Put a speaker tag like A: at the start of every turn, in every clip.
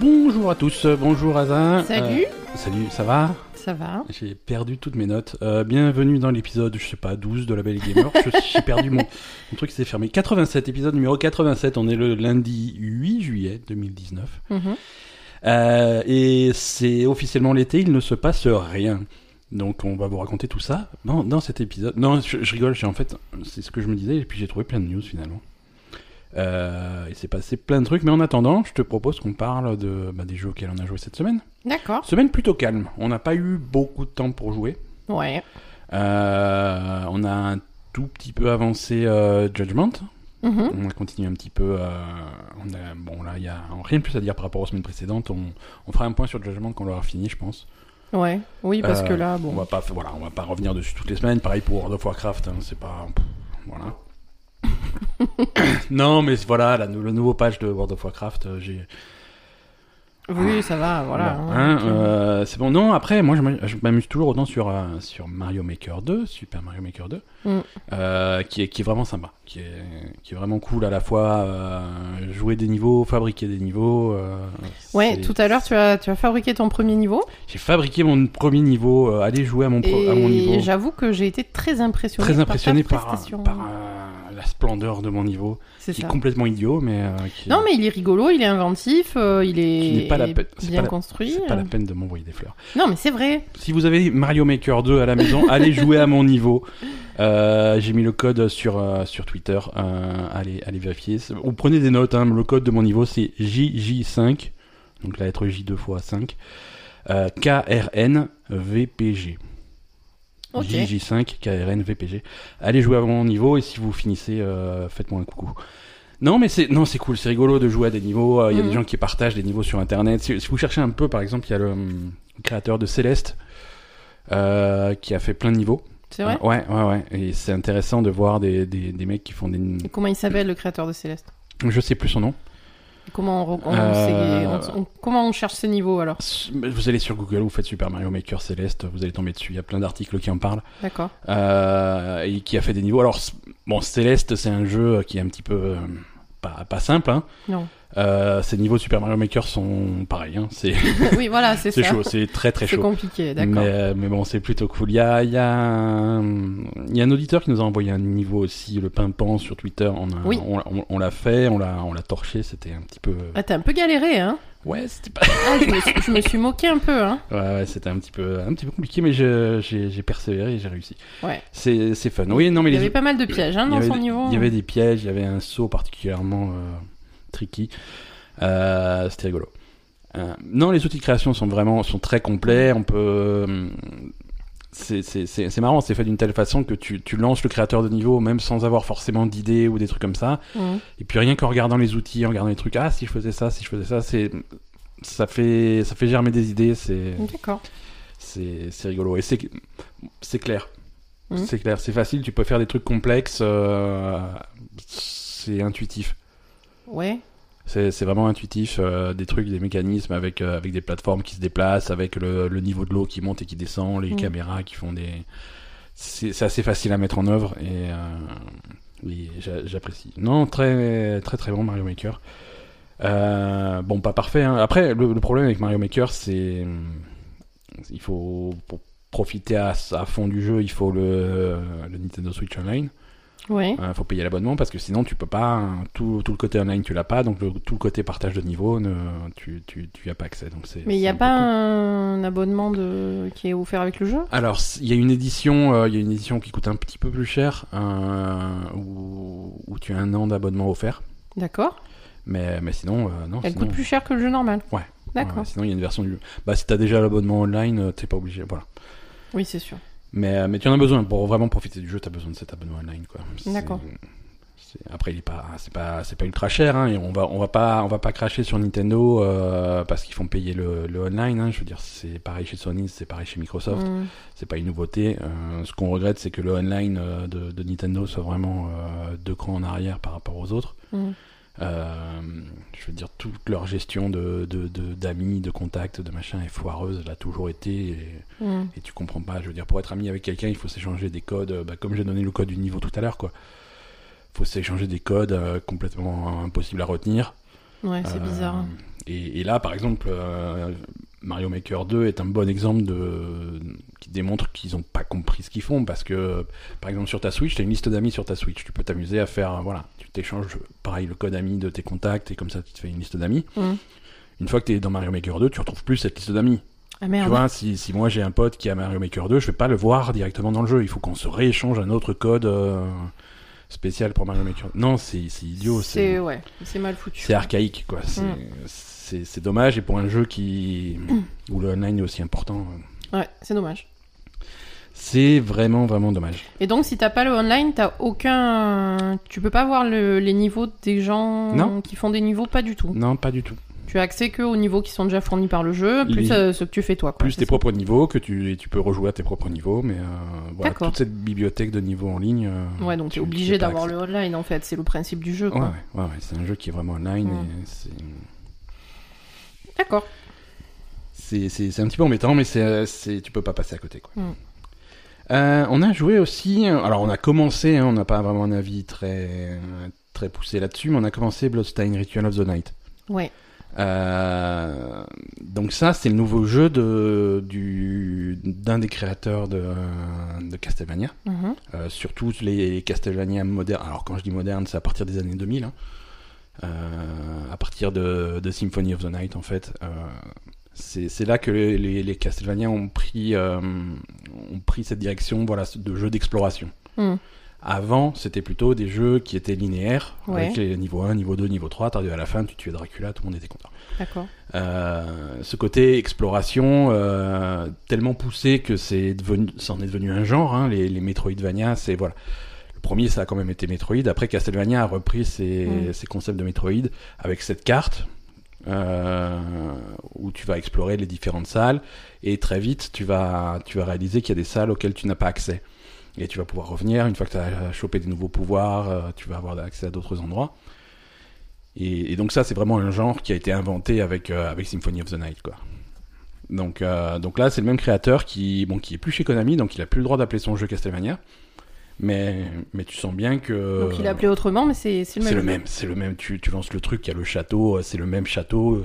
A: Bonjour à tous, bonjour Azin.
B: Salut.
A: Euh, salut, ça va
B: Ça va.
A: J'ai perdu toutes mes notes. Euh, bienvenue dans l'épisode, je sais pas, 12 de la Belle et Gamer. Je- J'ai perdu mon, mon truc, s'est fermé. 87, épisode numéro 87. On est le lundi 8 juillet 2019.
B: Mhm.
A: Euh, et c'est officiellement l'été, il ne se passe rien. Donc on va vous raconter tout ça dans, dans cet épisode. Non, je, je rigole, j'ai en fait, c'est ce que je me disais, et puis j'ai trouvé plein de news finalement. Euh, il s'est passé plein de trucs, mais en attendant, je te propose qu'on parle de, bah, des jeux auxquels on a joué cette semaine.
B: D'accord.
A: Semaine plutôt calme, on n'a pas eu beaucoup de temps pour jouer.
B: Ouais.
A: Euh, on a un tout petit peu avancé euh, Judgment,
B: Mhm.
A: on a continué un petit peu. euh, on a- bon, là, il y a rien de plus à dire par rapport aux semaines précédentes. On, on fera un point sur Judgment quand on l'aura fini, je pense.
B: Ouais. Oui, parce
A: Euh,
B: que là,
A: On
B: bon.
A: va pas, f- voilà, on va pas revenir dessus toutes les semaines. Pareil pour World of Warcraft, hein, c'est pas. pff, Voilà. non, mais voilà, la, nou- le nouveau page de World of Warcraft, euh, j'ai.
B: Oui, ça va, voilà.
A: Bon,
B: hein,
A: hein,
B: ok.
A: euh, c'est bon. Non, après, moi, je m'am- je m'amuse toujours autant sur, euh, sur Mario Maker 2, Super Mario Maker 2,
B: Mm.
A: euh, qui, est, qui est vraiment sympa, qui est, qui est vraiment cool à la fois euh, jouer des niveaux, fabriquer des niveaux. euh,
B: Ouais,
A: c'est-
B: tout à l'heure, tu as, tu as fabriqué ton premier niveau.
A: J'ai fabriqué mon premier niveau, euh, aller jouer à mon, pro- à mon niveau.
B: Et j'avoue que j'ai été très impressionné.
A: Très impressionné
B: par, ta
A: par,
B: prestation.
A: par, euh, la splendeur de mon niveau,
B: C'est
A: qui
B: ça.
A: est complètement idiot, mais euh, qui,
B: Non, mais il est rigolo, il est inventif, euh, il
A: Qui
B: est,
A: n'est pas la
B: est
A: pe- c'est
B: bien
A: pas la-
B: construit.
A: c'est pas la peine de m'envoyer des fleurs.
B: Non, mais c'est vrai.
A: Si vous avez Mario Maker 2 à la maison, allez jouer à mon niveau. Euh, J'ai mis le code sur, euh, sur Twitter. Euh, allez, allez vérifier. C'est- Ou prenez des notes. hein. Le code de mon niveau, c'est JJ5. Donc la lettre J deux fois 5. Euh, KRN VPG.
B: Ok.
A: JJ5, KRN VPG. Allez jouer à mon niveau et si vous finissez, euh, faites-moi un coucou. Non, mais c'est non, c'est cool, c'est rigolo de jouer à des niveaux. euh, Il y a
B: Mhm.
A: des gens qui partagent des niveaux sur Internet. Si, si vous cherchez un peu, par exemple, il y a le hum, créateur de Céleste euh, qui a fait plein de niveaux.
B: C'est vrai.
A: Euh, ouais, ouais, ouais. Et c'est intéressant de voir des, des, des mecs qui font des.
B: Et comment il s'appelle le créateur de Céleste
A: Je sais plus son nom.
B: Et Comment on, re- on
A: Euh,
B: sait- on- on- comment on cherche ces niveaux alors
A: Vous allez sur Google, vous faites Super Mario Maker Céleste, vous allez tomber dessus. Il y a plein d'articles qui en parlent.
B: D'accord.
A: euh, et qui a fait des niveaux. Alors, c- bon, Céleste, c'est un jeu qui est un petit peu euh, pas, pas simple. Hein.
B: Non.
A: Euh, ces niveaux Super Mario Maker sont pareils. Hein. C'est
B: oui, voilà, c'est
A: c'est
B: ça.
A: chaud, c'est très très
B: C'est
A: chaud. Mais,
B: compliqué, d'accord.
A: euh, mais bon, c'est plutôt cool. Il y a, il y, a un- il y a un auditeur qui nous a envoyé un niveau aussi, le pimpant sur Twitter. On, a-
B: Oui.
A: on, on- on l'a fait, on l'a, on l'a torché. C'était un petit peu.
B: Ah, t'as un peu galéré, hein
A: Ouais, c'était pas.
B: Ah, je me, suis, je me suis moqué un peu, hein.
A: Ouais, ouais, c'était un petit peu, un petit peu compliqué, mais je- j'ai, j'ai persévéré et j'ai réussi.
B: Ouais.
A: C'est, c'est fun. Oui, non, mais
B: Il y
A: les,
B: avait pas mal de pièges, hein,
A: Il y
B: dans
A: avait
B: son
A: des-
B: niveau.
A: Il y avait des pièges, il y avait un saut particulièrement euh, tricky. Euh, C'était rigolo. Euh, non, les outils de création sont vraiment sont très complets. On peut. hum, c'est- C'est c'est- c'est marrant, c'est fait d'une telle façon que tu, tu lances le créateur de niveau même sans avoir forcément d'idées ou des trucs comme ça.
B: Mhm.
A: Et puis rien qu'en regardant les outils, en regardant les trucs, ah si je faisais ça, si je faisais ça, c'est ça fait ça fait germer des idées. C'est
B: D'accord.
A: c'est c'est rigolo et c'est c'est clair
B: Mhm.
A: c'est clair c'est facile tu peux faire des trucs complexes euh, c'est intuitif
B: Ouais.
A: c'est c'est vraiment intuitif euh, des trucs des mécanismes avec euh, avec des plateformes qui se déplacent avec le, le niveau de l'eau qui monte et qui descend les
B: Mhm.
A: caméras qui font des c'est c'est assez facile à mettre en œuvre et euh, oui, j'a- j'apprécie non très très très bon Mario Maker euh, bon, pas parfait. hein. Après, le, le problème avec Mario Maker, c'est hum, il faut pour profiter à, à fond du jeu, il faut le, le Nintendo Switch Online.
B: Ouais.
A: Il Euh, faut payer l'abonnement parce que sinon tu peux pas hein, tout, tout le côté online tu l'as pas, donc le- tout le côté partage de niveau, ne, tu tu tu y as pas accès. Donc c'est.
B: Mais il n'y a
A: c'est
B: pas
A: un peu con.
B: un abonnement de... qui est offert avec le jeu
A: Alors, c- il y a une édition, euh, il y a une édition qui coûte un petit peu plus cher, euh, où, où tu as un an d'abonnement offert.
B: D'accord.
A: Mais, mais sinon, euh, non.
B: Elle
A: sinon,
B: coûte plus cher que le jeu normal.
A: Ouais.
B: D'accord.
A: Ouais, sinon, il y a une version du. Bah, si t'as déjà l'abonnement online, euh, t'es pas obligé. Voilà.
B: Oui, c'est sûr.
A: Mais, euh, mais tu en as besoin. Pour vraiment profiter du jeu, t'as besoin de cet abonnement online, quoi. C'est-
B: D'accord.
A: c'est- Après, il est pas, c'est pas, c'est pas ultra cher, hein, et on va, on va pas, on va pas cracher sur Nintendo euh, parce qu'ils font payer le, le online. hein. je veux dire, c'est pareil chez Sony, c'est pareil chez Microsoft.
B: Mhm.
A: C'est pas une nouveauté. Euh, ce qu'on regrette, c'est que le online euh, de, de Nintendo soit vraiment euh, deux crans en arrière par rapport aux autres.
B: Mhm.
A: Euh, je veux dire, toute leur gestion de, de, de- d'amis, de contacts, de machin est foireuse. Elle a toujours été. et-
B: Mhm.
A: et tu comprends pas. Je veux dire, pour être ami avec quelqu'un, il faut s'échanger des codes, euh, bah, comme j'ai donné le code du niveau tout à l'heure, quoi. Faut s'échanger des codes euh, complètement impossibles à retenir.
B: Ouais, c'est
A: Euh,
B: bizarre. hein.
A: Et, et là, par exemple, euh, Mario Maker 2 est un bon exemple de qui démontre qu'ils n'ont pas compris ce qu'ils font parce que, par exemple, sur ta Switch, t'as une liste d'amis sur ta Switch. Tu peux t'amuser à faire, voilà, tu t'échanges pareil le code ami de tes contacts et comme ça tu te fais une liste d'amis.
B: Mhm.
A: Une fois que t'es dans Mario Maker 2, tu retrouves plus cette liste d'amis.
B: Ah
A: Tu
B: merde.
A: vois, si, si moi j'ai un pote qui a Mario Maker 2, je vais pas le voir directement dans le jeu. Il faut qu'on se rééchange un autre code euh, spécial pour Mario Maker. Non, c'est c'est idiot.
B: c'est ouais, c'est mal foutu.
A: C'est archaïque, quoi. C'est-
B: Mm.
A: C'est c'est dommage, et pour un jeu qui où le online est aussi important,
B: Ouais, c'est dommage.
A: c'est vraiment, vraiment dommage.
B: Et donc, si t'as pas le online, t'as aucun. Tu peux pas voir le- les niveaux des gens
A: Non.
B: qui font des niveaux, pas du tout.
A: Non, pas du tout.
B: Tu as accès que aux niveaux qui sont déjà fournis par le jeu, plus
A: Les-
B: euh, ce que tu fais toi. Quoi,
A: Plus
B: c'est
A: tes
B: ça
A: propres niveaux, que tu, et tu peux rejouer à tes propres niveaux, mais euh, voilà,
B: D'accord.
A: toute cette bibliothèque de niveaux en ligne. euh,
B: Ouais, donc
A: tu-
B: t'es
A: tu
B: obligé
A: peux pas
B: d'avoir
A: accéder.
B: le online en fait, c'est le principe du jeu.
A: Ouais,
B: quoi.
A: ouais, ouais, ouais, c'est un jeu qui est vraiment online,
B: Mm.
A: et c'est.
B: D'accord.
A: C'est- C'est c'est un petit peu embêtant, mais c'est, euh, c'est- tu peux pas passer à côté. Quoi.
B: Mm.
A: Euh, on a joué aussi. euh, Alors, on a commencé, hein, on n'a pas vraiment un avis très, très poussé là-dessus, mais on a commencé Bloodstained Ritual of the Night.
B: Ouais.
A: Euh, donc, ça, c'est le nouveau jeu de, du, d'un des créateurs de, de Castlevania.
B: Mhm.
A: Euh, surtout les, les Castlevania modernes. Alors, quand je dis moderne, c'est à partir des années 2000. hein. Euh, à partir de, de Symphony of the Night, en fait. Euh, c'est c'est là que les, les, les Castlevania ont pris, euh, ont pris cette direction voilà, de jeu d'exploration.
B: Mm.
A: Avant, c'était plutôt des jeux qui étaient linéaires,
B: Ouais.
A: avec les niveaux 1, niveau 2, niveau 3. T'arrives à la fin, tu tuais Dracula, tout le monde était content.
B: D'accord.
A: Euh, ce côté exploration euh, tellement poussé que c'est devenu, c'en est devenu un genre. hein, les, les Metroidvania, c'est voilà. Le premier, ça a quand même été Metroid. Après, Castlevania a repris ses,
B: Mm.
A: ses concepts de Metroid avec cette carte euh, où tu vas explorer les différentes salles et très vite, tu vas, tu vas réaliser qu'il y a des salles auxquelles tu n'as pas accès. Et tu vas pouvoir revenir, une fois que tu as chopé des nouveaux pouvoirs, euh, tu vas avoir accès à d'autres endroits. Et, et donc ça, c'est vraiment un genre qui a été inventé avec, euh, avec Symphony of the Night, quoi. Donc, euh, donc là, c'est le même créateur qui, bon, qui est plus chez Konami, donc il a plus le droit d'appeler son jeu Castlevania. Mais, mais tu sens bien que...
B: Donc il appelait autrement, mais c'est c'est le
A: Euh, C'est
B: même.
A: le
B: jeu.
A: même, c'est le même. Tu, tu lances le truc, il y a le château, euh, c'est le même château.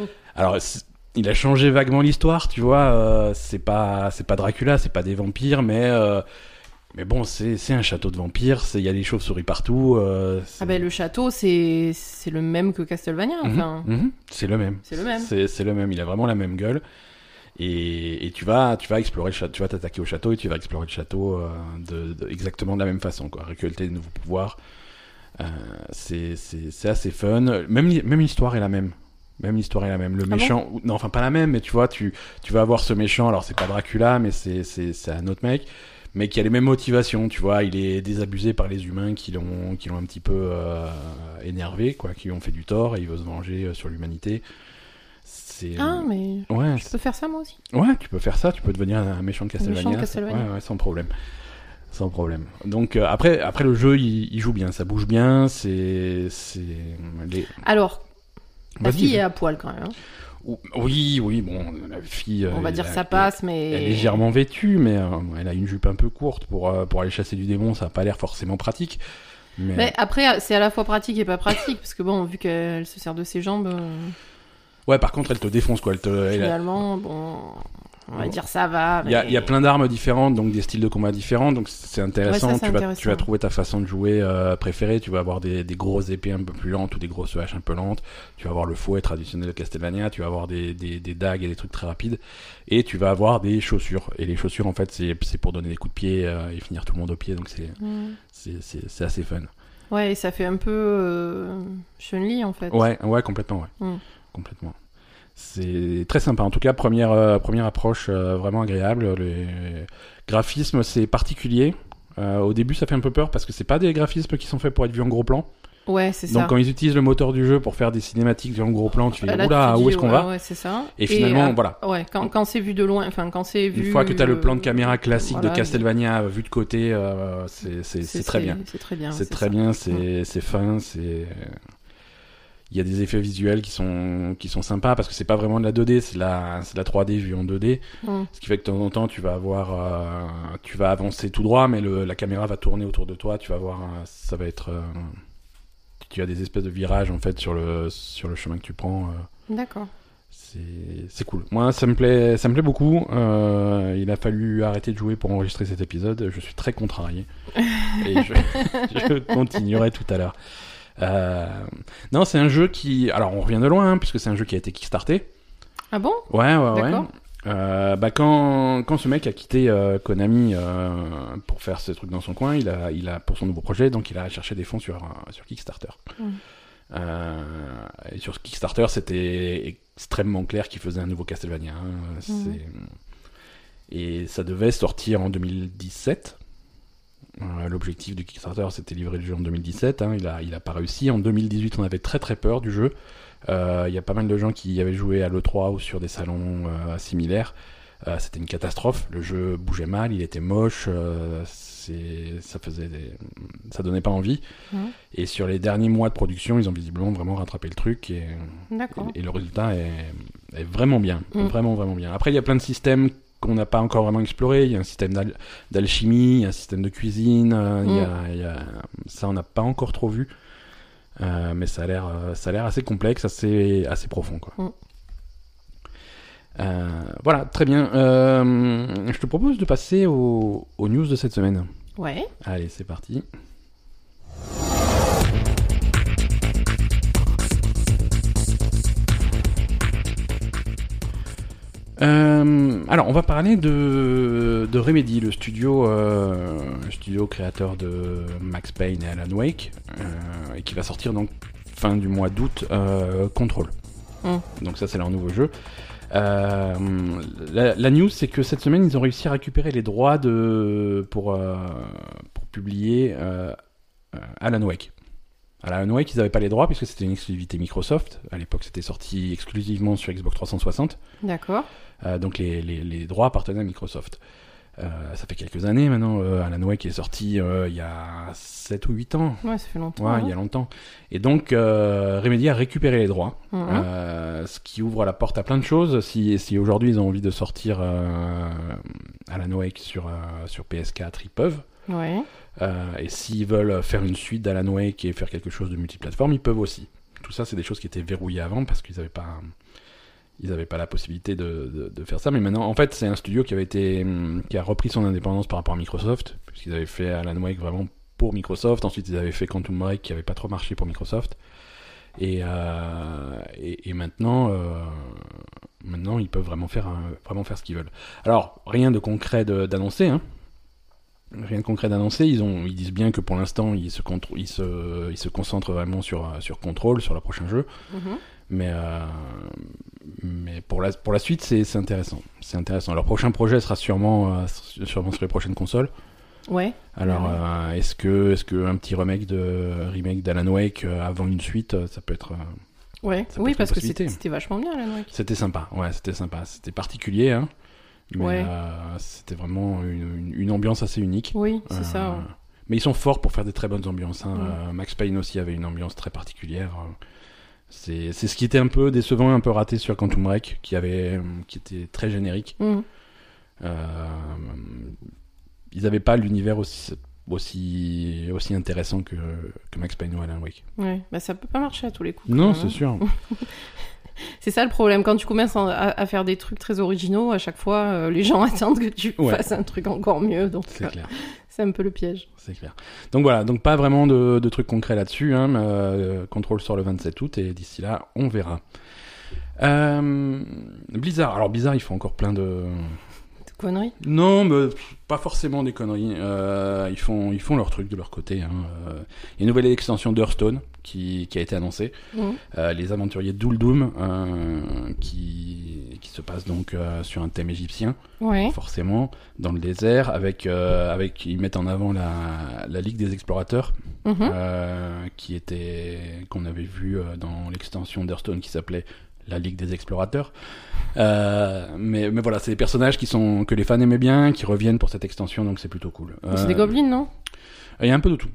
A: euh. Alors, c'est- il a changé vaguement l'histoire, tu vois. euh, c'est pas, c'est pas Dracula, c'est pas des vampires, mais euh, mais bon, c'est c'est un château de vampires. c'est- Il y a des chauves-souris partout. euh, c'est-
B: Ah ben le château, c'est c'est le même que Castlevania.
A: Mhm,
B: Enfin,
A: mhm, c'est le même.
B: c'est le même.
A: C'est c'est le même. Il a vraiment la même gueule. Et, et tu vas, tu vas explorer le château, tu vas t'attaquer au château et tu vas explorer le château euh, de, de- exactement de la même façon, quoi. Récolter de nouveaux pouvoirs. Euh, c'est- c'est c'est assez fun. Même, l'hi- même l'histoire est la même. Même l'histoire est la même. Le
B: bon
A: méchant, ou- non, enfin pas la même, mais tu vois, tu, tu vas avoir ce méchant. Alors c'est pas Dracula, mais c'est c'est- c'est un autre mec, mais qui a les mêmes motivations. Tu vois, il est désabusé par les humains qui l'ont qui l'ont un petit peu euh, énervé, quoi, qui lui ont fait du tort et il veut se venger euh, sur l'humanité. C'est euh,
B: Ah mais
A: ouais,
B: je peux faire ça moi aussi.
A: Ouais, tu peux faire ça, tu peux devenir un méchant de
B: méchant de
A: Castlevania.
B: Castlevania.
A: Ouais, ouais, sans problème. Sans problème. Donc euh, après, après le jeu, il, il joue bien, ça bouge bien, c'est. c'est les-
B: Alors ta
A: Vas-y.
B: fille est à poil quand même. hein.
A: Ou- Oui, oui, bon, la fille. euh,
B: On va dire
A: elle a-
B: ça passe, mais
A: Elle est légèrement vêtue, mais euh, elle a une jupe un peu courte pour, euh, pour aller chasser du démon, ça n'a pas l'air forcément pratique. Mais,
B: Mais après, c'est à la fois pratique et pas pratique, parce que bon, vu qu'elle se sert de ses jambes, euh,
A: ouais, par contre, elle te défonce quoi. Elle te, elle a-
B: finalement, bon, on va
A: Bon.
B: dire ça va.
A: Il y, a,
B: mais-
A: il y a plein d'armes différentes, donc des styles de combat différents, donc c'est intéressant.
B: Ouais, ça, c'est
A: tu, vas,
B: intéressant.
A: tu vas trouver ta façon de jouer euh, préférée. Tu vas avoir des, des grosses épées un peu plus lentes ou des grosses haches un peu lentes. Tu vas avoir le fouet traditionnel de Castlevania. Tu vas avoir des, des, des dagues et des trucs très rapides. Et tu vas avoir des chaussures. Et les chaussures, en fait, c'est c'est pour donner des coups de pied euh, et finir tout le monde au pied. Donc c'est
B: Mm.
A: c'est- c'est- c'est assez fun.
B: Ouais, et ça fait un peu euh, Chun-Li en fait.
A: Ouais, ouais, complètement, ouais.
B: Mm.
A: Complètement. C'est très sympa. En tout cas, première, euh, première approche euh, vraiment agréable. Le graphisme, c'est particulier. Euh, au début, ça fait un peu peur parce que c'est pas des graphismes qui sont faits pour être vus en gros plan.
B: Ouais, c'est ça.
A: Donc, quand ils utilisent le moteur du jeu pour faire des cinématiques vus en gros plan, tu
B: Là,
A: dis
B: tu
A: oula,
B: te
A: où
B: dis,
A: est-ce qu'on
B: ouais,
A: va
B: Ouais, c'est ça.
A: Et finalement,
B: ah,
A: voilà.
B: Ouais, quand, quand c'est vu de loin, enfin quand c'est
A: Une
B: vu.
A: fois que t'as le plan de
B: euh,
A: caméra classique
B: voilà,
A: de Castlevania euh, vu de côté, euh, c'est- c'est c'est très bien.
B: Ah C'est très bien.
A: C'est très
B: ça.
A: bien, c'est c'est fin, c'est. euh, Il y a des effets visuels qui sont, qui sont sympas parce que c'est pas vraiment de la 2D, c'est de la, c'est de la 3D vue en 2D.
B: Mm.
A: Ce qui fait que de temps en temps, tu vas avoir. euh, tu vas avancer tout droit, mais le- la caméra va tourner autour de toi, tu vas voir. euh, ça va être. euh, tu as des espèces de virages en fait sur le, sur le chemin que tu prends. euh,
B: D'accord.
A: c'est- c'est cool. Moi, ça me plaît, ça me plaît beaucoup. Euh, il a fallu arrêter de jouer pour enregistrer cet épisode. Je suis très contrarié. Et je, je continuerai tout à l'heure. Euh, non, c'est un jeu qui. Alors, on revient de loin, hein, puisque c'est un jeu qui a été kickstarté.
B: Ah bon
A: Ouais, ouais, ouais.
B: D'accord.
A: Euh, bah quand, quand ce mec a quitté euh, Konami euh, pour faire ce truc dans son coin, il a, il a pour son nouveau projet, donc il a cherché des fonds sur, euh, sur Kickstarter.
B: Mm.
A: Euh, et sur Kickstarter, c'était extrêmement clair qu'il faisait un nouveau Castlevania. hein. C'est- Et ça devait sortir en 2017. Euh, L'objectif du Kickstarter, c'était livrer le jeu en 2017. hein. Il, a, il a pas réussi. En 2018, on avait très très peur du jeu. Euh, Il y a pas mal de gens qui y avaient joué à l'E3 ou sur des salons euh, similaires. Euh, c'était une catastrophe. Le jeu bougeait mal, il était moche. euh, c'est- ça faisait, des- ça donnait pas envie.
B: Mhm.
A: Et sur les derniers mois de production, ils ont visiblement vraiment rattrapé le truc et,
B: D'accord.
A: et le résultat est, est vraiment bien,
B: Mm.
A: vraiment vraiment bien. Après, il y a plein de systèmes qu'on n'a pas encore vraiment explorés. Il y a un système d'al- d'alchimie, il y a un système de cuisine. euh, il y
B: Mm.
A: a- il y a- ça, on n'a pas encore trop vu. Euh, mais ça a l'air, euh, ça a l'air assez complexe, assez, assez profond, quoi.
B: Mm.
A: Euh, voilà, très bien. Euh, je te propose de passer au- aux news de cette semaine.
B: Ouais.
A: Allez, c'est parti. Euh, alors, on va parler de, de Remedy, le studio, euh, le studio créateur de Max Payne et Alan Wake, euh, et qui va sortir donc fin du mois d'août euh, Control.
B: Mm.
A: Donc ça, c'est leur nouveau jeu. Euh, la, la news, c'est que cette semaine, ils ont réussi à récupérer les droits de pour euh, pour publier euh, euh, Alan Wake. Alan Wake, ils n'avaient pas les droits puisque c'était une exclusivité Microsoft. À l'époque, c'était sorti exclusivement sur Xbox 360.
B: D'accord.
A: Euh, donc les, les- les droits appartenaient à Microsoft. Euh, ça fait quelques années maintenant, euh, Alan Wake est sorti euh, il y a 7 ou 8 ans,
B: Ouais, ça fait longtemps.
A: Ouais,
B: hein.
A: il y a longtemps. Et donc euh, Remedy a récupéré les droits,
B: Mhm.
A: euh, ce qui ouvre la porte à plein de choses. Si, si aujourd'hui ils ont envie de sortir euh, Alan Wake sur, euh, sur PS4, ils peuvent.
B: Ouais.
A: Euh, et s'ils veulent faire une suite d'Alan Wake et faire quelque chose de multiplateforme, ils peuvent aussi. Tout ça, c'est des choses qui étaient verrouillées avant parce qu'ils n'avaient pas, ils avaient pas la possibilité de, de- de faire ça. Mais maintenant, en fait, c'est un studio qui avait été, hum, qui a repris son indépendance par rapport à Microsoft, puisqu'ils avaient fait Alan Wake vraiment pour Microsoft. Ensuite, ils avaient fait Quantum Break qui n'avait pas trop marché pour Microsoft. Et, euh, et, et maintenant, euh, maintenant, ils peuvent vraiment faire, un- vraiment faire ce qu'ils veulent. Alors, rien de concret de- d'annoncer, hein. Rien de concret d'annoncer. Ils, ont- ils disent bien que pour l'instant, ils se, contr- ils, se, ils se concentrent vraiment sur, euh, sur Control, sur leur prochain jeu.
B: Mhm.
A: Mais, euh, mais pour, la, pour la suite, c'est c'est intéressant. C'est intéressant. Leur prochain projet sera sûrement, euh, sûrement sur les prochaines consoles.
B: Ouais.
A: Alors,
B: Ouais.
A: euh, est-ce que, est que un petit remake de remake d'Alan Wake euh, avant une suite, euh, ça peut être, euh,
B: Ouais.
A: Ça peut
B: Oui,
A: être
B: parce
A: une
B: que c'était
A: possibilité.
B: c'était vachement bien, Alan Wake.
A: C'était sympa, ouais, c'était sympa. C'était particulier, hein. Mais
B: Ouais.
A: euh, c'était vraiment une, une- une ambiance assez unique.
B: Oui, c'est
A: Euh,
B: ça. ouais.
A: Mais ils sont forts pour faire des très bonnes ambiances. hein.
B: Ouais.
A: Euh, Max Payne aussi avait une ambiance très particulière. Euh, C'est c'est ce qui était un peu décevant, un peu raté sur Quantum Break, qui, avait, euh, qui était très générique.
B: Mhm.
A: Euh, ils n'avaient pas l'univers aussi, aussi, aussi intéressant que, que Max Payne ou Alan Wake.
B: Ouais. Bah, ça peut pas marcher à tous les coups.
A: Non,
B: quand même,
A: c'est sûr.
B: hein. C'est ça le problème. Quand tu commences en- à, à faire des trucs très originaux, à chaque fois, euh, les gens attendent que tu
A: Ouais.
B: fasses un truc encore mieux. Donc,
A: C'est
B: euh,
A: clair.
B: c'est un peu le piège.
A: C'est clair. Donc voilà, donc pas vraiment de, de trucs concrets là-dessus. Hein, mais, euh, contrôle sort le 27 août et d'ici là, on verra. Euh, Blizzard. Alors Blizzard, ils font encore plein de.
B: De conneries.
A: Non, mais pff, pas forcément des conneries. Euh, ils font, ils font leur truc de leur côté. hein. Euh, Il y a une nouvelle extension d'Hearthstone qui, qui a été annoncée.
B: Mhm.
A: Euh, les aventuriers d'Uldum, euh, qui, qui se passe donc euh, sur un thème égyptien
B: Ouais.
A: forcément, dans le désert, avec, euh, avec ils mettent en avant la, la Ligue des Explorateurs,
B: Mhm.
A: euh, qui était qu'on avait vu euh, dans l'extension d'Hearthstone qui s'appelait la Ligue des Explorateurs. Euh, mais, mais voilà, c'est des personnages qui sont que les fans aimaient bien, qui reviennent pour cette extension, donc c'est plutôt cool.
B: C'est des
A: Euh,
B: gobelins, non
A: il y a un peu de tout.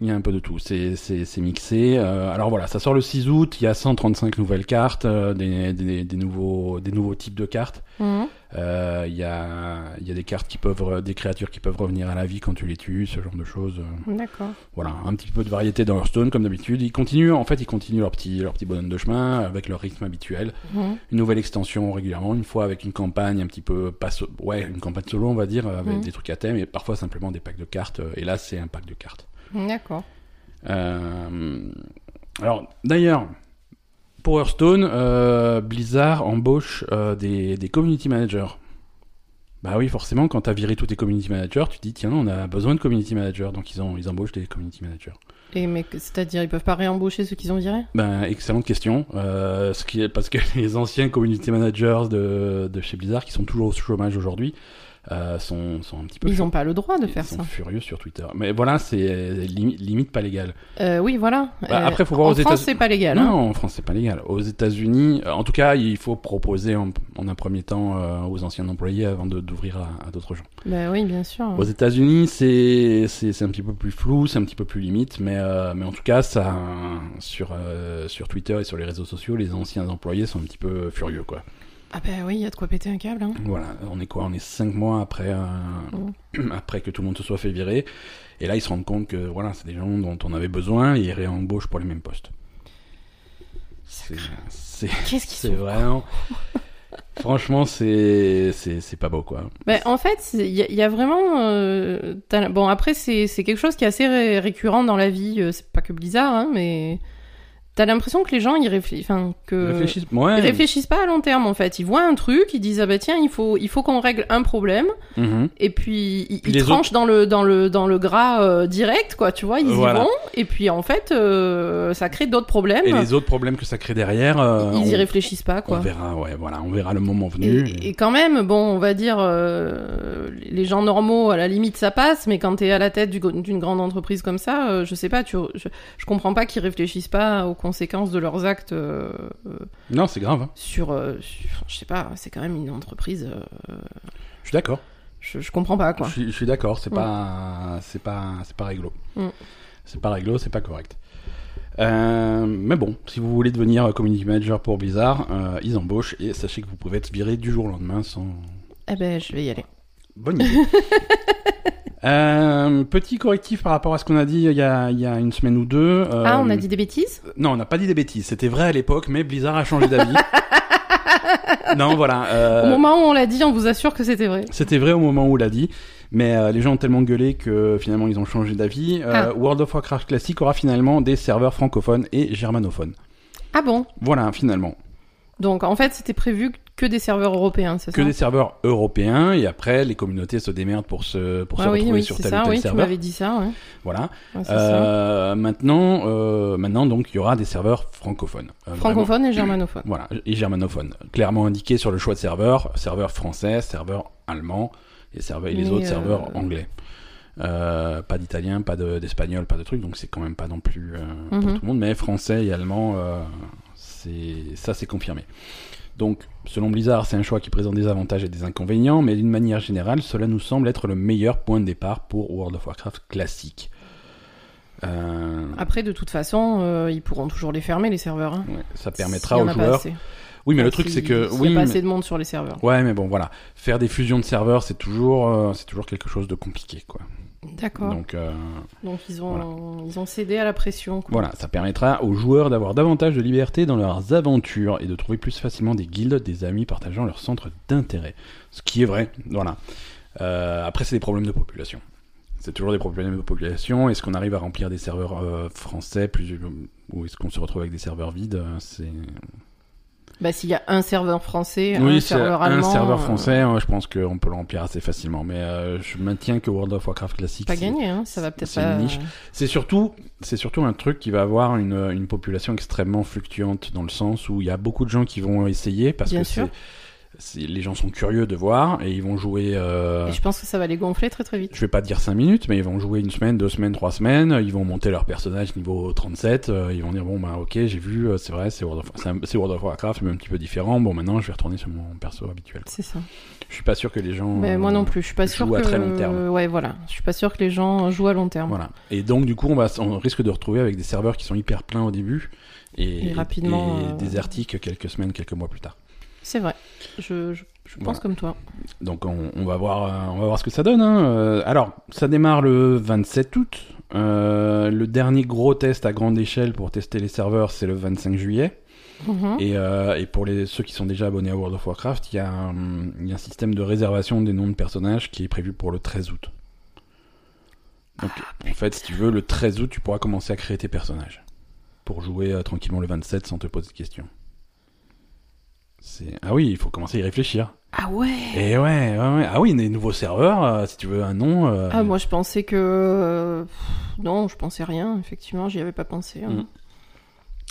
A: Il y a un peu de tout. C'est, c'est, c'est mixé. Euh, alors voilà, ça sort le 6 août. Il y a 135 nouvelles cartes, euh, des, des, des nouveaux, des nouveaux types de cartes.
B: Mhm.
A: Euh, Il y, a, il y a des cartes qui peuvent, re- des créatures qui peuvent revenir à la vie quand tu les tues, ce genre de choses. euh.
B: D'accord.
A: Voilà, un petit peu de variété dans Hearthstone comme d'habitude. Ils continuent, en fait, ils continuent leur petit, leur petit bonhomme de chemin avec leur rythme habituel.
B: Mhm.
A: Une nouvelle extension régulièrement, une fois avec une campagne un petit peu pas so- ouais, une campagne solo on va dire, avec
B: Mhm.
A: des trucs à thème et parfois simplement des packs de cartes. euh, Et là, c'est un pack de cartes.
B: D'accord.
A: Euh, alors, d'ailleurs, pour Hearthstone, euh, Blizzard embauche euh, des, des community managers. Bah oui, forcément, quand t'as viré tous tes community managers, tu te dis, tiens, on a besoin de community managers, donc ils, ont, ils embauchent des community managers.
B: Et mais que- c'est-à-dire ils peuvent pas réembaucher ceux qu'ils ont virés
A: Ben, excellente question. Euh, ce qui est, parce que les anciens community managers de, de chez Blizzard, qui sont toujours au chômage aujourd'hui, euh, sont, sont un petit peu
B: Ils
A: furieux.
B: ont pas le droit de
A: Ils
B: faire
A: sont
B: ça.
A: furieux sur Twitter. Mais voilà, c'est euh, limi- limite pas légal.
B: Euh, oui, voilà.
A: Bah,
B: Euh,
A: après, faut voir
B: en
A: aux
B: France,
A: États-
B: c'est pas légal. hein.
A: Non, en France, c'est pas légal. Aux États-Unis, euh, en tout cas, il faut proposer en, en un premier temps euh, aux anciens employés avant de- d'ouvrir à, à d'autres gens.
B: Bah oui, bien sûr.
A: Aux États-Unis, c'est c'est c'est un petit peu plus flou, c'est un petit peu plus limite, mais euh, mais en tout cas, ça sur euh, sur Twitter et sur les réseaux sociaux, les anciens employés sont un petit peu furieux, quoi.
B: Ah bah oui, il y a de quoi péter un câble. Hein.
A: Voilà, on est quoi On est cinq mois après, euh,
B: Mm.
A: après que tout le monde se soit fait virer. Et là, ils se rendent compte que voilà, c'est des gens dont on avait besoin et ils réembauchent pour les mêmes postes. C'est c'est-
B: Qu'est-ce qu'ils
A: c'est
B: sont
A: vraiment. Franchement, c'est c'est c'est pas beau quoi.
B: Ben, en fait, c'est- il y, a- il y a vraiment. euh, t'as- bon, après, c'est c'est quelque chose qui est assez ré- récurrent dans la vie. euh, C'est pas que Blizzard, hein, mais t'as l'impression que les gens, ils réfléchissent. Enfin,
A: Ils
B: que.
A: réfléchissent. Ouais.
B: Ils réfléchissent pas à long terme en fait. Ils voient un truc, ils disent ah bah tiens il faut il faut qu'on règle un problème
A: Mhm.
B: et puis ils,
A: Puis
B: ils
A: les
B: tranchent dans le dans le dans le gras euh, direct quoi tu vois ils
A: Voilà.
B: y vont et puis en fait euh, ça crée d'autres problèmes.
A: Et les autres problèmes que ça crée derrière. euh,
B: ils y
A: on-
B: réfléchissent pas
A: on,
B: quoi.
A: verra. Ouais, voilà, on verra le moment venu.
B: Et, et quand même, bon, on va dire, euh, les gens normaux, à la limite, ça passe, mais quand t'es à la tête du gr- d'une grande entreprise comme ça, euh, je sais pas, tu, je, je comprends pas qu'ils réfléchissent pas aux conséquences de leurs actes euh, euh,
A: Non, c'est grave. hein.
B: sur, euh, sur- je sais pas, c'est quand même une entreprise, euh,
A: Je suis d'accord.
B: je, je comprends pas, quoi.
A: Je suis, je suis d'accord, c'est
B: Mm.
A: pas, c'est pas, c'est pas réglo.
B: Mm.
A: C'est pas réglo, c'est pas correct. Euh, mais bon, si vous voulez devenir euh, community manager pour Blizzard, euh, ils embauchent et sachez que vous pouvez être viré du jour au lendemain sans
B: Eh ben, je vais y aller.
A: bonne idée. Euh, petit correctif par rapport à ce qu'on a dit il y a, il y a une semaine ou deux. euh,
B: Ah, on a dit des bêtises
A: Non, on n'a pas dit des bêtises. C'était vrai à l'époque, mais Blizzard a changé d'avis. non, voilà. euh,
B: Au moment où on l'a dit, on vous assure que c'était vrai.
A: c'était vrai au moment où on l'a dit, mais euh, les gens ont tellement gueulé que finalement ils ont changé d'avis.
B: Ah.
A: Euh, World of Warcraft Classic aura finalement des serveurs francophones et germanophones.
B: Ah bon
A: Voilà, finalement.
B: Donc, en fait, c'était prévu que des serveurs européens, c'est
A: Que
B: ça
A: des serveurs européens, et après les communautés se démerdent pour se, pour se
B: Ah oui,
A: retrouver
B: oui,
A: sur
B: c'est
A: tel
B: ça,
A: ou tel
B: oui, tu
A: serveur.
B: m'avais dit ça, ouais.
A: Voilà.
B: Ouais, c'est ça.
A: Euh, maintenant, euh, maintenant, donc, il y aura des serveurs francophones. Euh, vraiment.
B: Francophone et germanophone.
A: Voilà, et germanophone. Clairement indiqué sur le choix de serveur, serveur français, serveur allemand et, serveur, et les
B: Mais,
A: autres
B: euh,
A: serveurs anglais. Euh, pas d'italien, pas de- d'espagnol, pas de trucs, donc c'est quand même pas non plus euh, pour
B: Mhm.
A: tout le monde, mais français et allemand, euh, c'est- ça c'est confirmé. Donc, selon Blizzard, c'est un choix qui présente des avantages et des inconvénients, mais d'une manière générale, cela nous semble être le meilleur point de départ pour World of Warcraft classique. Euh,
B: Après, de toute façon, euh, ils pourront toujours les fermer, les serveurs. hein.
A: ouais, ça
B: S'il
A: permettra
B: y en
A: aux
B: a pas
A: joueurs.
B: assez.
A: Oui, mais le
B: Enfin,
A: truc
B: s'il-
A: c'est que.
B: s'il y a
A: oui,
B: pas
A: mais-
B: assez de monde sur les serveurs.
A: Ouais, mais bon, voilà. Faire des fusions de serveurs, c'est toujours, euh, c'est toujours quelque chose de compliqué, quoi.
B: D'accord. Donc,
A: Donc, euh,
B: ils, ont, ils ont cédé à la pression. quoi.
A: voilà, ça permettra aux joueurs d'avoir davantage de liberté dans leurs aventures et de trouver plus facilement des guildes, des amis partageant leurs centres d'intérêt. Ce qui est vrai, voilà. Euh, après, c'est des problèmes de population. C'est toujours des problèmes de population. Est-ce qu'on arrive à remplir des serveurs euh, français plus, ou est-ce qu'on se retrouve avec des serveurs vides euh, C'est
B: Bah, s'il y a un serveur français, un
A: Oui, c'est
B: serveur allemand.
A: un serveur
B: euh,
A: français. hein, je pense qu'on peut le remplir assez facilement. Mais euh, je maintiens que World of Warcraft classique,
B: Pas
A: c'est-
B: gagné, hein, ça va peut-être
A: c'est
B: pas.
A: une niche. C'est surtout, c'est surtout un truc qui va avoir une, une population extrêmement fluctuante dans le sens où il y a beaucoup de gens qui vont essayer parce
B: Bien
A: que c'est-
B: sûr.
A: c'est- les gens sont curieux de voir et ils vont jouer. euh,
B: Et je pense que ça va les gonfler très très vite.
A: je vais pas dire 5 minutes, mais ils vont jouer une semaine, deux semaines, trois semaines. Ils vont monter leur personnage niveau 37. euh, ils vont dire bon bah ok j'ai vu, euh, c'est vrai, c'est World, of- c'est un- c'est World of Warcraft, mais un petit peu différent. Bon maintenant je vais retourner sur mon perso habituel.
B: C'est ça.
A: Je suis pas sûr que les gens.
B: Mais Ben, moi non plus, je suis pas
A: joue
B: sûr
A: à
B: que.
A: très long terme.
B: Ouais, voilà. Je suis pas sûr que les gens jouent à long terme.
A: Voilà. Et donc, du coup, on, va, on risque de retrouver avec des serveurs qui sont hyper pleins au début et,
B: Et rapidement,
A: et
B: euh,
A: désertiques quelques semaines, quelques mois plus tard.
B: C'est vrai. Je, je, Je pense comme toi.
A: Donc on, on va voir, euh, on va voir ce que ça donne. hein. Euh, alors, ça démarre le 27 août. Euh, le dernier gros test à grande échelle pour tester les serveurs, c'est le 25 juillet.
B: Mhm.
A: Et, euh, et pour les, ceux qui sont déjà abonnés à World of Warcraft, il y, a un- il y a un système de réservation des noms de personnages qui est prévu pour le 13 août. Donc,
B: Ah,
A: en fait, si tu veux, le 13 août, tu pourras commencer à créer tes personnages. Pour jouer euh, tranquillement le 27 sans te poser de questions. C'est... Ah oui, il faut commencer à y réfléchir.
B: Ah ouais
A: Et ouais, ouais, ouais. Ah oui, des nouveaux serveurs, euh, si tu veux un nom. euh,
B: Ah, moi je pensais que. euh, pff, Non, je pensais rien, effectivement, j'y avais pas pensé. hein.
A: Mm.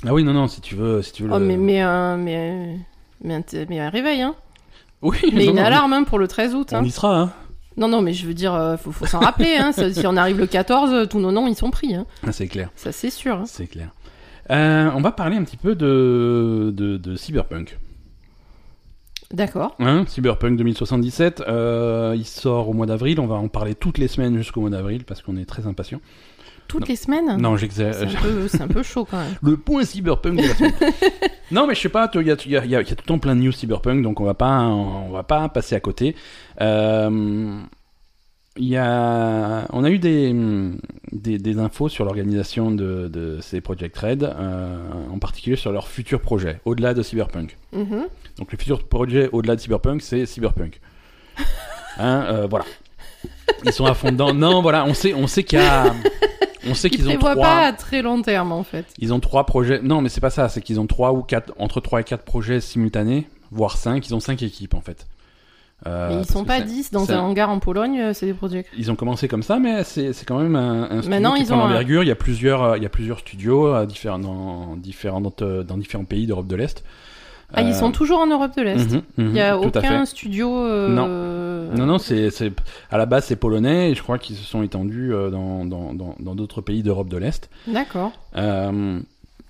A: ah oui, non, non, si tu veux. Si tu veux
B: Oh,
A: le-
B: mais, mais, un, mais, mais, un, t- mais un réveil, hein.
A: Oui,
B: Mais
A: non,
B: une
A: non,
B: alarme hein, pour le 13 août.
A: On
B: Hein.
A: y sera, hein.
B: Non, non, mais je veux dire, euh, faut, faut s'en rappeler. Hein. Ça, si on arrive le 14, euh, tous nos noms, ils sont pris. Hein.
A: Ah, c'est clair.
B: Ça, c'est sûr. hein.
A: C'est clair. Euh, on va parler un petit peu de, de, de Cyberpunk.
B: D'accord.
A: Hein Cyberpunk 2077, euh, il sort au mois d'avril. On va en parler toutes les semaines jusqu'au mois d'avril parce qu'on est très impatient.
B: Toutes
A: Non.
B: les semaines
A: Non,
B: Ah.
A: euh,
B: C'est
A: j'exagère.
B: un, peu- c'est un peu chaud quand même.
A: Le point Cyberpunk de la semaine. non, mais je sais pas, il y a, y a- y a tout le temps plein de news Cyberpunk, donc on va pas, on va pas passer à côté. Euh, il y a, on a eu des, des, des infos sur l'organisation de, de ces Project Red, euh, en particulier sur leurs futurs projets, au-delà de Cyberpunk.
B: Mhm.
A: Donc le futur projet au-delà de Cyberpunk, c'est Cyberpunk. Hein, euh, voilà. Ils sont à fond dedans. Non, voilà, on sait, on sait qu'il y a, on sait
B: Ils
A: qu'ils ont
B: prévoient
A: trois,
B: pas à très long terme en fait.
A: ils ont trois projets. Non, mais c'est pas ça. C'est qu'ils ont trois ou quatre, entre trois et quatre projets simultanés, voire cinq. Ils ont cinq équipes en fait. Euh,
B: Mais ils
A: parce
B: sont
A: que
B: pas
A: c'est-
B: 10 dans
A: c'est
B: un hangar en Pologne, euh, c'est des projets.
A: Ils ont commencé comme ça, mais c'est c'est quand même un, un studio
B: Maintenant,
A: qui
B: ils
A: prend
B: ont un-
A: l'envergure. Il y a plusieurs, euh, il y a plusieurs studios euh, différents dans différents dans, dans différents pays d'Europe de l'Est.
B: Ah,
A: Euh,
B: ils sont toujours en Europe de l'Est.
A: mhm,
B: Il
A: mhm,
B: n'y a
A: tout à fait.
B: aucun studio. euh,
A: Non, non, c'est, c'est- à la base c'est polonais et je crois qu'ils se sont étendus euh, dans, dans, dans, dans d'autres pays d'Europe de l'Est.
B: D'accord.
A: Euh,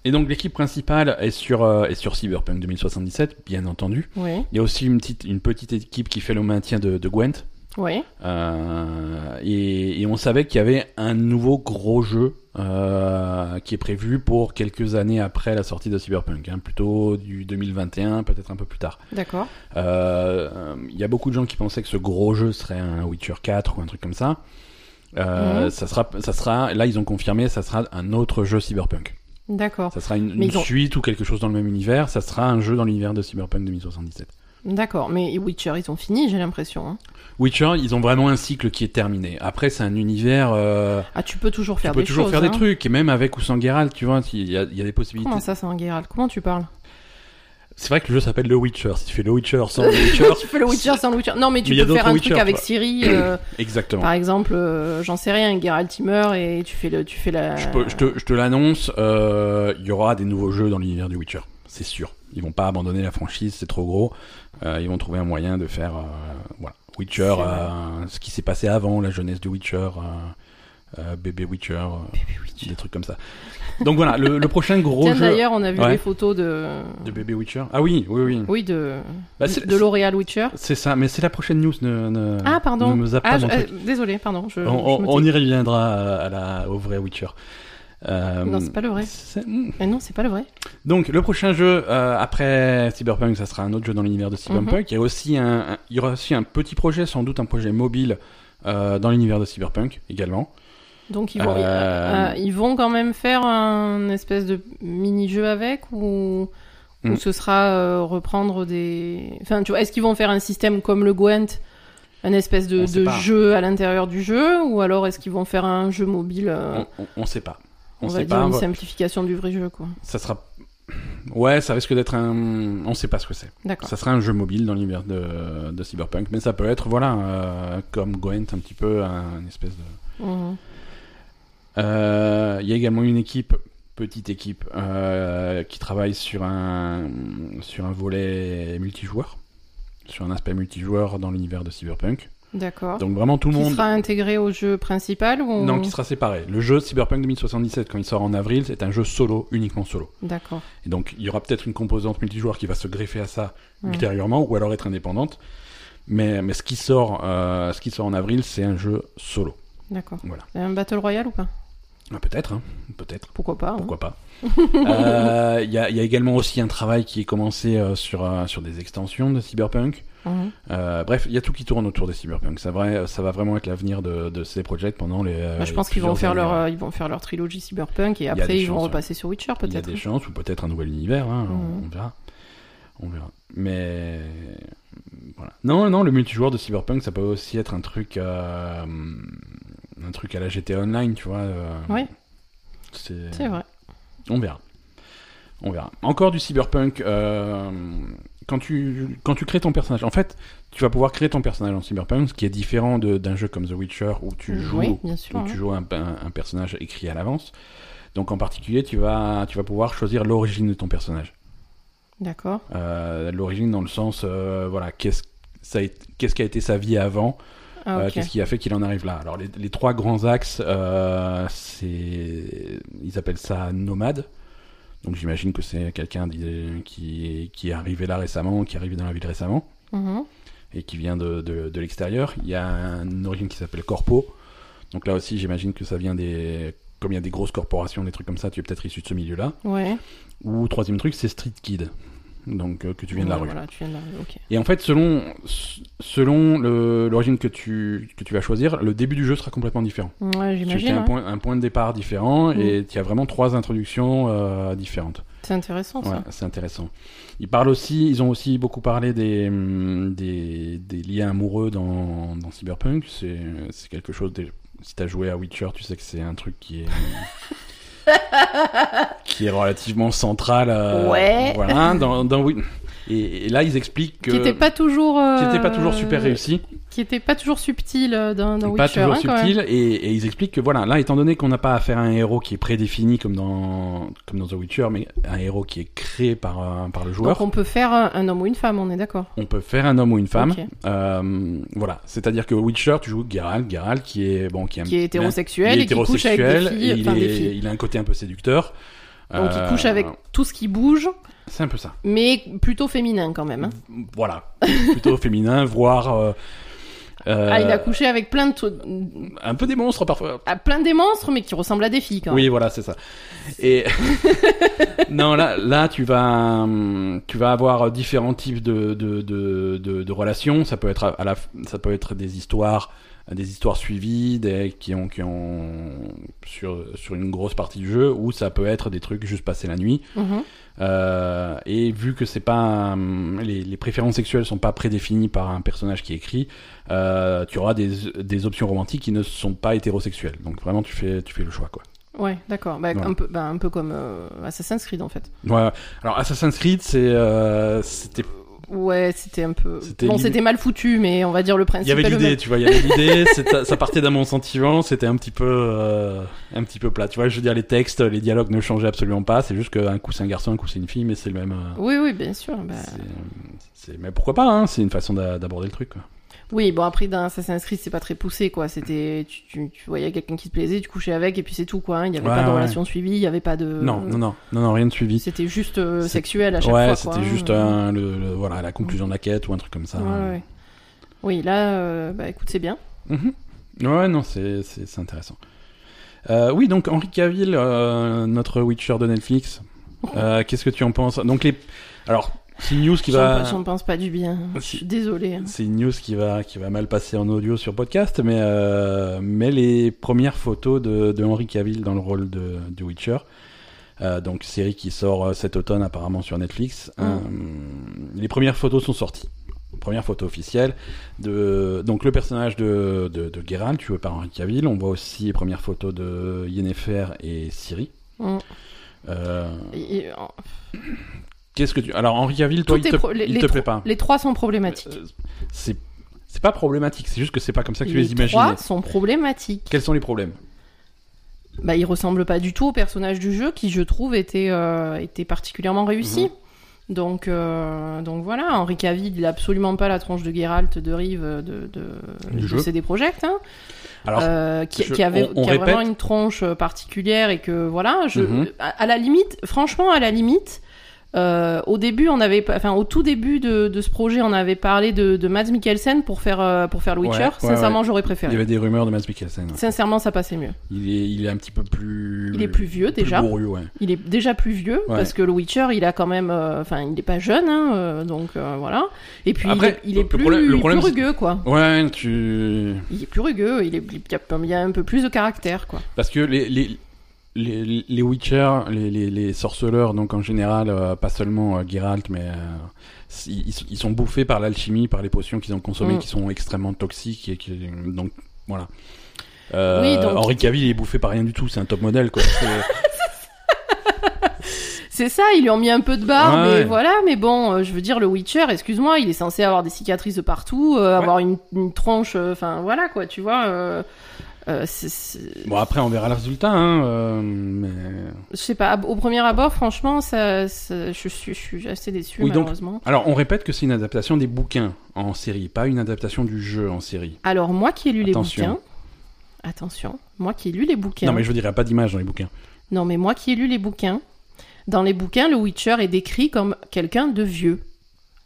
A: et donc l'équipe principale est sur, euh, est sur Cyberpunk 2077, bien entendu.
B: Oui.
A: Il y a aussi une petite, une petite équipe qui fait le maintien de, de Gwent.
B: Oui.
A: Euh, et, et on savait qu'il y avait un nouveau gros jeu euh, qui est prévu pour quelques années après la sortie de Cyberpunk, hein, plutôt du 2021, peut-être un peu plus tard.
B: D'accord.
A: Euh, Il y a beaucoup de gens qui pensaient que ce gros jeu serait un Witcher 4 ou un truc comme ça. Euh,
B: Mhm.
A: ça, sera, ça sera, là ils ont confirmé, ça sera un autre jeu Cyberpunk.
B: D'accord.
A: Ça sera une,
B: Mais
A: une
B: ils ont-
A: suite ou quelque chose dans le même univers. Ça sera un jeu dans l'univers de Cyberpunk 2077.
B: D'accord. Mais Witcher, ils ont fini, j'ai l'impression. hein.
A: Witcher, ils ont vraiment un cycle qui est terminé. Après, c'est un univers. Euh,
B: Ah, tu peux toujours
A: tu
B: faire
A: peux
B: des
A: toujours
B: choses.
A: faire
B: hein.
A: des trucs, et même avec ou sans Geralt, tu vois, il y a, il y a des possibilités.
B: Comment ça, c'est un Geralt Comment tu parles
A: C'est vrai que le jeu s'appelle The Witcher. Si tu fais The Witcher sans The Witcher,
B: Tu fais le Witcher sans le Witcher. Non, mais tu
A: Mais il y a
B: peux faire
A: d'autres
B: un
A: Witcher,
B: truc avec
A: quoi.
B: Siri, euh,
A: exactement.
B: par exemple. euh, J'en sais rien. Geralt il meurt et tu fais le, tu fais la.
A: Je, peux- je te, je te l'annonce, euh, il y aura des nouveaux jeux dans l'univers du Witcher, c'est sûr. Ils vont pas abandonner la franchise, c'est trop gros. Euh, ils vont trouver un moyen de faire euh, voilà. Witcher,
B: C'est vrai.
A: euh, ce qui s'est passé avant, la jeunesse du Witcher, euh, euh, bébé Witcher, euh, des trucs comme ça. Donc voilà, le, le prochain gros
B: Tiens,
A: jeu
B: d'ailleurs, on a vu
A: Ouais.
B: les photos de.
A: de bébé Witcher. Ah oui, oui, oui.
B: Oui, de.
A: Bah, c'est-
B: de L'Oréal Witcher.
A: C'est ça, mais c'est la prochaine news. Ne, ne-
B: Ah, pardon.
A: Ne me zappe
B: Ah,
A: pas mon
B: je-
A: truc.
B: euh, désolé, pardon. Je,
A: On,
B: je me
A: on- on
B: trompe.
A: y reviendra euh, à la, au vrai Witcher. Euh,
B: Non, c'est pas le vrai.
A: c'est-
B: Mais non, c'est pas le vrai.
A: Donc le prochain jeu euh, après Cyberpunk, ça sera un autre jeu dans l'univers de
B: Mhm.
A: Cyberpunk. Il y a aussi un, un- il y aura aussi un petit projet, sans doute un projet mobile euh, dans l'univers de Cyberpunk également.
B: Donc ils vont,
A: Euh,
B: euh, ils vont quand même faire un espèce de mini-jeu avec ou, ou
A: Mm.
B: ce sera euh, reprendre des... Enfin, tu vois, est-ce qu'ils vont faire un système comme le Gwent, un espèce de,
A: On sait
B: de
A: pas.
B: jeu à l'intérieur du jeu ou alors est-ce qu'ils vont faire un jeu mobile euh,
A: On, on, on sait pas. On,
B: on va
A: sait
B: dire
A: pas.
B: une
A: on-
B: simplification du vrai jeu, quoi.
A: Ça sera. Ouais, ça risque d'être un. On sait pas ce que c'est.
B: D'accord.
A: Ça sera un jeu mobile dans l'univers de, de Cyberpunk, mais ça peut être voilà euh, comme Gwent un petit peu un espèce de.
B: Mhm.
A: Euh, Il y a également une équipe, petite équipe, euh, qui travaille sur un, sur un volet multijoueur, sur un aspect multijoueur dans l'univers de Cyberpunk.
B: D'accord.
A: Donc vraiment tout le
B: Qui
A: monde...
B: sera intégré au jeu principal ou...
A: Non, qui sera séparé. Le jeu Cyberpunk 2077, quand il sort en avril, c'est un jeu solo, uniquement solo.
B: D'accord.
A: Et donc il y aura peut-être une composante multijoueur qui va se greffer à ça
B: Hmm.
A: ultérieurement, ou alors être indépendante. Mais, mais ce, qui sort, euh, ce qui sort en avril, c'est un jeu solo.
B: D'accord.
A: Voilà.
B: Un Battle Royale ou pas
A: Ah, peut-être, hein, peut-être.
B: Pourquoi pas hein.
A: Pourquoi pas Euh, Il y, a, il y a également aussi un travail qui est commencé euh, sur, euh, sur des extensions de Cyberpunk.
B: Mhm.
A: Euh, bref, il y a tout qui tourne autour des Cyberpunk. Ça, vrai, ça va vraiment être l'avenir de, de ces projets pendant les. euh,
B: Bah, je
A: les
B: pense qu'ils vont
A: plusieurs
B: faire leur
A: années.
B: euh, ils vont faire leur trilogie cyberpunk et
A: a
B: après
A: des
B: ils vont
A: chances, ouais.
B: repasser sur Witcher
A: hein. Il y a
B: peut-être. hein.
A: des chances, ou peut-être un nouvel univers, hein,
B: Mhm.
A: on, on verra. On verra. Mais. Voilà. Non, non, le multijoueur de Cyberpunk, ça peut aussi être un truc. euh, un truc à la GT Online, tu vois. euh,
B: Oui.
A: C'est
B: C'est vrai.
A: On verra. On verra. Encore du cyberpunk. euh, quand, tu, quand tu crées ton personnage, en fait, tu vas pouvoir créer ton personnage en cyberpunk, ce qui est différent de- d'un jeu comme The Witcher où tu joues,
B: oui, bien sûr.
A: où
B: hein.
A: tu joues un, un- un personnage écrit à l'avance. Donc en particulier, tu vas, tu vas pouvoir choisir l'origine de ton personnage.
B: D'accord.
A: Euh, l'origine dans le sens, euh, voilà, qu'est-ce ça a été- qu'est-ce qu'a été sa vie avant
B: Ah,
A: euh,
B: ok.
A: Qu'est-ce qui a fait qu'il en arrive là Alors les, les trois grands axes, euh, c'est ils appellent ça nomade. Donc j'imagine que c'est quelqu'un d'id- qui, est- qui est arrivé là récemment, qui est arrivé dans la ville récemment
B: Mhm.
A: et qui vient de, de- de l'extérieur. Il y a une origine qui s'appelle corpo. Donc là aussi j'imagine que ça vient des comme il y a des grosses corporations, des trucs comme ça, tu es peut-être issu de ce milieu-là.
B: Ouais.
A: Ou troisième truc, c'est street kid. Donc euh, que tu viens de la
B: Ouais,
A: rue.
B: Voilà, tu viens de la rue. Ok.
A: Et en fait, selon, selon le- l'origine que tu, que tu vas choisir, le début du jeu sera complètement différent.
B: Ouais,
A: Tu as
B: j'imagine. hein.
A: un
B: ouais.
A: point, un point de départ différent
B: Mm.
A: et tu as vraiment trois introductions euh, différentes.
B: C'est intéressant
A: Ouais,
B: ça.
A: c'est intéressant. Ils parlent aussi, ils ont aussi beaucoup parlé des, hum, des, des liens amoureux dans, dans Cyberpunk. C'est c'est quelque chose. des- si t'as joué à Witcher, tu sais que c'est un truc qui est qui est relativement central. euh,
B: Ouais.
A: Voilà. Dans, dans Wit- et, et là, ils expliquent que
B: Qui était pas toujours. euh,
A: qui était pas toujours super réussi,
B: Qui était pas toujours subtil euh, dans, dans
A: pas
B: Witcher.
A: toujours
B: hein, quand même.
A: subtil, et, et ils expliquent que voilà, là étant donné qu'on n'a pas affaire à un héros qui est prédéfini comme dans comme dans The Witcher, mais un héros qui est créé par un- par le joueur,
B: Donc on peut faire un un homme ou une femme, on est d'accord.
A: on... peut faire un homme ou une femme.
B: Ok.
A: Euh, voilà, c'est-à-dire que Witcher, tu joues Geralt, Geralt qui est bon, qui est, un-
B: Qui est hétérosexuel
A: il est
B: et qui couche avec des
A: hétérosexuel, et
B: filles.
A: il,
B: Enfin, des
A: est-
B: filles.
A: il a un côté un peu séducteur.
B: Donc
A: Euh,
B: il couche avec tout ce qui bouge,
A: C'est un peu ça.
B: mais plutôt féminin quand même. hein.
A: Voilà, plutôt féminin, voire. euh, euh,
B: Ah, il a couché avec plein de, tru-
A: un peu des monstres parfois.
B: ah, plein des monstres, mais qui ressemblent à des filles quand même.
A: Oui, voilà, c'est ça. Et non, là, là, tu vas, hum, tu vas avoir différents types de de, de, de, de relations. Ça peut être à à la, f- ça peut être des histoires, des histoires suivies, des qui ont qui ont sur sur une grosse partie du jeu, ou ça peut être des trucs juste passer la nuit.
B: Mhm.
A: Euh, et vu que c'est pas hum, les, les préférences sexuelles sont pas prédéfinies par un personnage qui est écrit, euh, tu auras des, des options romantiques qui ne sont pas hétérosexuelles. Donc vraiment, tu fais tu fais le choix quoi.
B: Ouais, d'accord. Bah,
A: Voilà.
B: un, peu, bah, un peu comme euh, Assassin's Creed en fait.
A: Ouais. Alors Assassin's Creed, c'est, euh, c'était,
B: Ah, Ouais, c'était un peu.
A: C'était
B: Bon,
A: l'idée-
B: c'était mal foutu, mais on va dire le
A: il
B: principe.
A: y avait
B: est le
A: l'idée,
B: même.
A: tu vois, il y avait l'idée. c'est- ça partait d'un bon sentiment, c'était un petit peu, euh, un petit peu plat. Tu vois, je veux dire, les textes, les dialogues ne changeaient absolument pas. C'est juste qu'un coup c'est un garçon, un coup c'est une fille, mais c'est le même. euh,
B: Oui, oui, bien sûr. bah,
A: c'est- c'est- mais pourquoi pas hein, C'est une façon d'a- d'aborder le truc. Quoi.
B: Oui, bon après dans Assassin's Creed c'est pas très poussé quoi. C'était tu, tu, tu voyais quelqu'un qui te plaisait, tu couchais avec et puis c'est tout quoi. hein. Il y avait
A: Ouais,
B: pas de
A: ouais.
B: relation suivie, il y avait pas de.
A: Non, non, non, non, non, rien de suivi.
B: C'était juste euh,
A: C'est-
B: sexuel Euh. à chaque
A: Ouais,
B: fois. quoi,
A: c'était
B: hein.
A: juste un, le, le- voilà, la conclusion de la quête ou un truc comme ça. hein.
B: Ouais, ouais. Oui, là, euh, bah écoute, c'est bien.
A: Mhm. Ouais, non, c'est c'est- c'est intéressant. Euh, oui, donc Henri Cavill, euh, notre Witcher de Netflix, euh, qu'est-ce que tu en penses Donc les, alors c'est une news qui
B: J'en
A: va,
B: pense- j'en pense pas du bien. Je suis désolée. hein.
A: c'est une news qui va, qui va mal passer en audio sur podcast, mais euh, mais les premières photos de, de Henri Cavill dans le rôle de, de Witcher, euh, donc série qui sort euh, cet automne apparemment sur Netflix,
B: Mm.
A: euh, les premières photos sont sorties. Première photo officielle de donc le personnage de, de, de Geralt, tu veux par Henri Cavill. On voit aussi les premières photos de Yennefer et Ciri.
B: Mm.
A: Euh,
B: Et- et- en-
A: Qu'est-ce que tu alors Henri Cavill, toi,
B: Tout
A: il
B: est
A: te,
B: pro- les-
A: il
B: les
A: te plaît
B: trois-
A: pas
B: Les trois sont problématiques.
A: Euh, C'est c'est pas problématique, c'est juste que c'est pas comme ça que tu les,
B: les
A: imaginais.
B: trois sont problématiques.
A: Quels sont les problèmes
B: Bah, ils ressemblent pas du tout au personnage du jeu qui, je trouve, était, euh, était particulièrement réussi.
A: Mhm.
B: Donc, euh, donc voilà, Henri Cavill, il a absolument pas la tronche de Geralt de Rive euh, de, de,
A: Du
B: de
A: jeu.
B: CD Projekt, hein,
A: Alors,
B: euh, qui,
A: je-
B: qui avait,
A: on- on
B: qui a vraiment
A: répète.
B: une tronche euh, particulière et que voilà, je,
A: Mhm.
B: à, à la limite, franchement, à la limite, Euh, au début, on avait, enfin, au tout début de, de ce projet, on avait parlé de, de Mads Mikkelsen pour faire euh, pour faire le
A: Ouais,
B: Witcher.
A: ouais,
B: Sincèrement,
A: ouais.
B: j'aurais
A: Il
B: préféré.
A: y avait des rumeurs de Mads Mikkelsen. ouais.
B: Sincèrement, ça passait mieux.
A: Il est, il est un petit peu plus.
B: Il est plus vieux, déjà.
A: bourru, ouais.
B: Il est déjà plus vieux
A: Ouais.
B: parce que le Witcher, il a quand même, euh, enfin, il n'est pas jeune, hein, euh, donc euh, voilà. Et puis
A: Après,
B: il, est- il est
A: le
B: plus,
A: problème- le
B: il est
A: problème,
B: plus
A: c'est-
B: rugueux, quoi.
A: Ouais, tu.
B: Il est plus rugueux, il est, il y a- il y a un peu plus de caractère, quoi.
A: Parce que les, les, les, les Witcher, les, les, les sorceleurs, donc en général, euh, pas seulement euh, Geralt, mais euh, s- ils, ils sont bouffés par l'alchimie, par les potions qu'ils ont consommées,
B: Mm.
A: qui sont extrêmement toxiques. Et qui, donc, voilà. Euh,
B: Oui, donc-
A: Henri Cavill il est bouffé par rien du tout, c'est un top modèle quoi. C'est-
B: C'est ça, ils lui ont mis un peu de barbe,
A: Ouais,
B: et
A: ouais.
B: voilà, mais bon, euh, je veux dire, le Witcher, excuse-moi, il est censé avoir des cicatrices de partout, euh, avoir une, une tronche, euh, enfin voilà, quoi, tu vois. euh, euh, c'est- c'est-
A: bon après on verra le résultat, hein, euh, mais
B: je sais pas, au premier abord, franchement, ça, ça- je, suis, je suis assez déçu,
A: Oui, donc-
B: malheureusement.
A: alors on répète que c'est une adaptation des bouquins en série, pas une adaptation du jeu en série.
B: Alors, moi qui ai lu
A: Attention.
B: les bouquins, attention, moi qui ai lu les bouquins,
A: Non mais je veux dire il y a pas d'image dans les bouquins.
B: non, mais moi qui ai lu les bouquins, dans les bouquins, le Witcher est décrit comme quelqu'un de vieux,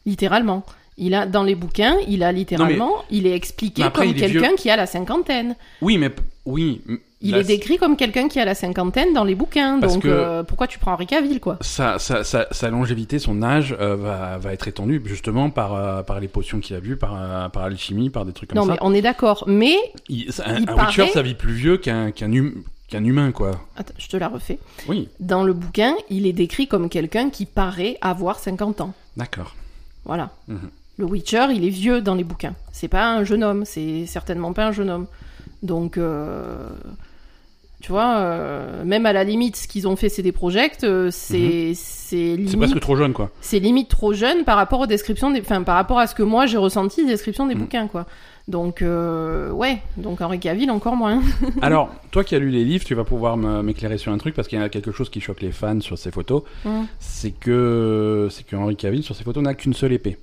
B: littéralement. Il a, dans les bouquins, il a littéralement, il est expliqué
A: Mais après,
B: comme
A: il est
B: quelqu'un qui a la cinquantaine.
A: Oui mais p- oui. m-
B: Il
A: là,
B: est décrit comme quelqu'un qui a la cinquantaine dans les bouquins,
A: Parce
B: donc
A: que-
B: euh, pourquoi tu prends Henri Cavill, quoi
A: sa, sa, sa, sa longévité, son âge euh, va, va être étendue justement par, euh, par les potions qu'il a bu, par, euh, par l'alchimie, par des trucs comme
B: Non,
A: ça.
B: mais on est d'accord, mais
A: Il- ça- un
B: il
A: un
B: paraît-
A: Witcher, ça vit plus vieux qu'un qu'un hum- qu'un humain, quoi.
B: Attends, je te la refais.
A: Oui,
B: Dans le bouquin, il est décrit comme quelqu'un qui paraît avoir 50 ans.
A: d'accord.
B: Voilà.
A: Mhm.
B: Le Witcher, il est vieux dans les bouquins. C'est pas un jeune homme, c'est certainement pas un jeune homme. Donc, euh, tu vois, euh, même à la limite, ce qu'ils ont fait, c'est des projects, euh, c'est c'est
A: Mhm. C'est
B: limite,
A: presque trop jeune, quoi.
B: c'est limite trop jeune par rapport aux descriptions, des, enfin par rapport à ce que moi j'ai ressenti des descriptions des
A: Mhm.
B: bouquins, quoi. Donc, euh, ouais, donc Henri Cavill encore moins.
A: Alors, toi qui as lu les livres, tu vas pouvoir me- m'éclairer sur un truc parce qu'il y a quelque chose qui choque les fans sur ces photos,
B: Mhm.
A: c'est que c'est que Henry Cavill sur ces photos n'a qu'une seule épée.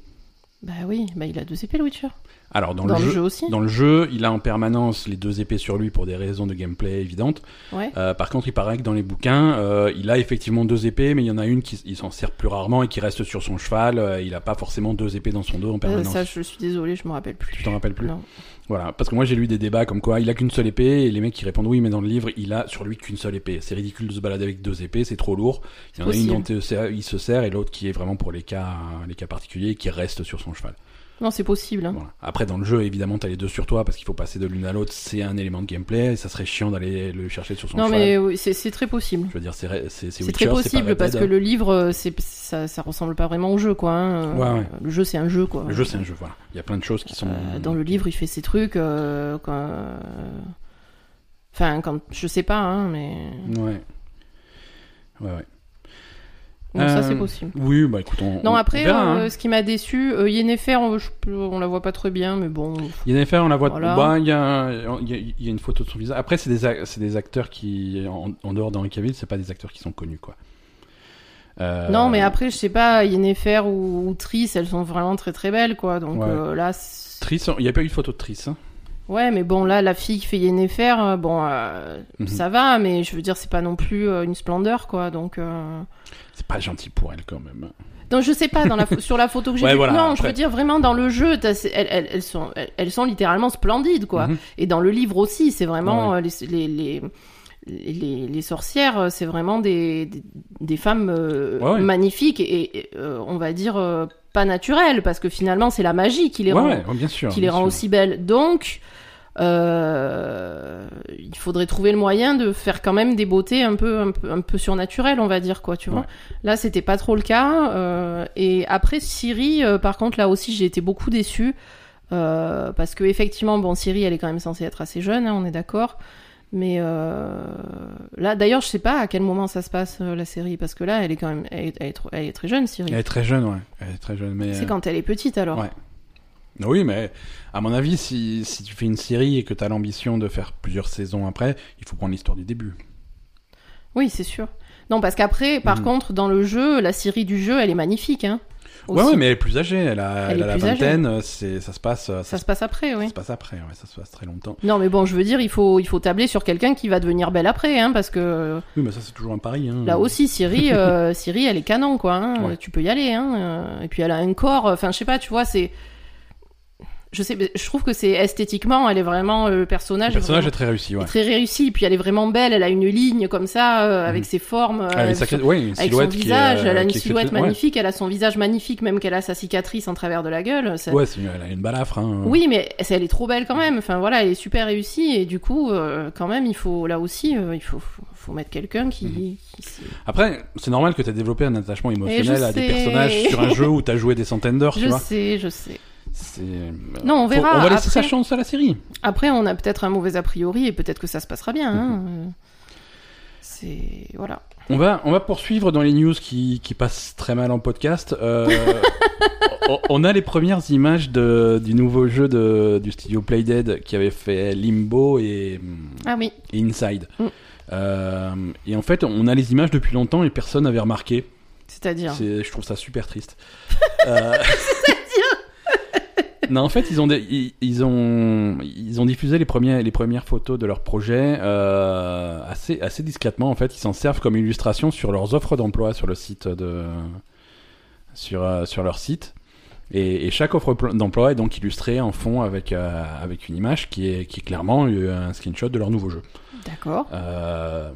B: bah oui, bah il a deux épées, le Witcher.
A: Alors dans,
B: Dans,
A: le, jeu,
B: aussi.
A: dans le jeu, il a en permanence les deux épées sur lui pour des raisons de gameplay évidentes.
B: Ouais.
A: Euh, par contre, il paraît que dans les bouquins, euh, il a effectivement deux épées, mais il y en a une qui il s'en sert plus rarement et qui reste sur son cheval. euh, il a pas forcément deux épées dans son dos en
B: Euh,
A: permanence.
B: ça, je suis désolée, je me rappelle plus.
A: Tu t'en rappelles plus
B: Non.
A: Voilà, parce que moi j'ai lu des débats comme quoi il a qu'une seule épée et les mecs qui répondent oui, mais dans le livre, il a sur lui qu'une seule épée. C'est ridicule de se balader avec deux épées, c'est trop lourd. Il y en a une
B: possible.
A: dont il se- il se sert et l'autre qui est vraiment pour les cas les cas particuliers qui reste sur son cheval.
B: Non, c'est possible. hein.
A: Voilà. Après, dans le jeu, évidemment, t'as les deux sur toi parce qu'il faut passer de l'une à l'autre. C'est un élément de gameplay. Et ça serait chiant d'aller le chercher sur son
B: Non,
A: cheval.
B: mais oui, c'est c'est très possible.
A: Je veux dire, c'est ré- c'est c'est
B: C'est
A: Witcher,
B: très
A: c'est pas
B: possible
A: Red
B: parce
A: Dead.
B: que le livre, euh, c'est ça, ça ressemble pas vraiment au jeu, quoi. hein. Euh,
A: Ouais, ouais.
B: Le jeu, c'est un jeu, quoi.
A: hein. Le jeu, c'est un jeu. Voilà. Il y a plein de choses qui sont.
B: Euh, dans le livre, il fait ses trucs. euh, quoi, euh, Enfin, quand je sais pas, hein, mais
A: Ouais. Ouais, ouais.
B: bon, ça
A: Euh,
B: c'est possible.
A: Oui, bah écoute, on.
B: Non,
A: on
B: après,
A: verra, hein.
B: euh, ce qui m'a déçu, euh, Yennefer, on, je- on la voit pas très bien, mais bon.
A: Yennefer, on la voit.
B: Voilà.
A: bah, il y, a un- il y a- il y a une photo de son visage. Après, c'est des, ac- c'est des acteurs qui, en, en dehors d'Henri Cavill, c'est pas des acteurs qui sont connus, quoi. Euh,
B: Non, mais après, je sais pas, Yennefer ou, ou Triss, elles sont vraiment très très belles, quoi. Donc
A: Ouais.
B: euh, là, c'est-
A: Triss, il n'y a pas eu de photo de Triss. hein.
B: Ouais, mais bon, là, la fille qui fait Yennefer, euh, bon, euh,
A: Mhm.
B: ça va, mais je veux dire, c'est pas non plus euh, une splendeur, quoi. Donc, euh...
A: C'est pas gentil pour elle, quand même.
B: non, je sais pas, dans la pho- sur la photo que j'ai
A: Ouais,
B: vue,
A: voilà,
B: non, je
A: après.
B: veux dire, vraiment, dans le jeu, t'as- c'est- elles, elles, elles sont, elles, elles sont littéralement splendides, quoi.
A: Mhm.
B: Et dans le livre aussi, c'est vraiment
A: Ouais.
B: euh, les, les, les, les, les sorcières, euh, c'est vraiment des, des, des femmes euh,
A: Ouais, ouais.
B: magnifiques et, et, euh, on va dire euh, pas naturelles, parce que finalement, c'est la magie qui les
A: Ouais,
B: rend
A: ouais, bien sûr.
B: qui les
A: bien
B: rend
A: sûr.
B: aussi belles. Donc, euh, il faudrait trouver le moyen de faire quand même des beautés un peu, un peu, un peu surnaturelles, on va dire, quoi, tu vois.
A: Ouais.
B: Là, c'était pas trop le cas. euh, et après, Siri, euh, par contre, là aussi, j'ai été beaucoup déçue. euh, parce que, effectivement, bon, Siri, elle est quand même censée être assez jeune, hein, on est d'accord. Mais euh, là, d'ailleurs, je sais pas à quel moment ça se passe, euh, la série, parce que là, elle est quand même, elle est, elle est trop- elle est très jeune, Siri.
A: Elle est très jeune, ouais. Elle est très jeune, mais.
B: C'est quand elle est petite, alors.
A: Ouais. Oui, mais à mon avis, si, si tu fais une série et que tu as l'ambition de faire plusieurs saisons après, il faut prendre l'histoire du début.
B: Oui, c'est sûr. Non, parce qu'après, par
A: Mhm.
B: contre, dans le jeu, la série du jeu, elle est magnifique. Hein.
A: Ouais,
B: aussi.
A: ouais, mais elle est plus âgée, elle a,
B: Elle
A: elle
B: est
A: a la
B: plus âgée.
A: vingtaine, euh, c'est, ça se passe, euh, ça,
B: Ça se passe après, oui.
A: se passe après, ouais, ça se passe très longtemps.
B: Non, mais bon, je veux dire, il faut, il faut tabler sur quelqu'un qui va devenir belle après, hein, parce que euh,
A: Oui, mais ça c'est toujours un pari. Hein.
B: là aussi, Siri, euh, Siri, elle est canon, quoi. hein,
A: Ouais.
B: Tu peux y aller, hein. euh, Et puis elle a un corps, enfin, je sais pas, tu vois, c'est. Je sais, mais je trouve que c'est esthétiquement, elle est vraiment euh, le personnage.
A: le
B: est
A: personnage
B: vraiment
A: est très réussi, ouais.
B: très réussi, puis elle est vraiment belle. Elle a une ligne comme ça, euh, avec
A: Mhm.
B: ses formes. euh,
A: Ah, une
B: avec
A: sacrée- ouais, une
B: avec son
A: silhouette qui est,
B: visage, elle a
A: euh,
B: une
A: qui est
B: silhouette
A: exceptionnelle.
B: magnifique, elle a son visage magnifique, même qu'elle a sa cicatrice en travers de la gueule. ça-
A: Ouais, ouais c'est une- elle a une balafre. Hein.
B: Oui, mais c'est- elle est trop belle quand même. Enfin voilà, elle est super réussie et du coup, euh, quand même, il faut là aussi, euh, il faut, faut, faut mettre quelqu'un qui.
A: Mhm.
B: qui sait-
A: Après, c'est normal que tu aies développé un attachement émotionnel à des
B: sais.
A: personnages sur un jeu où tu as joué des centaines d'heures, tu
B: Je
A: vois.
B: sais, je sais.
A: C'est... euh,
B: Non, on
A: faut-
B: verra
A: On va laisser sa
B: après.
A: chance à la série.
B: Après, on a peut-être un mauvais a priori et peut-être que ça se passera bien. hein,
A: Mhm.
B: euh, C'est voilà.
A: On va, on va poursuivre dans les news qui, qui passent très mal en podcast. Euh, on, on a les premières images de, du nouveau jeu de, du studio Playdead qui avait fait Limbo et,
B: Ah oui.
A: et Inside.
B: Mm.
A: Euh, et en fait, on a les images depuis longtemps et personne n'avait remarqué.
B: C'est-à-dire.
A: C'est- Je trouve ça super triste. Euh, Non, en fait, ils ont, des- ils, ils ont, ils ont diffusé les, premiers, les premières photos de leur projet euh, assez, assez discrètement. En fait, ils s'en servent comme illustration sur leurs offres d'emploi sur le site de, sur, euh, sur leur site. Et, et chaque offre pl- d'emploi est donc illustrée en fond avec, euh, avec une image qui est, qui est clairement euh, un screenshot de leur nouveau jeu.
B: D'accord.
A: Euh,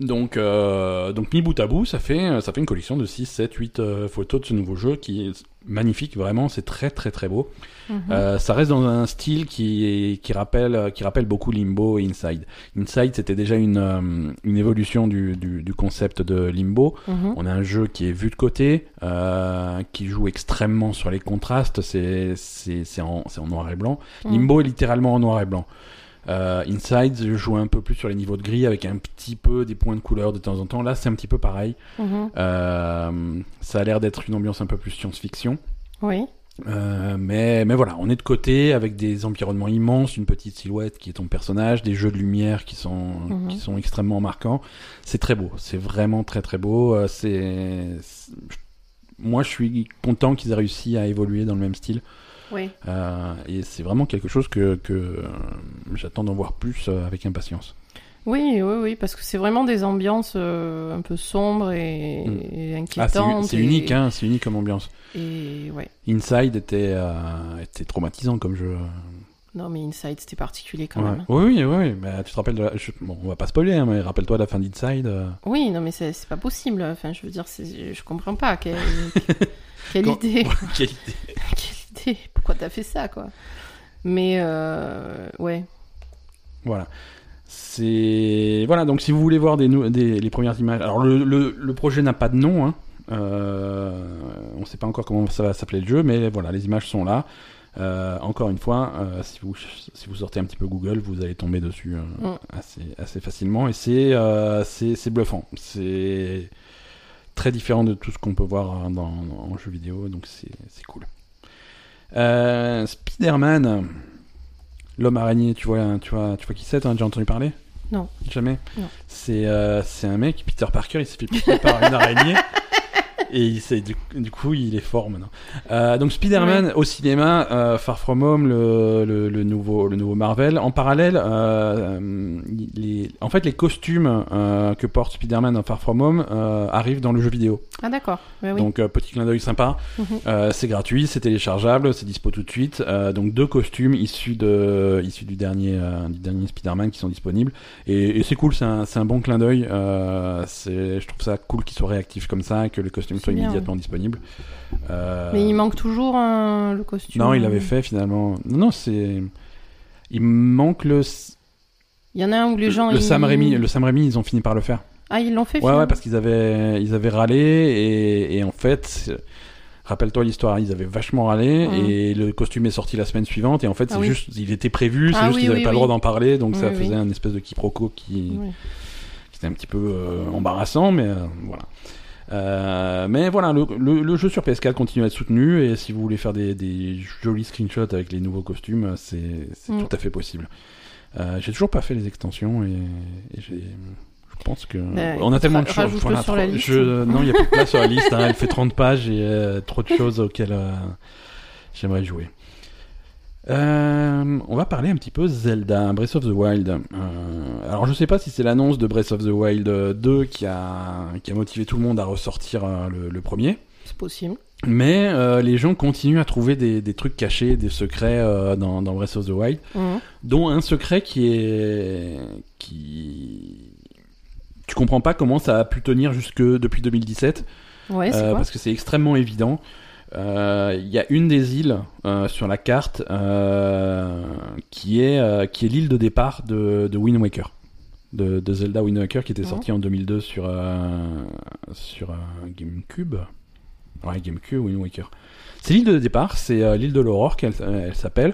A: donc, euh, donc mis bout à bout, ça fait, ça fait une collection de 6, 7, 8 euh, photos de ce nouveau jeu qui est magnifique, vraiment, c'est très très très beau.
B: Mhm.
A: Euh, ça reste dans un style qui, qui, rappelle, qui rappelle beaucoup Limbo et Inside. Inside, c'était déjà une, euh, une évolution du, du, du concept de Limbo.
B: Mhm.
A: On a un jeu qui est vu de côté, euh, qui joue extrêmement sur les contrastes, c'est c'est- c'est en, c'est en noir et blanc. Limbo est littéralement en noir et blanc. Euh, Inside, je joue un peu plus sur les niveaux de gris avec un petit peu des points de couleur de temps en temps. Là, c'est un petit peu pareil.
B: Mhm.
A: Euh, ça a l'air d'être une ambiance un peu plus science-fiction.
B: Oui.
A: Euh, mais, mais voilà, on est de côté avec des environnements immenses, une petite silhouette qui est ton personnage, des jeux de lumière qui sont,
B: Mhm.
A: qui sont extrêmement marquants. C'est très beau, c'est vraiment très très beau. Euh, c'est... c'est- Moi, je suis content qu'ils aient réussi à évoluer dans le même style.
B: Oui.
A: Euh, et c'est vraiment quelque chose que, que euh, j'attends d'en voir plus euh, avec impatience.
B: Oui, oui, oui, parce que c'est vraiment des ambiances euh, un peu sombres et,
A: Mm.
B: et
A: Ah, c'est,
B: inquiétantes.
A: c'est
B: et-
A: unique, hein, c'est unique comme ambiance.
B: Et ouais.
A: Inside était, euh, était traumatisant comme jeu.
B: Non, mais Inside, c'était particulier quand
A: Ouais.
B: même.
A: Oui, oui, oui. oui. Bah, tu te rappelles de la... je- Bon, on va pas spoiler, hein, mais rappelle-toi la fin d'Inside. euh,
B: Oui, non, mais c'est c'est pas possible. Enfin, je veux dire, c'est- je comprends pas. Quelle, quelle
A: Quand-
B: idée.
A: Quelle idée.
B: Quelle idée. Pourquoi t'as fait ça, quoi Mais, euh, ouais.
A: Voilà. C'est... Voilà, donc si vous voulez voir des, nou- des- les premières images... Alors, le, le- le projet n'a pas de nom. Hein. Euh, on sait pas encore comment ça va s'appeler le jeu, mais voilà, les images sont là. Euh, encore une fois, euh, si, vous, si vous sortez un petit peu Google, vous allez tomber dessus euh,
B: Mm.
A: assez, assez facilement. Et c'est, euh, c'est, c'est bluffant. C'est très différent de tout ce qu'on peut voir euh, dans, en jeu vidéo, donc c'est, c'est cool. Euh, Spider-Man, l'homme araignée, tu vois, hein, tu vois, tu vois qui c'est T'en as déjà entendu parler
B: Non.
A: Jamais
B: Non.
A: C'est, euh, c'est un mec, Peter Parker, il s'est fait piquer par une araignée. Et il s'est- du, du coup, il est fort maintenant. Euh, donc Spider-Man au cinéma, euh, Far From Home, le, le- le nouveau, le nouveau Marvel. En parallèle, euh, euh, les, en fait, les costumes euh, que porte Spider-Man dans Far From Home euh, arrivent dans le jeu vidéo.
B: Ah, d'accord. Ouais, oui.
A: Donc euh, petit clin d'œil sympa.
B: Mhm.
A: Euh, c'est gratuit, c'est téléchargeable, c'est dispo tout de suite. Euh, donc deux costumes issus de issus du dernier euh, du dernier Spider-Man qui sont disponibles. Et, et c'est cool, c'est un, c'est un bon clin d'œil. Euh, c'est je trouve ça cool qu'ils soient réactifs comme ça, que les costumes
B: C'est
A: soient
B: bien,
A: immédiatement disponibles. Euh,
B: Mais il manque toujours un- le costume.
A: Non, il l'avait fait finalement. Non, non, c'est il manque le
B: Il y en a un où les gens.
A: le
B: ils-
A: Sam Raimi, le Sam Raimi, ils ont fini par le faire.
B: Ah, ils l'ont fait
A: Ouais,
B: finalement
A: ouais, parce qu'ils avaient, ils avaient râlé et, et en fait, euh, rappelle-toi l'histoire, ils avaient vachement râlé
B: Mhm.
A: et le costume est sorti la semaine suivante et en fait,
B: Ah
A: c'est
B: oui.
A: juste, il était prévu, c'est
B: Ah
A: juste
B: oui,
A: qu'ils n'avaient
B: oui,
A: pas le
B: oui.
A: droit d'en parler donc ça
B: Oui,
A: faisait un espèce de quiproquo qui,
B: Oui.
A: qui était un petit peu euh, embarrassant, mais euh, voilà. Euh, mais voilà, le, le- le jeu sur PS4 continue à être soutenu et si vous voulez faire des, des jolis screenshots avec les nouveaux costumes, c'est c'est
B: Mhm.
A: tout à fait possible. Euh, j'ai toujours pas fait les extensions et, et j'ai- je je pense que
B: Ouais,
A: on a tellement de choses.
B: rajoute-le
A: voilà,
B: sur la
A: trop-
B: liste.
A: je- euh, non, il n'y a plus de place sur la liste. hein, elle fait 30 pages et euh, trop de choses auxquelles euh, j'aimerais jouer. Euh, on va parler un petit peu Zelda, Breath of the Wild. Euh, alors je sais pas si c'est l'annonce de Breath of the Wild euh, 2 qui a, qui a motivé tout le monde à ressortir euh, le, le premier,
B: C'est possible.
A: mais euh, les gens continuent à trouver des, des trucs cachés, des secrets euh, dans, dans Breath of the Wild
B: Mhm.
A: dont un secret qui est qui tu comprends pas comment ça a pu tenir jusque depuis 2017
B: Ouais, c'est
A: euh,
B: quoi
A: parce que c'est extrêmement évident. Euh, Il y a une des îles euh, sur la carte euh, qui est euh, qui est l'île de départ de, de Wind Waker, de, de Zelda Wind Waker qui était
B: Mhm.
A: sorti en 2002 sur euh, sur euh, GameCube. Ouais, GameCube, Wind Waker. C'est l'île de départ, c'est euh, l'île de l'aurore qu'elle euh, elle s'appelle.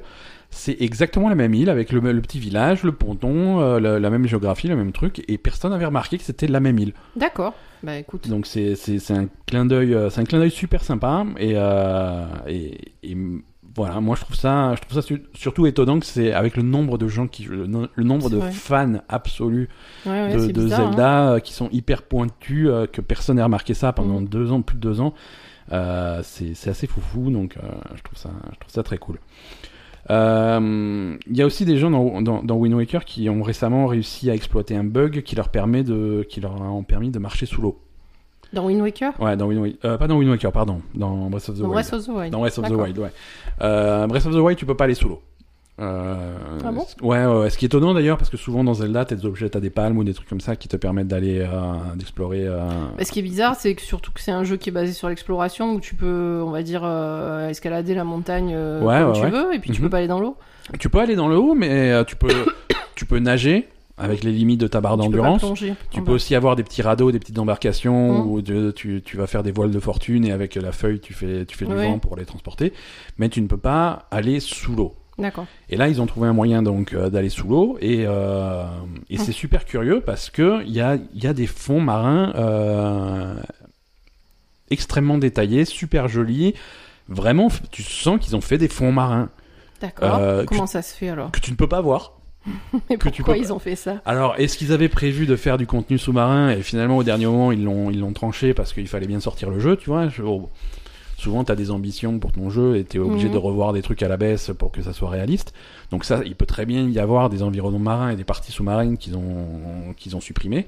A: C'est exactement la même île avec le, le petit village, le ponton, euh, la, la même géographie, le même truc, et personne n'avait remarqué que c'était la même île.
B: D'accord. Bah écoute.
A: Donc c'est c'est- c'est un clin d'œil euh, c'est un clin d'œil super sympa et, euh, et, et m- voilà moi je trouve ça je trouve ça su- surtout étonnant que c'est avec le nombre de gens qui le, no- le nombre
B: C'est
A: de
B: vrai.
A: fans absolus
B: Ouais, ouais,
A: de,
B: c'est
A: de
B: bizarre, hein.
A: Zelda euh, qui sont hyper pointus euh, que personne n'a remarqué ça pendant
B: Mhm.
A: deux ans plus de deux ans Euh, c'est c'est assez foufou donc euh, je trouve ça je trouve ça très cool Euh, il y a aussi des gens dans, dans, dans Wind Waker qui ont récemment réussi à exploiter un bug qui leur permet de qui leur a permis de marcher sous l'eau
B: Dans Wind Waker
A: Ouais, dans Wind Waker. Euh, pas dans Wind Waker, pardon. Dans Breath of the
B: Dans
A: Wild.
B: Breath of the Wild.
A: Dans Breath of the
B: D'accord.
A: Wild, ouais. Euh, Breath of the Wild, tu peux pas aller sous l'eau. Euh,
B: Ah bon
A: c- ouais, ouais, ouais. ce qui est étonnant d'ailleurs, parce que souvent dans Zelda, t'as des objets, t'as des palmes ou des trucs comme ça qui te permettent d'aller, euh, d'explorer. euh,
B: Bah, ce qui est bizarre, c'est que surtout que c'est un jeu qui est basé sur l'exploration où tu peux, on va dire, euh, escalader la montagne euh,
A: Ouais,
B: comme
A: ouais,
B: tu
A: ouais.
B: veux et puis tu
A: Mhm.
B: peux pas aller dans l'eau.
A: Tu peux aller dans le haut, mais euh, tu peux, tu peux nager avec les limites de ta barre
B: Tu peux pas
A: d'endurance.
B: plonger.
A: Tu
B: en
A: peux
B: bas.
A: aussi avoir des petits radeaux, des petites embarcations
B: Mm.
A: où de- tu, tu vas faire des voiles de fortune et avec la feuille, tu fais, tu fais du
B: Ouais.
A: vent pour les transporter. Mais tu ne peux pas aller sous l'eau.
B: bah, D'accord.
A: Et là, ils ont trouvé un moyen donc euh, d'aller sous l'eau et, euh, et c'est super curieux parce que il y a, il y a des fonds marins euh, extrêmement détaillés, super jolis. Vraiment, f- tu sens qu'ils ont fait des fonds marins
B: D'accord.
A: Euh,
B: Comment ça se fait alors
A: que tu ne peux pas voir.
B: Mais
A: que
B: pourquoi
A: tu peux-
B: ils ont fait ça
A: Alors, est-ce qu'ils avaient prévu de faire du contenu sous-marin et finalement au dernier moment ils l'ont ils l'ont tranché parce qu'il fallait bien sortir le jeu, tu vois je, bon, Souvent, t'as des ambitions pour ton jeu et t'es obligé
B: Mhm.
A: de revoir des trucs à la baisse pour que ça soit réaliste. Donc ça, il peut très bien y avoir des environnements marins et des parties sous-marines qu'ils ont qu'ils ont supprimées.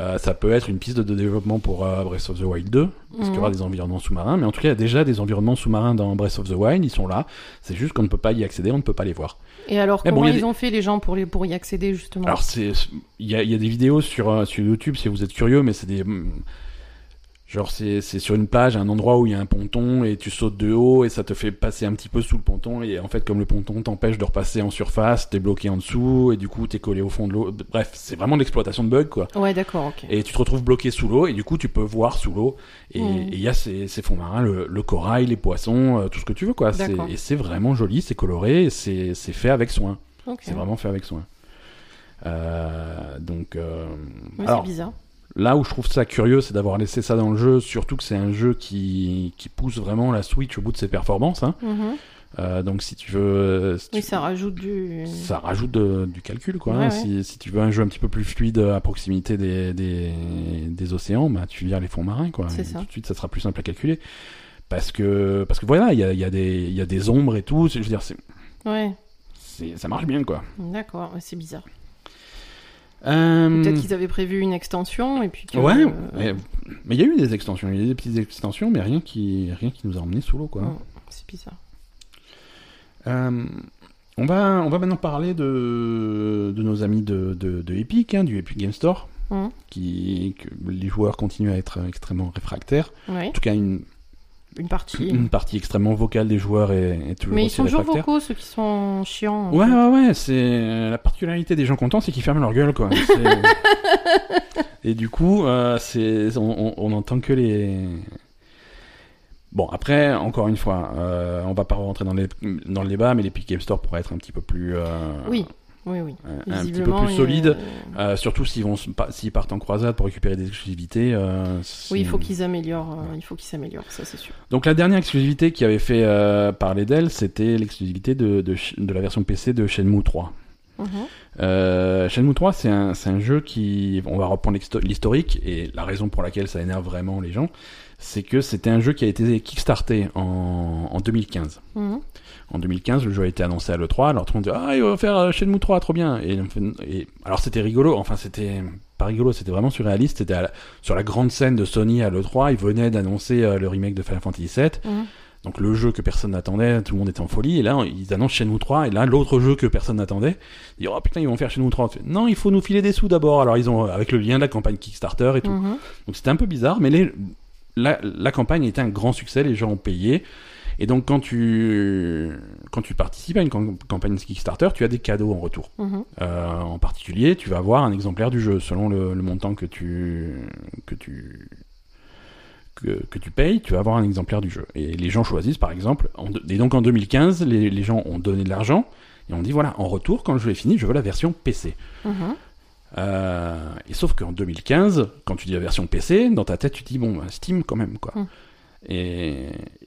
A: Euh, ça peut être une piste de développement pour euh, Breath of the Wild 2, parce qu'il y aura
B: Mhm.
A: des environnements sous-marins. Mais en tout cas, il y a déjà des environnements sous-marins dans Breath of the Wild, ils sont là. C'est juste qu'on ne peut pas y accéder, on ne peut pas les voir.
B: Et alors,
A: Mais bon,
B: comment
A: il y a
B: ils
A: des-
B: ont fait les gens pour, les... pour y accéder justement
A: Alors c'est il y a, il y a des vidéos sur euh, sur YouTube si vous êtes curieux mais c'est des hum, genre c'est c'est sur une plage un endroit où il y a un ponton et tu sautes de haut et ça te fait passer un petit peu sous le ponton et en fait comme le ponton t'empêche de repasser en surface t'es bloqué en dessous et du coup t'es collé au fond de l'eau bref c'est vraiment de l'exploitation de bugs quoi
B: Ouais, d'accord, ok.
A: et tu te retrouves bloqué sous l'eau et du coup tu peux voir sous l'eau et et
B: Mm.
A: il y a ces, ces fonds marins le, le corail les poissons euh, tout ce que tu veux quoi C'est-
B: D'accord.
A: et c'est vraiment joli c'est coloré et c'est c'est fait avec soin
B: Ok.
A: c'est vraiment fait avec soin. Euh, donc, euh,
B: Ouais, c'est
A: alors
B: bizarre.
A: là où je trouve ça curieux, c'est d'avoir laissé ça dans le jeu, surtout que c'est un jeu qui, qui pousse vraiment la Switch au bout de ses performances. hein.
B: Mhm.
A: Euh, donc, si tu veux, euh, si
B: Oui,
A: tu-
B: ça rajoute du.
A: ça rajoute de- du calcul, quoi. hein.
B: Ouais, ouais.
A: Si, si tu veux un jeu un petit peu plus fluide à proximité des, des, des océans, bah, tu vires les fonds marins, quoi.
B: C'est
A: Et
B: ça.
A: Tout de suite, ça sera plus simple à calculer. Parce que, parce que voilà, il y a, il y, a des- il y a des ombres et tout. Je veux dire, c'est-
B: Ouais,
A: c'est- ça marche bien, quoi.
B: d'accord, ouais, c'est bizarre.
A: Euh,
B: Peut-être qu'ils avaient prévu une extension et puis que.
A: Ouais,
B: euh,
A: mais mais il y a eu des extensions, il y a eu des petites extensions, mais rien qui, rien qui nous a emmené sous l'eau, quoi.
B: Ouais. C'est bizarre.
A: Euh, on, va, on va maintenant parler de, de nos amis de, de, de Epic, hein, du Epic Game Store,
B: Mhm.
A: qui, que les joueurs continuent à être extrêmement réfractaires.
B: Ouais,
A: En tout cas, une,
B: une partie.
A: une partie extrêmement vocale des joueurs est, est toujours
B: Mais ils
A: aussi
B: sont toujours
A: réfractaire.
B: vocaux, ceux qui sont chiants. en
A: Ouais,
B: fait.
A: ouais, ouais, c'est euh, la particularité des gens contents, c'est qu'ils ferment leur gueule, quoi. C'est- Et du coup, euh, c'est on, on- on entend que les. Bon, après, encore une fois, euh, on va pas rentrer dans, les, dans le débat, mais l'Epic Game Store pourrait être un petit peu plus. euh,
B: Oui, oui, oui.
A: un- Un, petit peu
B: Visiblement,
A: plus
B: il-
A: solide. Euh, surtout s'ils vont se- pas- s'ils partent en croisade pour récupérer des exclusivités. euh,
B: Oui, il faut
A: c'est-
B: qu'ils améliorent, euh, il faut qu'ils s'améliorent, ça c'est sûr.
A: Donc la dernière exclusivité qui avait fait euh, parler d'elle, c'était l'exclusivité de, de, Sh- de la version PC de Shenmue 3.
B: Mhm.
A: Euh, Shenmue 3, c'est un, c'est un jeu qui, on va reprendre l'histo- l'historique et la raison pour laquelle ça énerve vraiment les gens, c'est que c'était un jeu qui a été kickstarté en, en 2015.
B: Mhm.
A: En 2015, le jeu a été annoncé à l'E3, alors tout le monde dit Ah, il va faire euh, Shenmue 3, trop bien et, on fait- et- Alors c'était rigolo, enfin c'était pas rigolo, c'était vraiment surréaliste, c'était à la- sur la grande scène de Sony à l'E3, ils venaient d'annoncer euh, le remake de Final Fantasy VII,
B: Mhm.
A: donc le jeu que personne n'attendait, tout le monde était en folie, et là ils annoncent chez nous 3, et là l'autre jeu que personne n'attendait, ils disent oh putain ils vont faire chez nous 3, On fait, non il faut nous filer des sous d'abord, alors ils ont euh, avec le lien de la campagne Kickstarter et tout,
B: Mhm.
A: donc c'était un peu bizarre, mais les- la, la campagne était un grand succès, les gens ont payé, et donc quand tu quand tu participes à une cam- campagne Kickstarter, tu as des cadeaux en retour.
B: Mhm.
A: Euh, en particulier, tu vas avoir un exemplaire du jeu selon le, le montant que tu que tu que, que tu payes, tu vas avoir un exemplaire du jeu. Et les gens choisissent, par exemple, en de- et donc en 2015, les, les gens ont donné de l'argent et on dit voilà, en retour, quand le jeu est fini, je veux la version PC.
B: Mhm.
A: Euh, et sauf qu'en 2015, quand tu dis la version PC, dans ta tête, tu te dis bon, bah, Steam quand même, quoi.
B: Mm.
A: Et,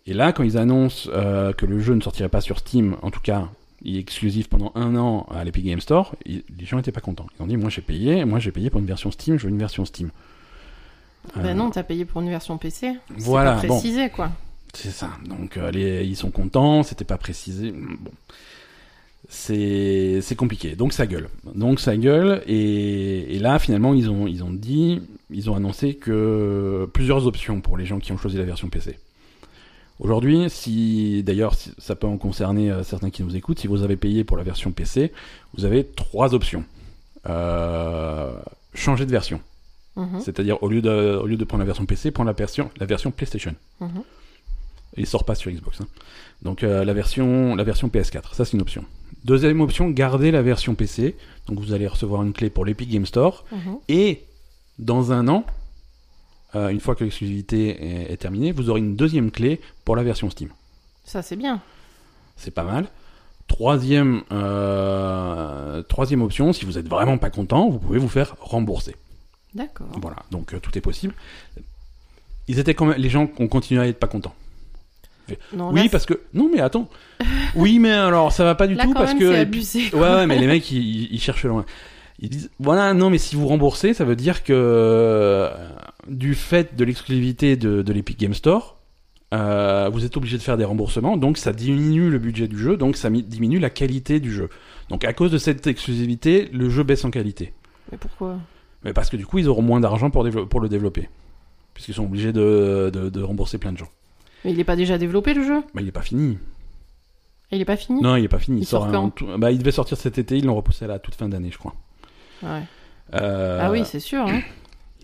A: et là, quand ils annoncent euh, que le jeu ne sortirait pas sur Steam, en tout cas, il est exclusif pendant un an à l'Epic Game Store, ils- les gens n'étaient pas contents. Ils ont dit moi j'ai payé, moi j'ai payé pour une version Steam, je veux une version Steam. Euh,
B: Ben non, t'as payé pour une version PC. C'est
A: Voilà,
B: pas
A: bon.
B: précisé, quoi.
A: C'est ça. Donc euh, les- ils sont contents, c'était pas précisé. Bon. C'est c'est compliqué. Donc ça gueule. Donc ça gueule et, et là finalement ils ont ils ont dit ils ont annoncé que plusieurs options pour les gens qui ont choisi la version PC. Aujourd'hui, si d'ailleurs si- ça peut en concerner euh, certains qui nous écoutent, si vous avez payé pour la version PC, vous avez trois options. Euh, changer de version,
B: Mhm.
A: c'est-à-dire au lieu de au lieu de prendre la version PC, prendre la version la version PlayStation.
B: Mhm.
A: Il sort pas sur Xbox. hein. Donc euh, la version la version PS4, ça c'est une option. Deuxième option, garder la version PC. Donc vous allez recevoir une clé pour l'Epic Game Store
B: Mhm.
A: et dans un an, euh, une fois que l'exclusivité est, est terminée, vous aurez une deuxième clé pour la version Steam.
B: Ça, c'est bien.
A: C'est pas mal. Troisième euh, troisième option, si vous êtes vraiment pas content, vous pouvez vous faire rembourser.
B: D'accord.
A: Voilà, donc euh, tout est possible. Ils étaient quand même, les gens ont continué à être pas contents.
B: Non,
A: Oui,
B: là,
A: parce que non, mais attends. Oui, mais alors ça va pas du
B: là,
A: tout
B: quand
A: parce
B: même,
A: que
B: c'est
A: et puis-
B: abusé.
A: ouais, ouais, mais les mecs ils, ils cherchent loin. Ils disent voilà, non, mais si vous remboursez, ça veut dire que euh, du fait de l'exclusivité de, de l'Epic Game Store, euh, vous êtes obligé de faire des remboursements, donc ça diminue le budget du jeu, donc ça mi- diminue la qualité du jeu. Donc à cause de cette exclusivité, le jeu baisse en qualité.
B: Mais pourquoi
A: Mais parce que du coup, ils auront moins d'argent pour, dévelop- pour le développer, puisqu'ils sont obligés de, de- de rembourser plein de gens.
B: Mais il est pas déjà développé, le jeu
A: Mais il est pas fini.
B: Il est pas fini
A: Non, il est pas fini. Il,
B: Mmh. Il
A: sort,
B: sort
A: un-
B: quand
A: tout- bah, il devait sortir cet été, ils l'ont repoussé à la toute fin d'année, je crois.
B: Ouais.
A: Euh,
B: Ah oui, c'est sûr. Hein.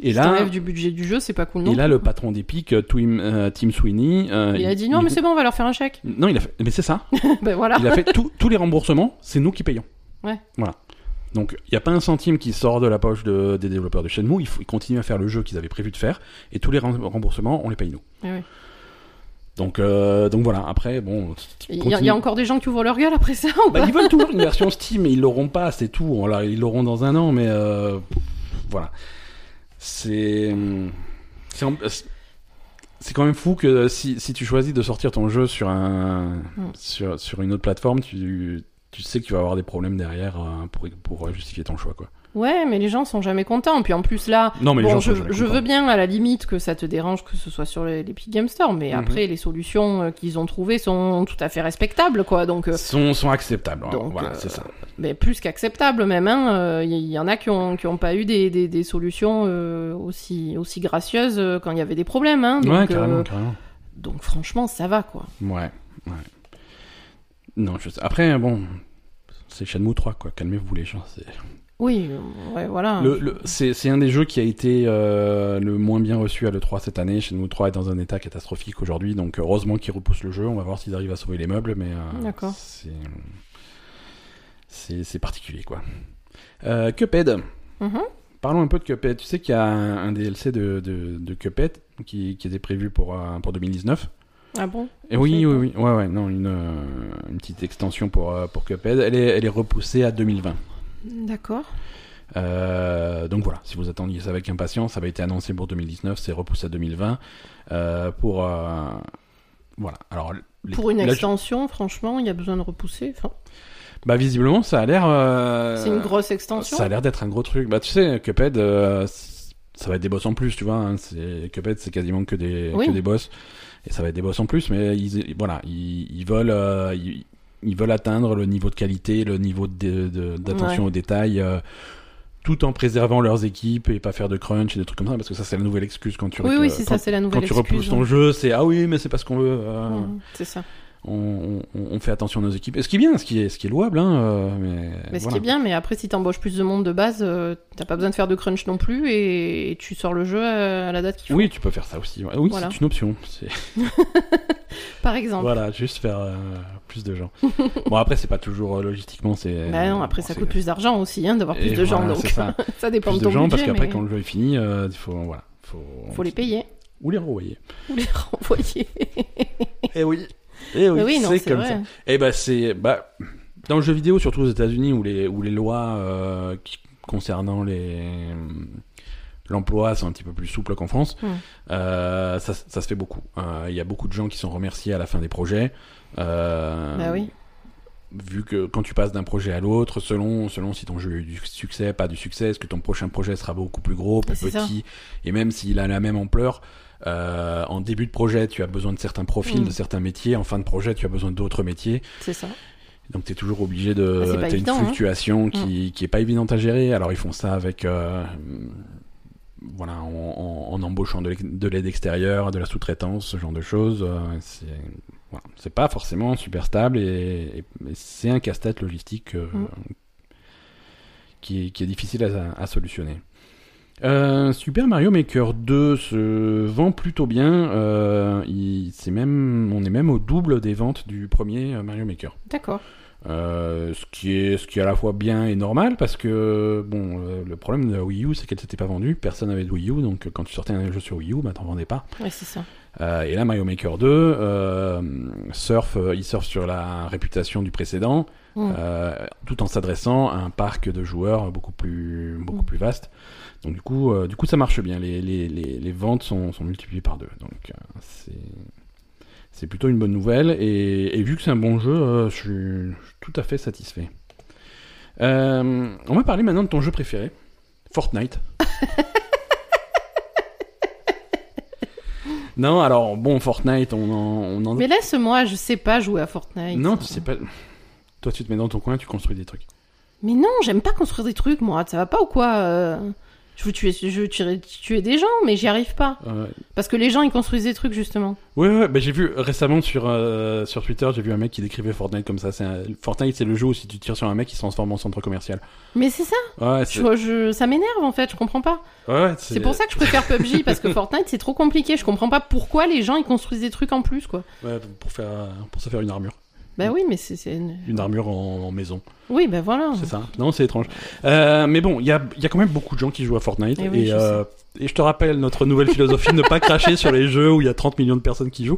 A: et
B: Si
A: là,
B: t'enlèves du budget du jeu, c'est pas cool non
A: et là, le patron d'Epic, euh, Tim, euh, Tim Sweeney, euh,
B: Il a dit non, mais c'est bon, on va leur faire un chèque.
A: non, il a fait, mais c'est ça.
B: ben voilà.
A: Il a fait tout- tous les remboursements, c'est nous qui payons.
B: Ouais.
A: Voilà. Donc, il n'y a pas un centime qui sort de la poche de- des développeurs de Shenmue. Ils, f- ils continuent à faire le jeu qu'ils avaient prévu de faire, et tous les rem- remboursements, on les paye nous.
B: Eh oui.
A: Donc, euh, donc voilà. Après, bon,
B: Il y, a- il y a
A: continue.
B: encore des gens qui ouvrent leur gueule après ça ou
A: Bah,
B: pas
A: ils veulent toujours une version Steam et ils l'auront pas, c'est tout. Voilà, ils l'auront dans un an, mais euh, voilà. C'est. C'est en- c'est quand même fou que si, si tu choisis de sortir ton jeu sur, un,
B: Mm.
A: sur, sur une autre plateforme, tu, tu sais que tu vas avoir des problèmes derrière euh, pour, pour justifier ton choix. Quoi.
B: Ouais, mais les gens sont jamais contents. Puis en plus là,
A: Non, mais les
B: bon,
A: gens sont
B: je,
A: jamais
B: je
A: contents.
B: veux bien à la limite que ça te dérange que ce soit sur les- l'Epic Game Store, mais
A: Mhm.
B: après les solutions euh, qu'ils ont trouvées sont tout à fait respectables, quoi. Donc, euh,
A: sont, sont acceptables. hein.
B: Donc,
A: voilà,
B: euh,
A: c'est ça.
B: mais plus qu'acceptables même. hein. Euh, Il y, y en a qui ont, qui ont pas eu des, des, des solutions euh, aussi, aussi gracieuses euh, quand il y avait des problèmes. Hein. Donc,
A: ouais, carrément,
B: euh,
A: carrément.
B: donc franchement, ça va, quoi.
A: Ouais, ouais. Non, je sais. Après, bon, c'est Shenmue 3, quoi. Calmez-vous, les gens. C'est.
B: Oui, euh, ouais, voilà.
A: Le- le- c'est c'est un des jeux qui a été euh, le moins bien reçu à l'E3 cette année. Chez nous, 3 est dans un état catastrophique aujourd'hui, donc euh, heureusement qu'ils repoussent le jeu. On va voir s'ils arrivent à sauver les meubles, mais euh,
B: D'accord.
A: c'est- c'est c'est particulier quoi. Euh, Cuphead.
B: Mhm.
A: Parlons un peu de Cuphead. Tu sais qu'il y a un, un DLC de, de, de Cuphead qui, qui était prévu pour, euh, pour 2019.
B: Ah bon
A: Et oui,
B: Je
A: oui,
B: savais
A: oui, ouais, ouais, non, une, euh, une petite extension pour, euh, pour Cuphead. Elle est, elle est repoussée à 2020.
B: D'accord.
A: Euh, donc voilà, si vous attendiez ça avec impatience, ça avait été annoncé pour 2019, c'est repoussé à 2020 euh, pour euh, voilà. Alors les-
B: Pour une
A: là,
B: extension, franchement, il y a besoin de repousser. Enfin,
A: je- Bah visiblement, ça a l'air. euh,
B: C'est une grosse extension.
A: Ça a l'air d'être un gros truc. Bah tu sais, Cuphead, euh, c- ça va être des boss en plus, tu vois. hein. C'est- Cuphead, c'est quasiment que des,
B: Oui.
A: que des boss. Et ça va être des boss en plus, mais ils, voilà, ils, ils veulent, euh, ils, ils veulent atteindre le niveau de qualité, le niveau de- de- d'attention aux détails. euh, tout en préservant leurs équipes et pas faire de crunch et des trucs comme ça parce que ça c'est la nouvelle excuse quand tu
B: Oui,
A: rec-
B: oui, c'est
A: euh, quand-
B: ça, c'est la
A: quand
B: nouvelle
A: tu
B: excuse. hein.
A: repousses ton jeu c'est ah oui mais c'est parce qu'on veut euh,
B: Mhm, C'est ça.
A: on, on- on fait attention à nos équipes. Et ce qui est bien, ce qui est, ce qui est louable, hein, euh, mais,
B: Mais ce
A: voilà.
B: qui est bien, mais après, si t'embauches plus de monde de base, euh, t'as pas besoin de faire de crunch non plus et, et tu sors le jeu à, à la date qu'il faut.
A: Oui, tu peux faire ça aussi. Oui,
B: Voilà.
A: c'est une option. C'est-
B: Par exemple.
A: Voilà, juste faire euh, plus de gens. bon, après, c'est pas toujours euh, logistiquement, c'est.
B: Bah non, après,
A: bon,
B: ça
A: c'est-
B: coûte plus d'argent aussi hein, d'avoir
A: Et
B: plus de gens,
A: voilà,
B: donc
A: c'est ça.
B: ça. dépend
A: Plus
B: de ton
A: de gens parce
B: budget,
A: qu'après,
B: mais
A: quand le jeu est fini, euh, il faut voilà, faut.
B: faut les payer
A: ou les renvoyer.
B: ou les renvoyer.
A: Eh oui. Eh oui,
B: Mais oui, non,
A: c'est
B: c'est
A: comme ça.
B: vrai.
A: Eh ben c'est bah dans le jeu vidéo surtout aux États-Unis où les où les lois euh, qui- concernant les l'emploi sont un petit peu plus souples qu'en France,
B: Mm.
A: euh, ça, ça se fait beaucoup. Euh, Il y a beaucoup de gens qui sont remerciés à la fin des projets. Euh,
B: Bah oui.
A: Vu que quand tu passes d'un projet à l'autre, selon selon si ton jeu a eu du succès, pas du succès, est-ce que ton prochain projet sera beaucoup plus gros, plus
B: C'est ça.
A: petit, et même s'il a la même ampleur, euh, en début de projet, tu as besoin de certains profils,
B: Mm.
A: de certains métiers. En fin de projet, tu as besoin d'autres métiers.
B: C'est ça.
A: Donc t'es toujours obligé de,
B: Ah, c'est pas
A: t'as
B: évident,
A: une
B: hein. Mm.
A: fluctuation qui, qui est pas évidente à gérer. Alors ils font ça avec, euh, voilà, en, en- en embauchant de l'ex- de l'aide extérieure, de la sous-traitance, ce genre de choses. Euh, C'est, voilà, c'est pas forcément super stable et, et- et c'est un casse-tête logistique euh,
B: Mm.
A: qui, est- qui est difficile à, à solutionner. Euh, Super Mario Maker 2 se vend plutôt bien. Euh, il- c'est même, on est même au double des ventes du premier euh, Mario Maker.
B: D'accord.
A: Euh, ce qui est ce qui est à la fois bien et normal parce que bon euh, le problème de la Wii U c'est qu'elle s'était pas vendue personne n'avait de Wii U donc euh, quand tu sortais un jeu sur Wii U bah t'en vendais pas
B: Ouais, c'est ça.
A: Euh, et là Mario Maker 2 euh, surf euh, il surfe sur la réputation du précédent
B: Mm.
A: euh, tout en s'adressant à un parc de joueurs beaucoup plus beaucoup
B: Mm.
A: plus vaste donc du coup euh, du coup ça marche bien les les, les, les ventes sont, sont multipliées par deux donc euh, c'est c'est plutôt une bonne nouvelle et, et vu que c'est un bon jeu, euh, je, suis, je suis tout à fait satisfait. Euh, on va parler maintenant de ton jeu préféré, Fortnite. non, alors bon, Fortnite, on en, on en...
B: Mais laisse-moi, je sais pas jouer à Fortnite.
A: non, tu sais pas. Toi, tu te mets dans ton coin, tu construis des trucs.
B: Mais non, j'aime pas construire des trucs, moi. Ça va pas ou quoi euh, Je veux tuer, je veux tuer, tuer des gens, mais j'y arrive pas.
A: Euh,
B: Parce que les gens, ils construisent des trucs, justement.
A: Ouais, ouais, bah, j'ai vu récemment sur, euh, sur Twitter, j'ai vu un mec qui décrivait Fortnite comme ça. C'est un- Fortnite, c'est le jeu où si tu tires sur un mec, il se transforme en centre commercial.
B: Mais c'est ça,
A: Ouais, c'est
B: je, je- ça m'énerve, en fait, je comprends pas.
A: ouais,
B: C'est pour ça que je préfère PUBG, parce que Fortnite, c'est trop compliqué. Je comprends pas pourquoi les gens, ils construisent des trucs en plus, quoi.
A: Ouais, pour, faire, pour se faire une armure.
B: Bah oui, mais c'est... c'est une-
A: Une armure en, en maison,
B: Oui, bah voilà.
A: c'est ça Non, c'est étrange. Euh, mais bon, il y a, il y a quand même beaucoup de gens qui jouent à Fortnite.
B: Eh oui,
A: et,
B: je
A: euh, et je te rappelle notre nouvelle philosophie de ne pas cracher sur les jeux où il y a 30 millions de personnes qui jouent.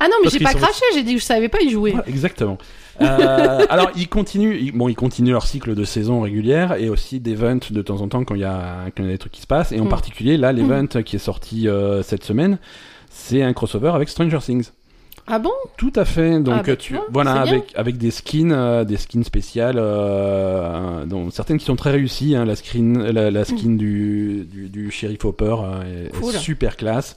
B: Ah non, mais
A: Parce
B: j'ai
A: qu'ils
B: pas
A: sont-
B: craché, j'ai dit que je savais pas y jouer.
A: Voilà, exactement. Euh, alors, ils continuent, ils- bon, ils continuent leur cycle de saison régulière et aussi d'events de temps en temps quand il y, a- quand il y a des trucs qui se passent. Et en
B: Mm.
A: particulier, là, l'event qui est sorti euh, cette semaine, c'est un crossover avec Stranger Things.
B: Ah bon
A: Tout à fait. Donc euh,
B: Ah,
A: tu
B: bah, tu vois,
A: voilà
B: c'est bien.
A: avec avec des skins euh, des skins spéciales euh, dont certaines qui sont très réussies hein, la screen la, la skin du, du du shérif Hopper euh, est, est
B: Mm. Cool.
A: super classe.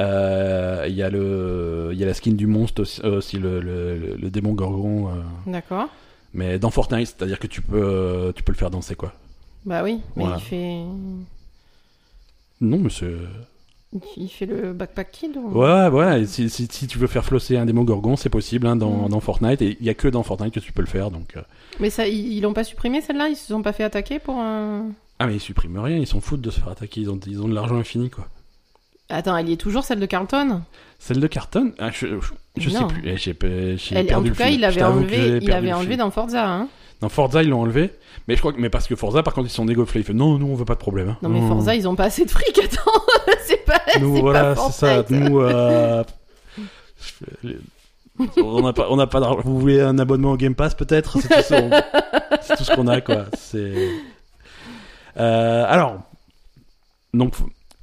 A: Euh, Il y a le il y a la skin du monstre aussi, euh, aussi, le, le le- le démon gorgon euh,
B: D'accord.
A: mais dans Fortnite, c'est-à-dire que tu peux euh, tu peux le faire danser quoi.
B: Bah oui, mais
A: Voilà.
B: il fait...
A: Non, mais c'est
B: Mm. Il fait le backpack kid ou...
A: ouais voilà, et si, si si tu veux faire flosser un démon gorgon, c'est possible hein, dans
B: Mm.
A: dans Fortnite et il y a que dans Fortnite que tu peux le faire donc euh,
B: Mais ça, ils ils l'ont pas supprimé celle-là Ils se sont pas fait attaquer pour un.
A: Ah mais ils suppriment rien, ils s'en foutent de se faire attaquer, ils ont, ils ont de l'argent infini quoi.
B: Attends, elle y est toujours celle de Carlton
A: Celle de Carton ah, Je, je, je sais
B: Non.
A: plus, Eh, j'ai pe- j'ai
B: Elle- En
A: perdu
B: tout
A: le
B: cas,
A: fil.
B: il
A: Je
B: l'avait
A: t'avoue que j'ai
B: enlevé, il
A: perdu
B: avait
A: le
B: enlevé
A: fil.
B: dans Forza. Hein.
A: Dans Forza ils l'ont enlevé, mais je crois que, mais parce que Forza par contre ils se sont dégonflés, ils font non nous on veut pas de problème. hein.
B: Non, mais
A: Nous,
B: Forza, ils ont pas assez de fric. Attends, c'est pas.
A: nous
B: c'est
A: voilà
B: pas
A: c'est ça,
B: Fortnite.
A: nous euh, je- les- on n'a pas on n'a pas d'argent. Vous voulez un abonnement au Game Pass peut-être C'est tout, ce- on- c'est tout ce qu'on a quoi. C'est euh, alors donc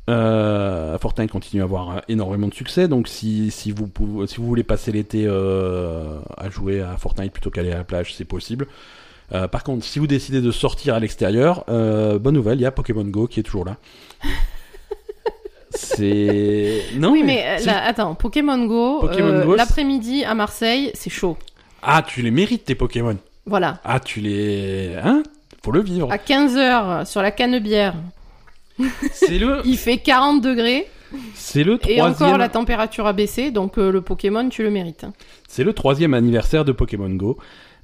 A: Euh, Fortnite continue à avoir énormément de succès, donc si, si, vous, pouvez- si vous voulez passer l'été euh, à jouer à Fortnite plutôt qu'aller à la plage, c'est possible. Euh, par contre, si vous décidez de sortir à l'extérieur, euh, bonne nouvelle, il y a Pokémon Go qui est toujours là. c'est non
B: oui, mais euh,
A: c'est-
B: là, attends, Pokémon Go,
A: Pokémon
B: euh,
A: Go, c'est-
B: l'après-midi à Marseille, c'est chaud.
A: ah tu les mérites tes Pokémon.
B: Voilà.
A: Ah tu les hein faut le vivre.
B: À 15h sur la Canebière,
A: C'est le
B: il fait 40 degrés
A: c'est le
B: et encore la
A: troisième
B: température a baissé, donc euh, le Pokémon, tu le mérites. hein.
A: c'est le troisième anniversaire de Pokémon Go.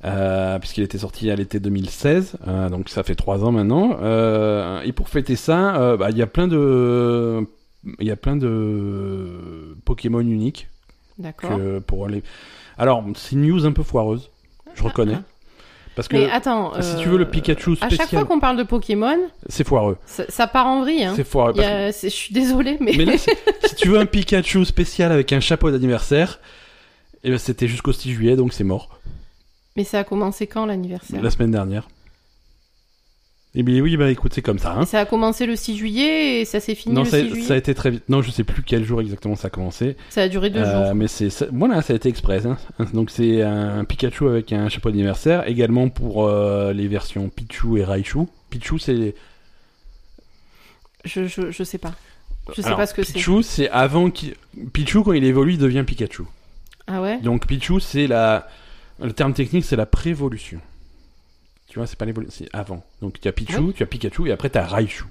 A: euh, puisqu'il était sorti à l'été 2016, euh, donc ça fait trois ans maintenant. Euh, et pour fêter ça, euh, bah, il y a plein de, il y a plein de Pokémon uniques
B: D'accord.
A: que pour les. Alors, c'est une news un peu foireuse, je reconnais. Parce que
B: Mais attends.
A: si
B: euh,
A: tu veux le Pikachu
B: À chaque fois
A: spécial,
B: qu'on parle de Pokémon,
A: c'est foireux.
B: ça, ça part en vrille. Hein.
A: C'est foireux.
B: Il y
A: parce
B: a- c'est- Je suis désolée, mais,
A: que- Mais là, si si tu veux un Pikachu spécial avec un chapeau d'anniversaire, eh ben, c'était jusqu'au 6 juillet, donc c'est mort.
B: mais ça a commencé quand l'anniversaire
A: La semaine dernière. Et bien oui, bah écoute, c'est comme ça. Hein.
B: Ça a commencé le 6 juillet et ça s'est fini
A: Non,
B: le
A: ça,
B: 6 juillet.
A: ça a été très vite. Non, je sais plus quel jour exactement ça a commencé.
B: Ça a duré deux
A: Euh,
B: jours.
A: mais c'est ça- voilà, ça a été express. hein. Donc c'est un Pikachu avec un chapeau d'anniversaire. Également pour euh, les versions Pichu et Raichu. Pichu, c'est
B: Je, je, je sais pas. Je sais
A: Alors,
B: pas ce que c'est.
A: Pichu, c'est avant qui Pichu quand il évolue, il devient Pikachu.
B: Ah ouais
A: Donc Pichu, c'est la le terme technique, c'est la prévolution. Tu vois, c'est pas l'évolution, c'est avant. Donc tu as Pichu, tu as Pikachu et après tu as Raichu.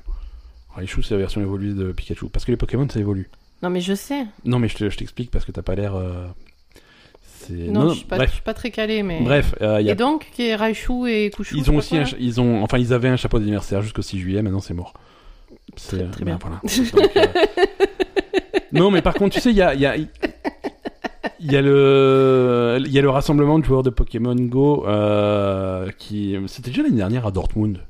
A: Raichu, c'est la version évoluée de Pikachu parce que les Pokémon ça évolue.
B: Non, mais je sais.
A: Non, mais je te- je t'explique parce que t'as pas l'air euh, c'est
B: Non, je, suis pas, je
A: bref.
B: suis pas très calée, mais.
A: Bref, euh, il y a-
B: Et donc, qui est Raichu et Kuchu je sais
A: ils
B: pas
A: ont aussi
B: quoi,
A: un
B: là
A: cha- ils ont enfin ils avaient un chapeau d'anniversaire jusqu'au 6 juillet, maintenant c'est mort. C'est
B: très
A: ben,
B: bien.
A: voilà. Donc, euh, Non, mais par contre, tu sais, il y a, il y, a, il y, a le- il y a le rassemblement de joueurs de Pokémon Go euh, qui. C'était déjà l'année dernière à Dortmund.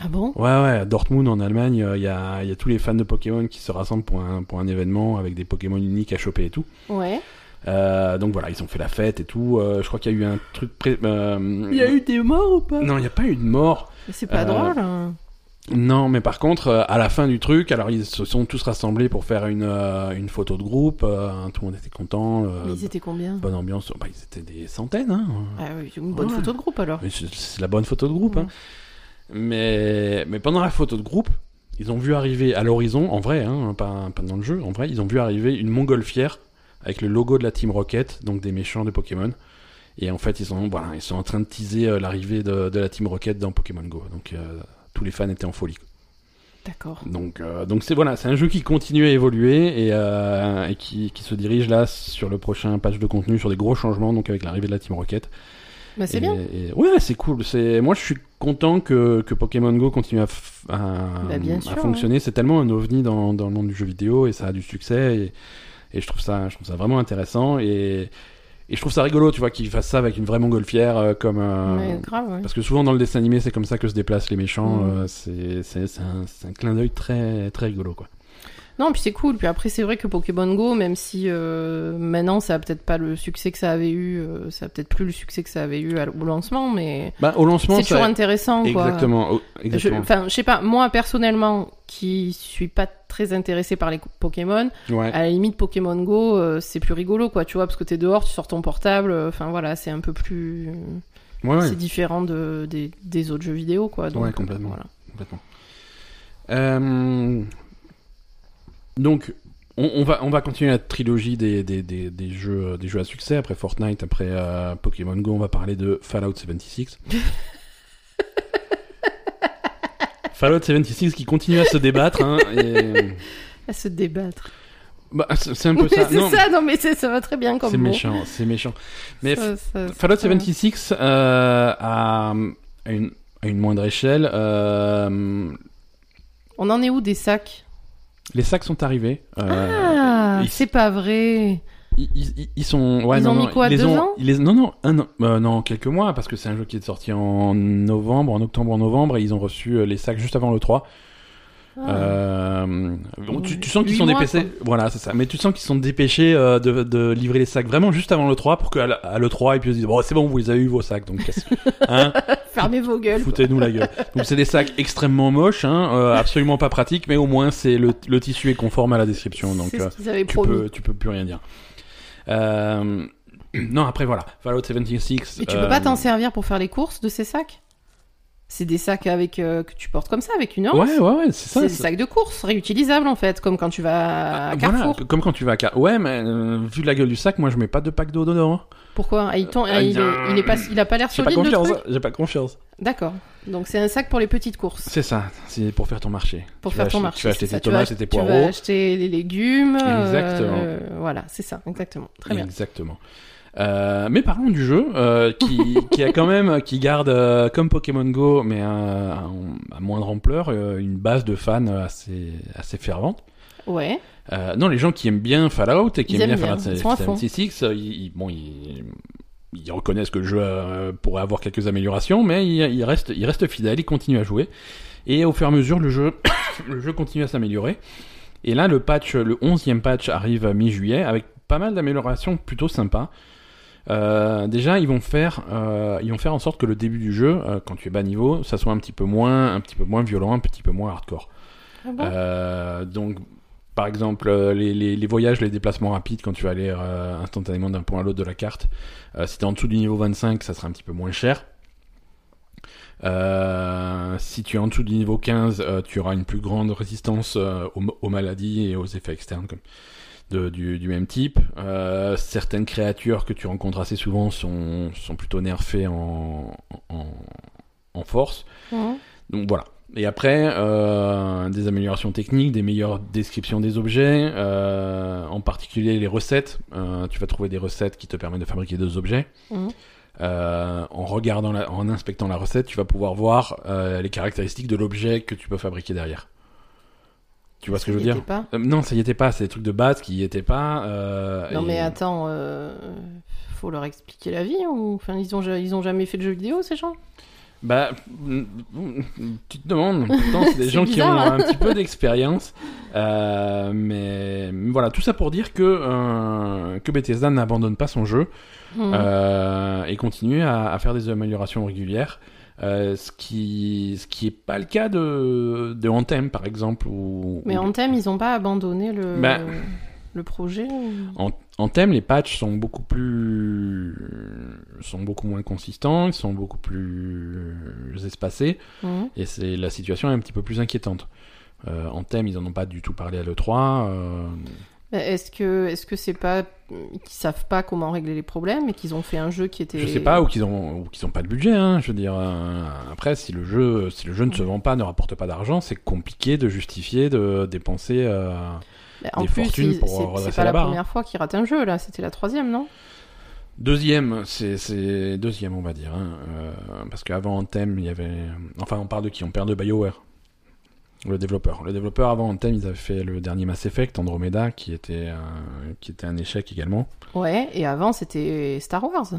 B: Ah bon
A: Ouais, ouais, à Dortmund en Allemagne, euh, il y, a, il y a tous les fans de Pokémon qui se rassemblent pour un, pour un événement avec des Pokémon uniques à choper et tout.
B: Ouais.
A: Euh, donc voilà, ils ont fait la fête et tout. Euh, je crois qu'il y a eu un truc. pré- euh,
B: eu des morts ou pas
A: Non, il n'y a pas eu de mort.
B: C'est pas
A: Euh,
B: drôle. hein.
A: Non, mais par contre, euh, à la fin du truc, alors ils se sont tous rassemblés pour faire une, euh, une photo de groupe, euh, tout le monde était content, euh,
B: Mais ils étaient combien
A: bonne ambiance, bah, ils étaient des centaines, hein.
B: Ah oui, une bonne
A: Ouais.
B: photo de groupe alors.
A: Mais C'est c'est la bonne photo de groupe. hein. Mais, mais pendant la photo de groupe, ils ont vu arriver à l'horizon, en vrai, hein, pas, pas dans le jeu, en vrai, ils ont vu arriver une montgolfière avec le logo de la Team Rocket, donc des méchants de Pokémon. Et en fait, ils sont, voilà, ils sont en train de teaser euh, l'arrivée de, de la Team Rocket dans Pokémon Go. Donc euh, tous les fans étaient en folie.
B: D'accord.
A: Donc, euh, donc c'est voilà, c'est un jeu qui continue à évoluer et, euh, et qui, qui se dirige là sur le prochain patch de contenu sur des gros changements donc avec l'arrivée de la Team Rocket.
B: Bah, c'est
A: Et-
B: bien.
A: et- ouais, c'est cool. C'est moi je suis content que, que Pokémon Go continue à, f- à,
B: Bah, bien
A: à
B: sûr,
A: fonctionner. C'est tellement un ovni dans, dans le monde du jeu vidéo et ça a du succès et, et je trouve ça je trouve ça vraiment intéressant et et je trouve ça rigolo, tu vois, qu'ils fassent ça avec une vraie montgolfière euh, comme euh,
B: Mais grave, ouais.
A: parce que souvent dans le dessin animé, c'est comme ça que se déplacent les méchants.
B: Mm.
A: euh, c'est- c'est c'est un, c'est un clin d'œil très, très rigolo, quoi.
B: Non, puis c'est cool. Puis après, c'est vrai que Pokémon Go, même si euh, maintenant ça a peut-être pas le succès que ça avait eu, euh, ça a peut-être plus le succès que ça avait eu à- au lancement, mais
A: Bah, au lancement,
B: c'est
A: ça-
B: toujours intéressant, quoi.
A: Exactement. au-
B: Je-
A: exactement.
B: Enfin, je sais pas. Moi personnellement, qui suis pas très intéressé par les Pokémon,
A: Ouais.
B: à la limite Pokémon Go, euh, c'est plus rigolo, quoi. Tu vois, parce que t'es dehors, tu sors ton portable. euh, Enfin voilà, c'est un peu plus,
A: Ouais, ouais,
B: c'est différent de, des, des autres jeux vidéo, quoi. Donc, euh,
A: Ouais, complètement.
B: voilà.
A: complètement. Euh, Donc, on, on va, on va continuer la trilogie des, des, des, des jeux, euh, des jeux à succès. Après Fortnite, après euh, Pokémon Go, on va parler de Fallout 76. Fallout 76 qui continue à se débattre. hein, et-
B: À se débattre.
A: Bah, c'est c'est un peu
B: Oui,
A: ça.
B: c'est
A: Non,
B: ça. Non, mais c'est- ça va très bien comme
A: C'est
B: mot.
A: méchant, c'est méchant. Mais
B: Ça- ça-
A: Fallout
B: ça va.
A: 76, euh, à, à une, à une moindre échelle, euh,
B: On en est où des sacs
A: les sacs sont arrivés. euh,
B: Ah,
A: ils,
B: c'est pas vrai.
A: ils- ils- ils sont, ouais,
B: Ils
A: non,
B: ont mis
A: non,
B: quoi,
A: ils les
B: deux
A: ont-
B: ans
A: ils les- Non, non, un an, euh, non, quelques mois, parce que c'est un jeu qui est sorti en novembre, en octobre, en novembre, et ils ont reçu euh, les sacs juste avant le 3. Euh, bon, tu, tu sens qu'ils
B: Ah. Huit
A: sont
B: mois,
A: dépêchés. Voilà, c'est ça. Mais tu sens qu'ils sont dépêchés euh, de, de livrer les sacs vraiment juste avant le 3 pour qu'à la- à le 3 ils puissent dire bon c'est bon vous les avez eu vos sacs donc casse- hein,
B: Fermez vos gueules.
A: foutez-nous la gueule. Donc c'est des sacs extrêmement moches, hein, euh, absolument pas pratiques, mais au moins c'est le, le tissu est conforme à la description donc.
B: C'est
A: euh,
B: ce qu'ils avaient
A: tu
B: promis.
A: peux, tu peux plus rien dire. Euh, non, après voilà, Fallout 76.
B: Et tu
A: euh,
B: peux pas t'en servir pour faire les courses de ces sacs C'est des sacs avec euh, que tu portes comme ça, avec une anse.
A: euh, Ouais, ouais, ouais, c'est
B: c'est
A: ça.
B: des
A: c'est-
B: sacs de course, réutilisables en fait, comme quand tu vas à
A: Voilà,
B: Carrefour.
A: comme quand tu vas à Car- Ouais, mais euh, vu la gueule du sac, moi je mets pas de pack d'eau dedans. hein.
B: Pourquoi Ah, il, tombe-
A: Euh,
B: ah, il,
A: bien.
B: est- il est pas, il a pas l'air
A: J'ai pas
B: solide le
A: confiance. hein.
B: truc
A: J'ai pas confiance.
B: D'accord. Donc c'est un sac pour les petites courses,
A: C'est ça, c'est pour faire ton marché.
B: pour
A: Tu
B: faire
A: vas
B: ton
A: acheter-
B: marché.
A: Tu vas acheter
B: c'est ça.
A: tes tomates
B: vas-
A: et tes
B: Tu vas
A: poireaux.
B: acheter les légumes. euh,
A: Exactement. Mm.
B: voilà, c'est ça, exactement. Très bien.
A: Exactement. Euh, mais parlons du jeu euh, qui, qui a quand même qui garde euh, comme Pokémon Go mais euh, à, à moindre ampleur euh, une base de fans assez assez fervente.
B: Ouais.
A: Euh, non, les gens qui aiment bien Fallout et qui
B: Ils
A: aiment,
B: aiment
A: bien
B: bien,
A: Fallout
B: ils sont à fond.
A: 76, euh, ils, ils- bon, ils, ils reconnaissent que le jeu euh, pourrait avoir quelques améliorations, mais ils, ils restent, ils restent fidèles, ils continuent à jouer. Et au fur et à mesure, le jeu, le jeu continue à s'améliorer. Et là, le patch, le 11e patch arrive à mi-juillet avec pas mal d'améliorations plutôt sympas. Euh, déjà, ils vont faire, euh, ils vont faire en sorte que le début du jeu, euh, quand tu es bas niveau, ça soit un petit peu moins, un petit peu moins violent, un petit peu moins hardcore.
B: Ah bon
A: Euh, donc, par exemple, euh, les, les- les voyages, les déplacements rapides, quand tu vas aller euh, instantanément d'un point à l'autre de la carte, euh, si t'es en dessous du niveau 25, ça sera un petit peu moins cher. Euh, si tu es en dessous du niveau 15, euh, tu auras une plus grande résistance euh, aux, ma- aux maladies et aux effets externes comme de- du, du même type. Euh, certaines créatures que tu rencontres assez souvent sont, sont plutôt nerfées en- en, en force.
B: Mhm.
A: Donc voilà. Et après, euh, des améliorations techniques, des meilleures descriptions des objets, euh, en particulier les recettes. Euh, tu vas trouver des recettes qui te permettent de fabriquer deux objets.
B: Mhm.
A: Euh, en regardant, la- en inspectant la recette, tu vas pouvoir voir euh, les caractéristiques de l'objet que tu peux fabriquer derrière. Tu vois ce que je veux
B: Il y
A: dire
B: était pas.
A: Euh, Non, ça y était pas. C'est des trucs de base qui y étaient pas. euh,
B: Non
A: et-
B: mais attends, euh, faut leur expliquer la vie ou enfin ils ont ja- ils ont jamais fait de jeux vidéo ces gens
A: Bah, mm, mm, tu te demandes. Pourtant, c'est des
B: C'est
A: gens
B: bizarre,
A: qui ont
B: hein.
A: un petit peu d'expérience. Euh, mais voilà, tout ça pour dire que, euh, que Bethesda n'abandonne pas son jeu
B: Mhm.
A: euh, et continue à, à faire des améliorations régulières. Euh, ce qui ce qui est pas le cas de de Anthem par exemple ou
B: Mais Anthem, ils ont pas abandonné le
A: Bah.
B: le projet. ou-
A: En, en thème, les patchs sont beaucoup plus sont beaucoup moins consistants, ils sont beaucoup plus espacés.
B: Mhm.
A: Et c'est la situation est un petit peu plus inquiétante. Euh, en thème, ils en ont pas du tout parlé à l'E3. euh,
B: Mais Est-ce que est-ce que c'est pas qu'ils savent pas comment régler les problèmes et qu'ils ont fait un jeu qui était
A: je sais pas, ou qu'ils ont, ou qu'ils ont pas de budget. Hein, je veux dire, euh, après, si le jeu, si le jeu ne se vend pas, ne rapporte pas d'argent, c'est compliqué de justifier de dépenser. euh,
B: Bah, en
A: des
B: plus
A: fortunes
B: ils-
A: pour
B: c'est- c'est
A: redresser
B: pas
A: la
B: la
A: barre, hein.
B: première fois qu'ils ratent un jeu là, c'était la troisième non
A: Deuxième, c'est c'est deuxième, on va dire, hein, euh, parce qu'avant Anthem, il y avait. Enfin, on parle de qui On parle de Bioware, le développeur. Le développeur avant Anthem, ils avaient fait le dernier Mass Effect, Andromeda, qui était un, qui était un échec également.
B: Ouais et avant c'était Star Wars.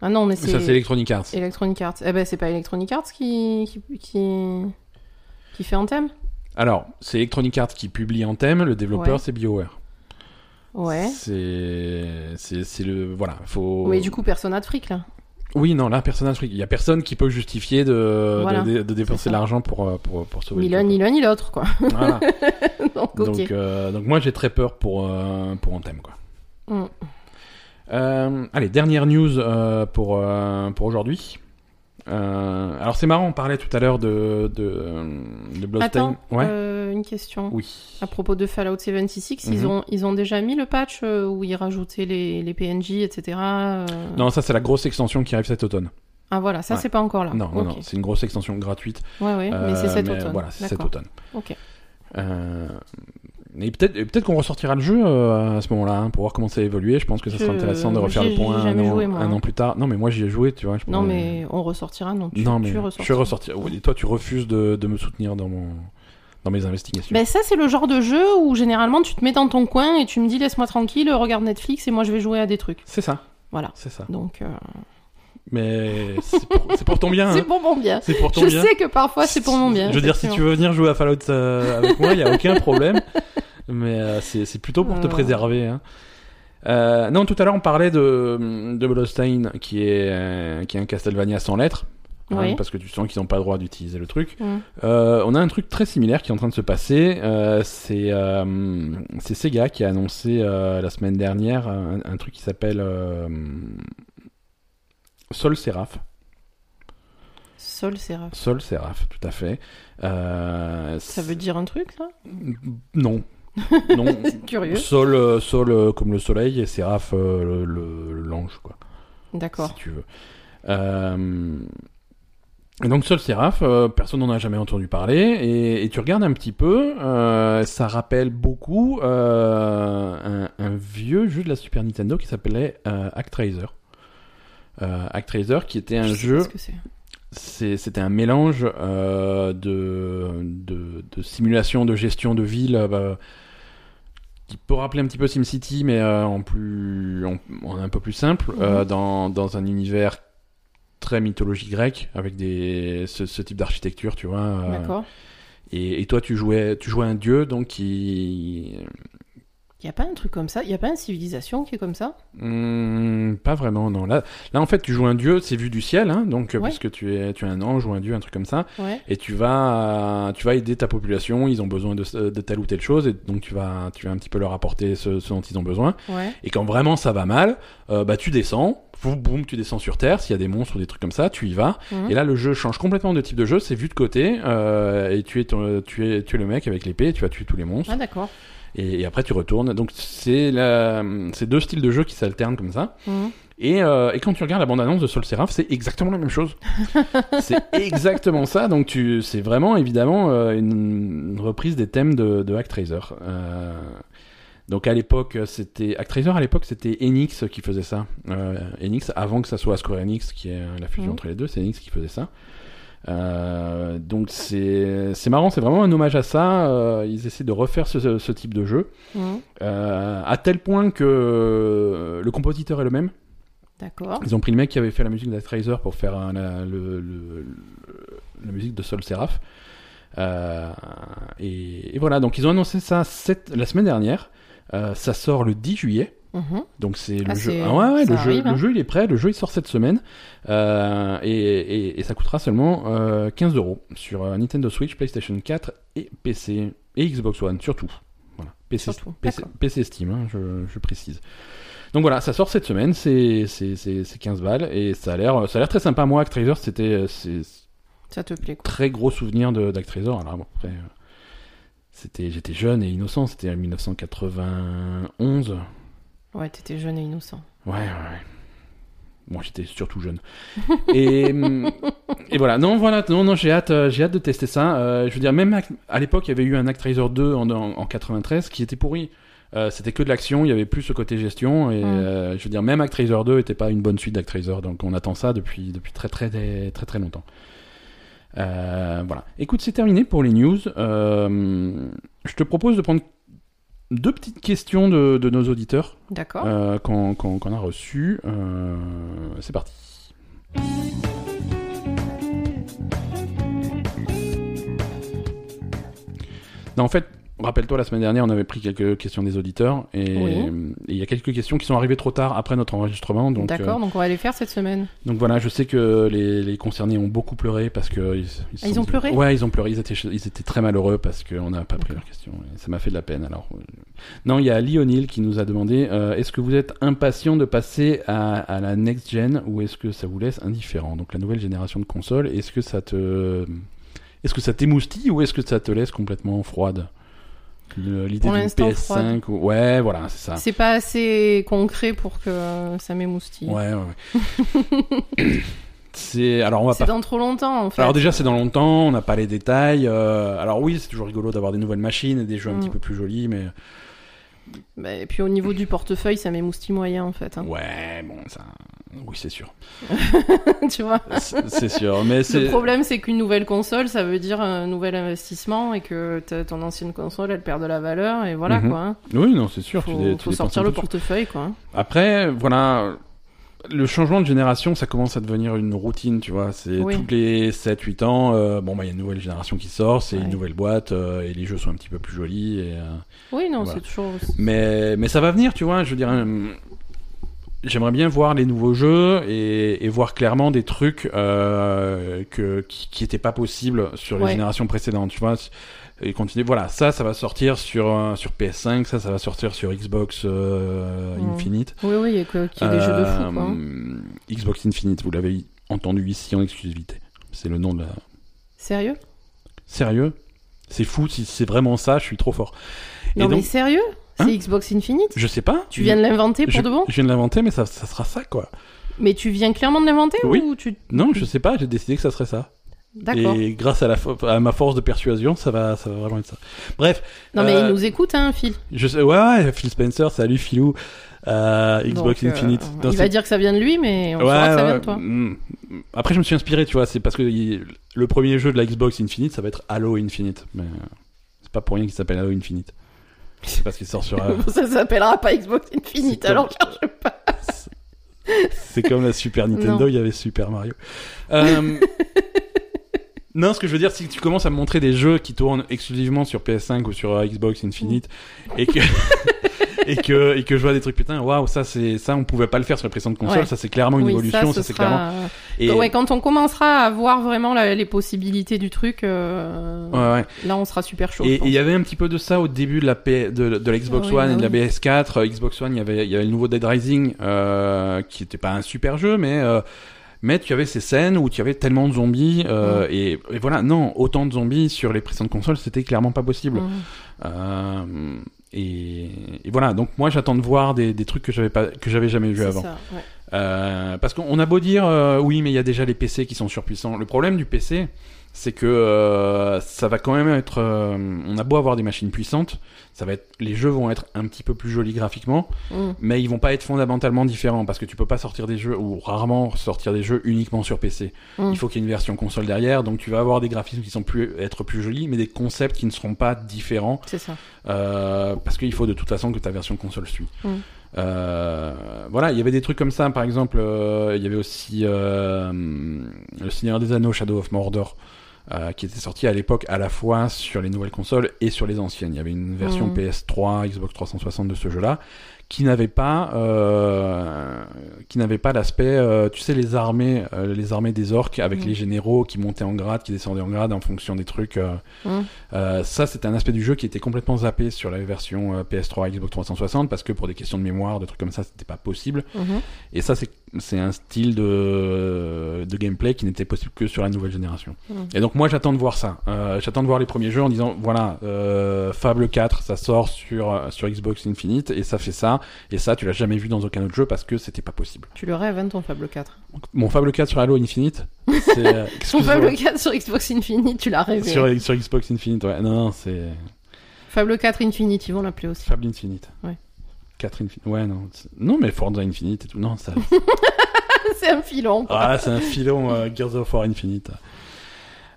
B: Ah non mais
A: Ça, c'est
B: c'est
A: Electronic Arts.
B: Electronic Arts. Eh ben c'est pas Electronic Arts qui qui qui, qui fait Anthem.
A: Alors, c'est Electronic Arts qui publie en thème, le développeur
B: Ouais.
A: c'est BioWare.
B: Ouais.
A: C'est c'est c'est le voilà, faut
B: Mais du coup, personne n'a de fric là.
A: Oui, non, là personne il y a personne qui peut justifier de
B: Voilà,
A: de, de- de dépenser
B: ça.
A: de l'argent pour euh, pour pour sauver
B: Ni
A: le
B: l'un,
A: peuple.
B: ni l'un, ni l'autre quoi.
A: Voilà.
B: Donc, ok.
A: donc euh, donc moi j'ai très peur pour euh, pour Anthem quoi.
B: Mm.
A: Euh, allez, dernière news euh, pour, euh, pour aujourd'hui. Euh, alors c'est marrant, on parlait tout à l'heure de, de, euh, de Bloodstained.
B: Attends,
A: ouais.
B: euh, une question.
A: Oui.
B: À propos de Fallout 76, ils,
A: Mhm.
B: ont, ils ont déjà mis le patch euh, où ils rajoutaient les, les PNJ, etc. euh,
A: Non, ça c'est la grosse extension qui arrive cet automne.
B: Ah voilà, ça
A: Ouais.
B: c'est pas encore là.
A: Non, non,
B: Ok.
A: non, c'est une grosse extension gratuite
B: Ouais, ouais, mais c'est
A: Euh,
B: cet automne.
A: Voilà, c'est cet
B: D'accord.
A: automne.
B: Ok.
A: Euh, et peut-être peut qu'on ressortira le jeu euh, à ce moment-là hein, pour voir comment ça a évolué. Je pense que ça
B: Je-
A: sera intéressant de
B: moi,
A: refaire le
B: j'y-
A: point
B: j'y ai
A: un,
B: jamais
A: an,
B: joué, moi,
A: un
B: hein.
A: an plus tard. Non, mais moi j'y ai joué, tu vois. je
B: Non,
A: pourrais-
B: mais on ressortira, non tu,
A: non, mais
B: tu
A: je
B: ressortiras.
A: ressortir. Et toi, tu refuses de, de me soutenir dans mon dans mes investigations.
B: Ben, ça, c'est le genre de jeu où généralement tu te mets dans ton coin et tu me dis laisse-moi tranquille, regarde Netflix et moi je vais jouer à des trucs.
A: C'est ça.
B: Voilà.
A: C'est ça.
B: Donc, euh,
A: mais c'est pour, c'est pour ton bien.
B: C'est
A: hein.
B: pour mon bien.
A: C'est pour ton
B: Je
A: bien.
B: sais que parfois c'est pour mon bien.
A: Je veux dire, si tu veux venir jouer à Fallout euh, avec moi, il n'y a aucun problème. Mais euh, c'est c'est plutôt pour te
B: Euh.
A: préserver. hein. Euh, non, tout à l'heure, on parlait de, de Bloodstained, qui est, euh, qui est un Castlevania sans lettres. hein,
B: Oui.
A: parce que tu sens qu'ils n'ont pas le droit d'utiliser le truc.
B: Mm.
A: Euh, on a un truc très similaire qui est en train de se passer. Euh, c'est euh, c'est Sega qui a annoncé euh, la semaine dernière un, un truc qui s'appelle euh, Sol Seraph.
B: Sol Seraph.
A: Sol Seraph, tout à fait. Euh,
B: Ça veut dire un truc, ça
A: Non. non.
B: C'est curieux.
A: Sol, euh, sol euh, comme le soleil et Séraph euh, le- le- l'ange, quoi, si
B: D'accord.
A: tu veux. Euh, et donc Sol Séraph, euh, personne n'en a jamais entendu parler, et, et tu regardes un petit peu, euh, ça rappelle beaucoup euh, un, un vieux jeu de la Super Nintendo qui s'appelait euh, Actraiser. Euh, Actraiser qui était un
B: Je sais
A: jeu... euh,
B: pas ce que c'est.
A: C'est- C'était un mélange euh, de, de, de simulation de gestion de ville euh, bah, qui peut rappeler un petit peu SimCity, mais euh, en plus en, en un peu plus simple,
B: Mhm.
A: euh, dans, dans un univers très mythologie grecque, avec des, ce, ce type d'architecture, tu vois. euh,
B: D'accord.
A: et, et toi, tu jouais, tu jouais un dieu, donc qui.
B: Il a pas un truc comme ça Il a pas une civilisation qui est comme ça
A: Hmm, pas vraiment, non. Là, là, en fait, tu joues un dieu, c'est vu du ciel, hein, donc,
B: Ouais.
A: parce que tu es, tu es un ange ou un dieu, un truc comme ça.
B: Ouais.
A: et tu vas euh, tu vas aider ta population ils ont besoin de, de telle ou telle chose et donc tu vas tu vas un petit peu leur apporter ce, ce dont ils ont besoin
B: Ouais.
A: et quand vraiment ça va mal euh, bah tu descends boum, boum tu descends sur terre s'il y a des monstres ou des trucs comme ça tu y vas
B: Mhm.
A: et là le jeu change complètement de type de jeu c'est vu de côté euh, et tu es ton- tu es tu es le mec avec l'épée et tu vas tuer tous les monstres
B: Ah d'accord.
A: et, et après tu retournes donc c'est la- c'est deux styles de jeu qui s'alternent comme ça
B: Mhm.
A: et, euh, et quand tu regardes la bande-annonce de Sol Seraph, c'est exactement la même chose. c'est exactement ça. Donc tu, c'est vraiment évidemment euh, une, une reprise des thèmes de, de Actraiser. Euh, donc à l'époque, c'était Actraiser. À l'époque, c'était Enix qui faisait ça. Euh, Enix avant que ça soit Square Enix, qui est la fusion
B: Mhm.
A: entre les deux, c'est Enix qui faisait ça. Euh, donc c'est c'est marrant, c'est vraiment un hommage à ça. Euh, ils essaient de refaire ce- ce- ce type de jeu
B: Mhm.
A: euh, à tel point que euh, le compositeur est le même.
B: D'accord.
A: Ils ont pris le mec qui avait fait la musique d'Actraiser pour faire euh, la, le- le- la musique de Sol Seraph. Euh, et, et voilà, donc ils ont annoncé ça cette- la semaine dernière. Euh, ça sort le 10 juillet.
B: Mhm.
A: Donc c'est le
B: Ah,
A: jeu.
B: c'est-
A: Ah ouais, ouais,
B: ça
A: le, jeu
B: arrive, hein.
A: le jeu il est prêt, le jeu il sort cette semaine. Euh, et, et- et ça coûtera seulement euh, 15 euros sur euh, Nintendo Switch, PlayStation 4 et PC. Et Xbox One surtout. Voilà. PC,
B: Surtout,
A: PC,
B: d'accord.
A: PC Steam, hein, je, je précise. Donc voilà, ça sort cette semaine, c'est c'est- c'est- c'est 15 balles et ça a l'air ça a l'air très sympa. Moi, Actraiser, c'était euh, c'est
B: Ça te plaît quoi.
A: très gros souvenir de- d'Actraiser. Alors bon, après, euh, c'était j'étais jeune et innocent, c'était en 1991.
B: Ouais, t'étais jeune et innocent.
A: Ouais, ouais, ouais. Moi, j'étais surtout jeune. Et, hum, et voilà. Non, voilà. Non, non, j'ai hâte, euh, j'ai hâte de tester ça. Euh, je veux dire, même ac- à l'époque, il y avait eu un Actraiser 2 en, en, en 93 qui était pourri. Euh, c'était que de l'action, il y avait plus ce côté gestion. Et
B: Mm.
A: euh, je veux dire, même Actraiser 2 n'était pas une bonne suite d'Actraiser. Donc, on attend ça depuis, depuis très, très, très, très, très longtemps. Euh, voilà. Écoute, c'est terminé pour les news. Euh, je te propose de prendre deux petites questions de- de nos auditeurs
B: D'accord.
A: euh, qu'on qu'on- qu'on a reçu. Euh, c'est parti. Non, en fait, rappelle-toi, la semaine dernière, on avait pris quelques questions des auditeurs et
B: Oui.
A: et il y a quelques questions qui sont arrivées trop tard après notre enregistrement. Donc,
B: D'accord,
A: euh,
B: donc on va les faire cette semaine.
A: donc voilà, je sais que les, les concernés ont beaucoup pleuré parce que ils, se
B: Ah, ils
A: sont
B: ont
A: dit-
B: pleuré
A: Ouais, ils ont pleuré. Ils étaient, ch- ils étaient très malheureux parce qu'on n'a pas pris
B: D'accord.
A: leur question. Et ça m'a fait de la peine. Alors euh, non, il y a Lionel qui nous a demandé euh, est-ce que vous êtes impatient de passer à, à la next gen ou est-ce que ça vous laisse indifférent Donc la nouvelle génération de consoles, est-ce que ça te, est-ce que ça t'émoustille ou est-ce que ça te laisse complètement froide Le- L'idée
B: Pour
A: d'une
B: l'instant,
A: PS5 ou... ouais, voilà, c'est ça.
B: C'est pas assez concret pour que ça m'émoustille.
A: Ouais, ouais. ouais. c'est alors on va
B: C'est
A: pas
B: dans trop longtemps en fait.
A: Alors déjà c'est dans longtemps, on n'a pas les détails. euh, alors oui, c'est toujours rigolo d'avoir des nouvelles machines et des jeux un
B: Mm.
A: petit peu plus jolis, mais
B: Bah, et puis au niveau du portefeuille, ça m'émoustille moyen en fait. hein.
A: ouais, bon ça, oui c'est sûr,
B: tu vois
A: c'est c'est sûr. Mais
B: Ah. Le
A: c'est
B: problème, c'est qu'une nouvelle console, ça veut dire un nouvel investissement et que ta- ton ancienne console, elle perd de la valeur et voilà
A: Mhm.
B: quoi. hein.
A: oui non c'est sûr. tu
B: Faut,
A: dé- tu
B: faut
A: dépenses un
B: sortir
A: peu
B: le
A: de sous.
B: portefeuille quoi.
A: Après voilà, le changement de génération, ça commence à devenir une routine, tu vois. C'est
B: Oui.
A: tous les 7-8 ans, euh, bon, bah, il y a une nouvelle génération qui sort, c'est
B: Ouais.
A: une nouvelle boîte, euh, et les jeux sont un petit peu plus jolis. Et, euh,
B: Oui, non,
A: Voilà.
B: c'est toujours.
A: mais, mais ça va venir, tu vois. Je veux dire, euh, j'aimerais bien voir les nouveaux jeux et, et voir clairement des trucs euh, que, qui qui n'étaient pas possibles sur les
B: Ouais.
A: générations précédentes, tu vois. Et continuer. Voilà, ça, ça va sortir sur, euh, sur PS5, ça, ça va sortir sur Xbox euh,
B: Mm.
A: Infinite.
B: Oui, oui, et que- qu'il y ait des jeux de fou, quoi. hein.
A: Euh, Xbox Infinite, vous l'avez entendu ici en exclusivité. C'est le nom de la.
B: Sérieux
A: Sérieux C'est fou, si c'est vraiment ça, je suis trop fort.
B: Non,
A: donc-
B: mais sérieux
A: Hein
B: C'est Xbox Infinite
A: Je sais pas.
B: Tu viens de l'inventer
A: je,
B: pour de bon
A: Je viens de l'inventer, mais ça, ça sera ça, quoi.
B: Mais tu viens clairement de l'inventer
A: Oui.
B: ou tu.
A: Non, je sais pas, j'ai décidé que ça serait ça.
B: Mm. D'accord.
A: Et grâce à, la fo- à ma force de persuasion, ça va, ça va vraiment être ça. Bref,
B: Non, mais
A: euh,
B: il nous écoute, hein, Phil.
A: je sais, ouais, ouais, Phil Spencer, salut Philou, euh, Xbox
B: Donc, euh,
A: Infinite. Non,
B: il
A: c'est-
B: va dire que ça vient de lui, mais on
A: Ouais,
B: saura que ça
A: ouais,
B: vient de toi.
A: mm. Après, je me suis inspiré, tu vois, c'est parce que il- le premier jeu de la Xbox Infinite, ça va être Halo Infinite. Mais euh, c'est pas pour rien qu'il s'appelle Halo Infinite. C'est parce qu'il sort sur. euh,
B: ça s'appellera pas Xbox Infinite,
A: C'est comme-
B: alors cherche pas.
A: c'est- c'est comme la Super Nintendo,
B: Non.
A: il y avait Super Mario. Euh, non, ce que je veux dire, c'est que tu commences à me montrer des jeux qui tournent exclusivement sur PS5 ou sur euh, Xbox Infinite et que. Et que, et que je vois des trucs putain waouh ça c'est ça on pouvait pas le faire sur la précédente console
B: Ouais.
A: ça c'est clairement une
B: Oui,
A: évolution ça,
B: ce
A: c'est
B: sera- euh,
A: clairement et
B: Ouais, quand on commencera à voir vraiment la- les possibilités du truc, euh,
A: ouais, ouais.
B: là on sera super chaud. je
A: Et et
B: pense.
A: il y avait un petit peu de ça au début de la, P- de, de la Xbox
B: Ah oui,
A: One
B: bah
A: et de
B: oui.
A: la PS4. Euh, Xbox One, il y avait, il y avait le nouveau Dead Rising, euh, qui était pas un super jeu, mais, euh, mais tu avais ces scènes où tu avais tellement de zombies, euh, et, et voilà, non, autant de zombies sur les précédentes consoles, c'était clairement pas possible.
B: Mm.
A: Euh, et, et voilà, donc moi j'attends de voir des, des trucs que j'avais pas, que j'avais jamais vu
B: C'est
A: avant.
B: ça, ouais.
A: Euh, parce qu'on a beau dire euh, oui, mais il y a déjà les PC qui sont surpuissants. Le problème du PC, c'est que euh, ça va quand même être. euh, on a beau avoir des machines puissantes, ça va être. Les jeux vont être un petit peu plus jolis graphiquement,
B: Mm.
A: mais ils vont pas être fondamentalement différents parce que tu peux pas sortir des jeux ou rarement sortir des jeux uniquement sur PC.
B: Mm.
A: Il faut qu'il y ait une version console derrière, donc tu vas avoir des graphismes qui sont plus être plus jolis, mais des concepts qui ne seront pas différents
B: C'est ça.
A: euh, parce qu'il faut de toute façon que ta version console suit.
B: Mm.
A: Euh, voilà, il y avait des trucs comme ça, par exemple, euh, il y avait aussi euh, Le Seigneur des Anneaux, Shadow of Mordor, euh, qui était sorti à l'époque à la fois sur les nouvelles consoles et sur les anciennes. Il y avait une version
B: Mm.
A: PS3, Xbox 360 de ce jeu-là, qui n'avait pas, euh, qui n'avait pas l'aspect, euh, tu sais, les armées, euh, les armées des orques avec
B: Mm.
A: les généraux qui montaient en grade, qui descendaient en grade en fonction des trucs. euh,
B: Mm.
A: euh, ça, c'était un aspect du jeu qui était complètement zappé sur la version euh, PS3 Xbox 360 parce que pour des questions de mémoire, de trucs comme ça, c'était pas possible.
B: Mhm.
A: Et ça, c'est c'est un style de, de gameplay qui n'était possible que sur la nouvelle génération.
B: Mm.
A: Et donc, moi, j'attends de voir ça. Euh, j'attends de voir les premiers jeux en disant voilà, euh, Fable 4, ça sort sur, euh, sur Xbox Infinite et ça fait ça. Et ça, tu l'as jamais vu dans aucun autre jeu parce que c'était pas possible.
B: Tu le rêves, hein, ton Fable 4.
A: Donc, mon Fable 4 sur Halo Infinite, c'est. euh,
B: Ton
A: excuse-moi,
B: Fable 4 sur Xbox Infinite, tu l'as rêvé.
A: sur, sur Xbox Infinite, ouais. Non, non, c'est.
B: Fable 4 Infinite, ils vont l'appeler aussi.
A: Fable Infinite.
B: Ouais.
A: 4 Infinite. Ouais, non. c'est- Non, mais Forza Infinite et tout. Non, ça.
B: c'est un filon. quoi.
A: ah, c'est un filon euh, Gears of War Infinite.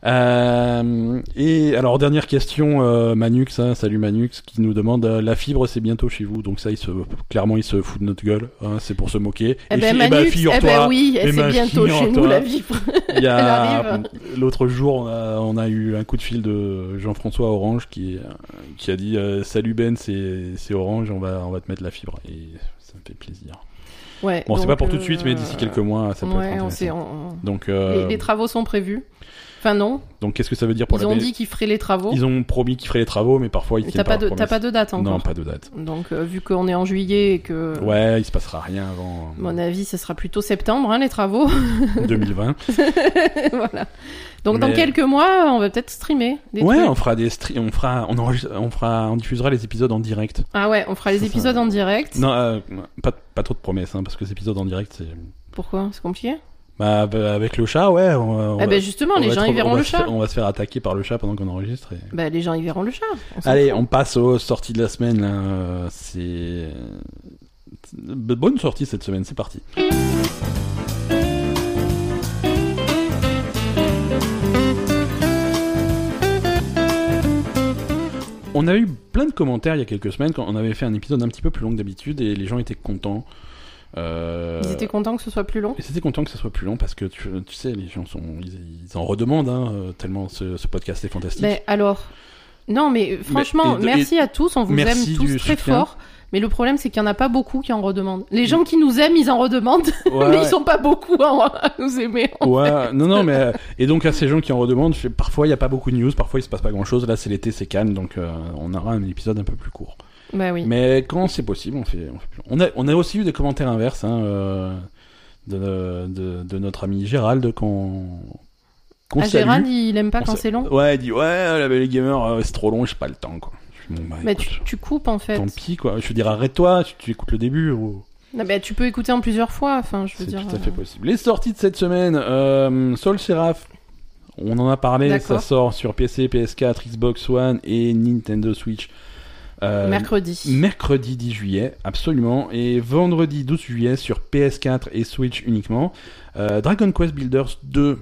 A: Euh, et alors, dernière question, euh, Manux. hein, salut Manux, qui nous demande euh, La fibre, c'est bientôt chez vous. Donc, ça, il se, clairement, il se fout de notre gueule. hein, c'est pour se moquer.
B: Eh
A: Et
B: ben,
A: fi-
B: Manu, eh ben oui,
A: eh
B: et
A: ben,
B: c'est bientôt chez nous
A: figure-toi.
B: la vibre.
A: Il y
B: Elle
A: a
B: arrive.
A: l'autre jour, on a, on a eu un coup de fil de Jean-François Orange qui, qui a dit euh, Salut Ben, c'est c'est Orange, on va, on va te mettre la fibre. Et ça me fait plaisir.
B: Ouais,
A: Bon, c'est
B: donc,
A: pas pour tout de
B: euh,
A: suite, mais d'ici quelques mois, ça peut
B: ouais,
A: être
B: on sait,
A: intéressant.
B: on- on-
A: Donc,
B: Les-
A: euh,
B: Les, travaux sont prévus. Enfin non,
A: donc qu'est-ce que ça veut dire pour
B: ils
A: la
B: ont
A: B-
B: dit qu'ils feraient les travaux.
A: Ils ont promis qu'ils feraient les travaux, mais parfois ils
B: Mais
A: tiennent
B: T'as pas, de-
A: leurs
B: t'as pas de date
A: promesses. Non,
B: encore.
A: pas de date.
B: Donc euh, vu qu'on est en juillet et que,
A: Ouais, il se passera rien avant
B: à mon avis, ce sera plutôt septembre hein, les travaux.
A: 2020.
B: voilà. Donc dans
A: Mais-
B: quelques mois, on va peut-être streamer. Des
A: ouais,
B: trucs.
A: on fera des streams, on fera, on, enregistre- on fera, on diffusera les épisodes en direct.
B: Ah ouais, on fera les
A: Ça, ça-
B: épisodes en direct.
A: Non, euh, pas, pas trop de promesses, hein, parce que les épisodes en direct, c'est
B: Pourquoi C'est compliqué
A: Bah, bah, avec le chat, ouais. On, va- on
B: Ah
A: va-
B: ben justement,
A: on
B: les
A: va
B: gens
A: être-
B: ils
A: on
B: verront
A: va
B: le
A: se
B: chat.
A: faire- on va se faire attaquer par le chat pendant qu'on enregistre. et-
B: Bah les gens ils verront le chat. On s'en
A: Allez,
B: fout.
A: on passe aux sorties de la semaine. là, euh, C'est B- bonne sortie cette semaine. C'est parti. On a eu plein de commentaires il y a quelques semaines quand on avait fait un épisode un petit peu plus long que d'habitude et les gens étaient contents. Euh,
B: Ils étaient contents que ce soit plus long.
A: Ils étaient contents que ça soit plus long parce que tu, tu sais, les gens sont, ils, ils en redemandent hein, euh, tellement ce, ce podcast est fantastique.
B: Mais alors, non, mais franchement,
A: et de-
B: merci
A: et-
B: à tous, on vous
A: merci
B: aime tous
A: du
B: très
A: soutien. Mm.
B: fort. Mais le problème, c'est qu'il n'y en a pas beaucoup qui en redemandent. Les gens qui nous aiment, ils en redemandent,
A: Ouais,
B: mais
A: ouais.
B: ils sont pas beaucoup à à nous aimer.
A: Ouais, non, non, mais euh, et donc à ces gens qui en redemandent, je- parfois il n'y a pas beaucoup de news, parfois il se passe pas grand chose. Là, c'est l'été, c'est Cannes, donc euh, on aura un épisode un peu plus court.
B: Bah oui.
A: Mais quand c'est possible, on fait, on fait plus long. On a, on a aussi eu des commentaires inverses hein, euh, de, de, de notre ami Gérald qu'on qu'on
B: Ah,
A: salue.
B: Gérald, il aime pas
A: On
B: quand
A: sa-
B: c'est long.
A: Ouais, il dit ouais, la belle gamer, euh, c'est trop long, j'ai pas le temps quoi. Je dis, bon, bah,
B: Mais
A: écoute,
B: tu, tu coupes en fait.
A: tant pis quoi. Je veux dire, arrête-toi, tu, tu écoutes le début. ou-
B: Non, mais tu peux écouter en plusieurs fois. Enfin, je veux
A: C'est
B: dire. euh,
A: tout à fait possible. Les sorties de cette semaine, euh, Sol Seraph, on en a parlé,
B: D'accord.
A: ça sort sur PC, PS4, Xbox One et Nintendo Switch.
B: euh,
A: euh,
B: mercredi.
A: mercredi 10 juillet, absolument, et vendredi 12 juillet sur PS4 et Switch uniquement. Euh, Dragon Quest Builders 2.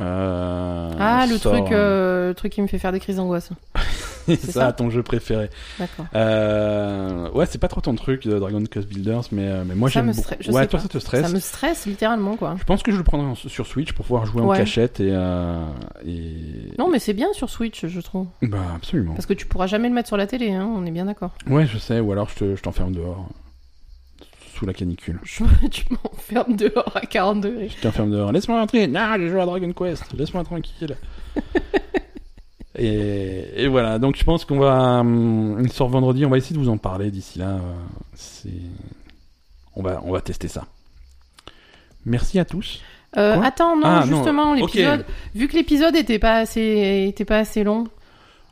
A: euh,
B: Ah, le
A: sort-
B: truc, euh, le truc qui me fait faire des crises d'angoisse.
A: c'est
B: ça
A: ça, ton jeu préféré.
B: D'accord.
A: Euh, ouais, c'est pas trop ton truc, euh, Dragon Quest Builders, mais, euh, mais moi
B: Ça
A: j'aime
B: me
A: beaucoup.
B: stresse- je
A: ouais,
B: sais
A: toi
B: pas.
A: ça te stresse.
B: Ça me stresse littéralement, quoi.
A: Je pense que je le prendrai en- sur Switch pour pouvoir jouer en
B: Ouais.
A: cachette et, euh, et...
B: Non, mais c'est bien sur Switch, je trouve.
A: Bah absolument.
B: Parce que tu pourras jamais le mettre sur la télé, hein, on est bien d'accord.
A: Ouais, je sais. Ou alors je te- je t'enferme dehors sous la canicule.
B: Je- tu m'enfermes dehors à 40 degrés.
A: Je t'enferme dehors. Laisse-moi entrer. Non, j'ai joué à Dragon Quest. Laisse-moi tranquille. et, et voilà. Donc je pense qu'on va hum, il sort vendredi. On va essayer de vous en parler d'ici là. euh, C'est on va on va tester ça. Merci à tous.
B: Euh,
A: Quoi
B: attends, non,
A: Ah, non,
B: justement,
A: ok.
B: l'épisode. Vu que l'épisode était pas assez, était pas assez long.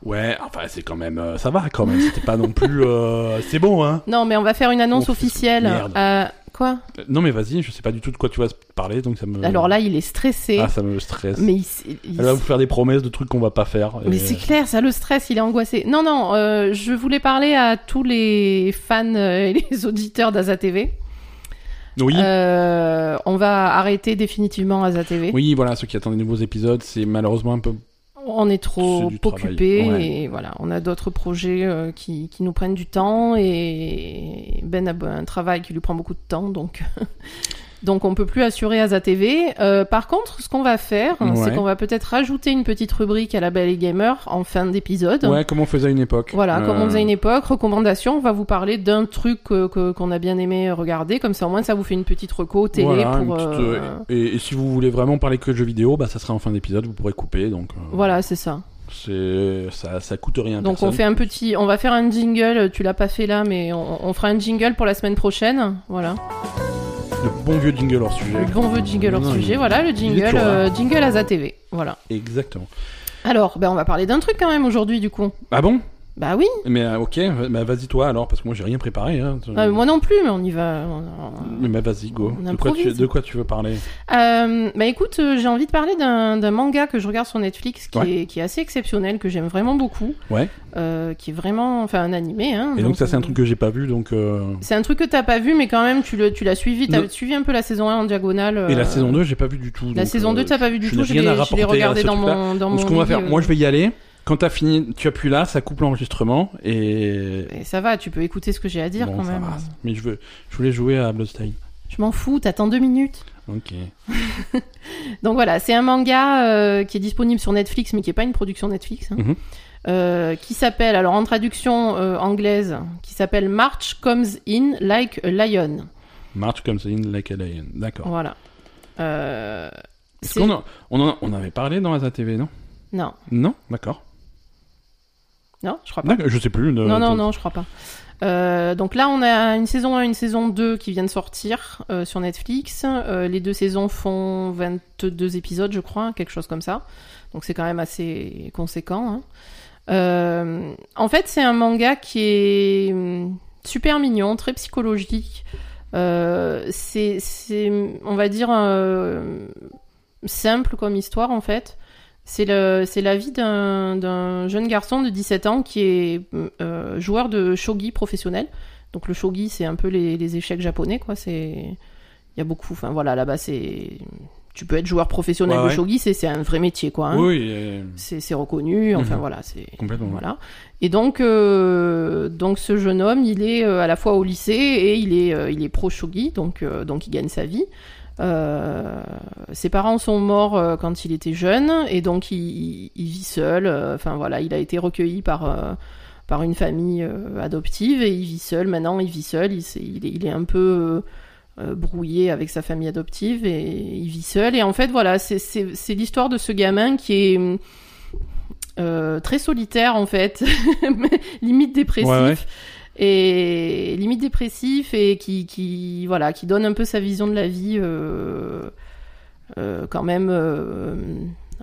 A: Ouais, enfin c'est quand même euh, ça va quand même. C'était pas non plus euh, c'est bon hein.
B: Non, mais on va faire une annonce
A: Oh,
B: officielle.
A: merde.
B: Euh, quoi
A: Euh, Non mais vas-y, je sais pas du tout de quoi tu vas parler, donc ça me.
B: Alors là, il est stressé.
A: Hmm. ah, ça me stresse.
B: mais il s- il
A: Elle va
B: s-
A: vous faire des promesses de trucs qu'on va pas faire. et-
B: Mais c'est clair, ça le stresse, il est angoissé. Non, non, euh, je voulais parler à tous les fans euh, et les auditeurs d'AzaTV.
A: Oui.
B: Euh, on va arrêter définitivement AzaTV.
A: Oui, voilà, ceux qui attendent les nouveaux épisodes, c'est malheureusement un peu.
B: On est trop
A: C'est du travail,
B: occupés
A: ouais.
B: et voilà, on a d'autres projets euh, qui, qui nous prennent du temps et Ben a un travail qui lui prend beaucoup de temps, donc donc on peut plus assurer AzaTV. Euh, par contre, ce qu'on va faire, c'est
A: Ouais.
B: qu'on va peut-être rajouter une petite rubrique à la Belle et Gamer en fin d'épisode.
A: Ouais, comme on faisait à une époque.
B: Voilà,
A: Euh,
B: comme on faisait à une époque, recommandation, on va vous parler d'un truc euh, que- qu'on a bien aimé regarder, comme ça au moins ça vous fait une petite reco télé
A: voilà, une
B: pour...
A: petite,
B: euh,
A: euh, et, et si vous voulez vraiment parler que de jeux vidéo, bah ça sera en fin d'épisode, vous pourrez couper, donc. euh,
B: Voilà, c'est ça.
A: C'est ça, ça coûte rien. à
B: Donc on
A: personne.
B: fait un petit, on va faire un jingle. Tu l'as pas fait là, mais on, on fera un jingle pour la semaine prochaine. Voilà.
A: le bon vieux jingle hors
B: Le
A: sujet.
B: bon vœu de jingle hors
A: Non, non,
B: sujet.
A: il-
B: Voilà le
A: il est
B: jingle,
A: toujours là.
B: euh, jingle à TV. Voilà.
A: Exactement.
B: Alors, ben on va parler d'un truc quand même aujourd'hui du coup.
A: Ah bon
B: Bah oui.
A: Mais euh, ok, bah vas-y toi alors, parce que moi j'ai rien préparé. Hein.
B: Ah, mais moi non plus, mais on y va. on- on-
A: Mais bah, vas-y, go.
B: On
A: De quoi, tu,
B: improvise.
A: de quoi tu veux parler
B: Euh, bah écoute, euh, j'ai envie de parler d'un d'un manga que je regarde sur Netflix qui,
A: Ouais.
B: est, qui est assez exceptionnel, que j'aime vraiment beaucoup.
A: Ouais.
B: Euh, qui est vraiment, enfin un animé. Hein,
A: Et donc ça c'est un
B: euh,
A: truc que j'ai pas vu, donc. euh,
B: C'est un truc que t'as pas vu, mais quand même tu le- tu l'as suivi. T'as
A: Non.
B: suivi un peu la saison 1 en diagonale.
A: Et la
B: euh,
A: saison 2, j'ai pas vu du tout.
B: La
A: donc,
B: saison
A: euh,
B: 2, t'as pas vu du
A: je
B: tout,
A: n'ai
B: je
A: rien à
B: l'ai- je l'ai
A: rapporter à
B: regardé
A: ce
B: dans
A: truc-là.
B: mon, dans
A: Donc,
B: mon.
A: ce qu'on va
B: lit,
A: faire,
B: euh,
A: moi je vais y aller. Quand t'as fini, tu appuies là, ça coupe l'enregistrement et.
B: et ça va, tu peux écouter ce que j'ai à Bah, dire
A: Bon,
B: quand
A: ça
B: même.
A: va. Mais je veux, je voulais jouer à Bloodstained.
B: Je m'en fous, t'attends deux minutes.
A: Ok.
B: Donc voilà, c'est un manga euh, qui est disponible sur Netflix, mais qui est pas une production Netflix, hein,
A: Mhm.
B: euh, qui s'appelle, alors en traduction euh, anglaise, qui s'appelle March Comes In Like a Lion.
A: March comes in like a lion. D'accord.
B: Voilà. Euh,
A: Est-ce
B: c'est-
A: qu'on en- on, en- on avait parlé dans Asa TV, non
B: Non,
A: Non D'accord.
B: non, je crois pas.
A: D'accord, Je sais plus. le-
B: Non, non,
A: le-
B: non, je crois pas. Euh, donc là, on a une saison 1 et une saison 2 qui viennent sortir euh, sur Netflix. Euh, les deux saisons font 22 épisodes, je crois, quelque chose comme ça. Donc c'est quand même assez conséquent. hein. Euh, en fait, c'est un manga qui est hum, super mignon, très psychologique. Euh, c'est, c'est, on va dire, euh, simple comme histoire, en fait. C'est, le, c'est la vie d'un, d'un jeune garçon de 17 ans qui est euh, joueur de shogi professionnel. Donc le shogi, c'est un peu les, les échecs japonais, quoi. C'est, il y a beaucoup. Enfin voilà, là-bas, c'est, tu peux être joueur professionnel
A: Ouais,
B: de
A: ouais.
B: shogi, c'est c'est un vrai métier, quoi. hein.
A: Oui, euh,
B: C'est c'est reconnu, enfin
A: Mhm.
B: voilà, c'est
A: complètement.
B: voilà. Et donc, euh, donc ce jeune homme, il est euh, à la fois au lycée et il est, euh, il est pro shogi, donc, euh, donc il gagne sa vie. Euh, ses parents sont morts euh, quand il était jeune et donc il, il- il vit seul. euh, Enfin voilà, il a été recueilli par euh, par une famille euh, adoptive et il vit seul. Maintenant, il vit seul. Il, s'est- il est, il est un peu euh, euh, brouillé avec sa famille adoptive et il vit seul. Et en fait, voilà, c'est- c'est c'est l'histoire de ce gamin qui est euh, très solitaire en fait, limite dépressif.
A: Ouais, ouais.
B: Et limite dépressif et qui, qui, voilà, qui donne un peu sa vision de la vie, euh, euh, quand même euh,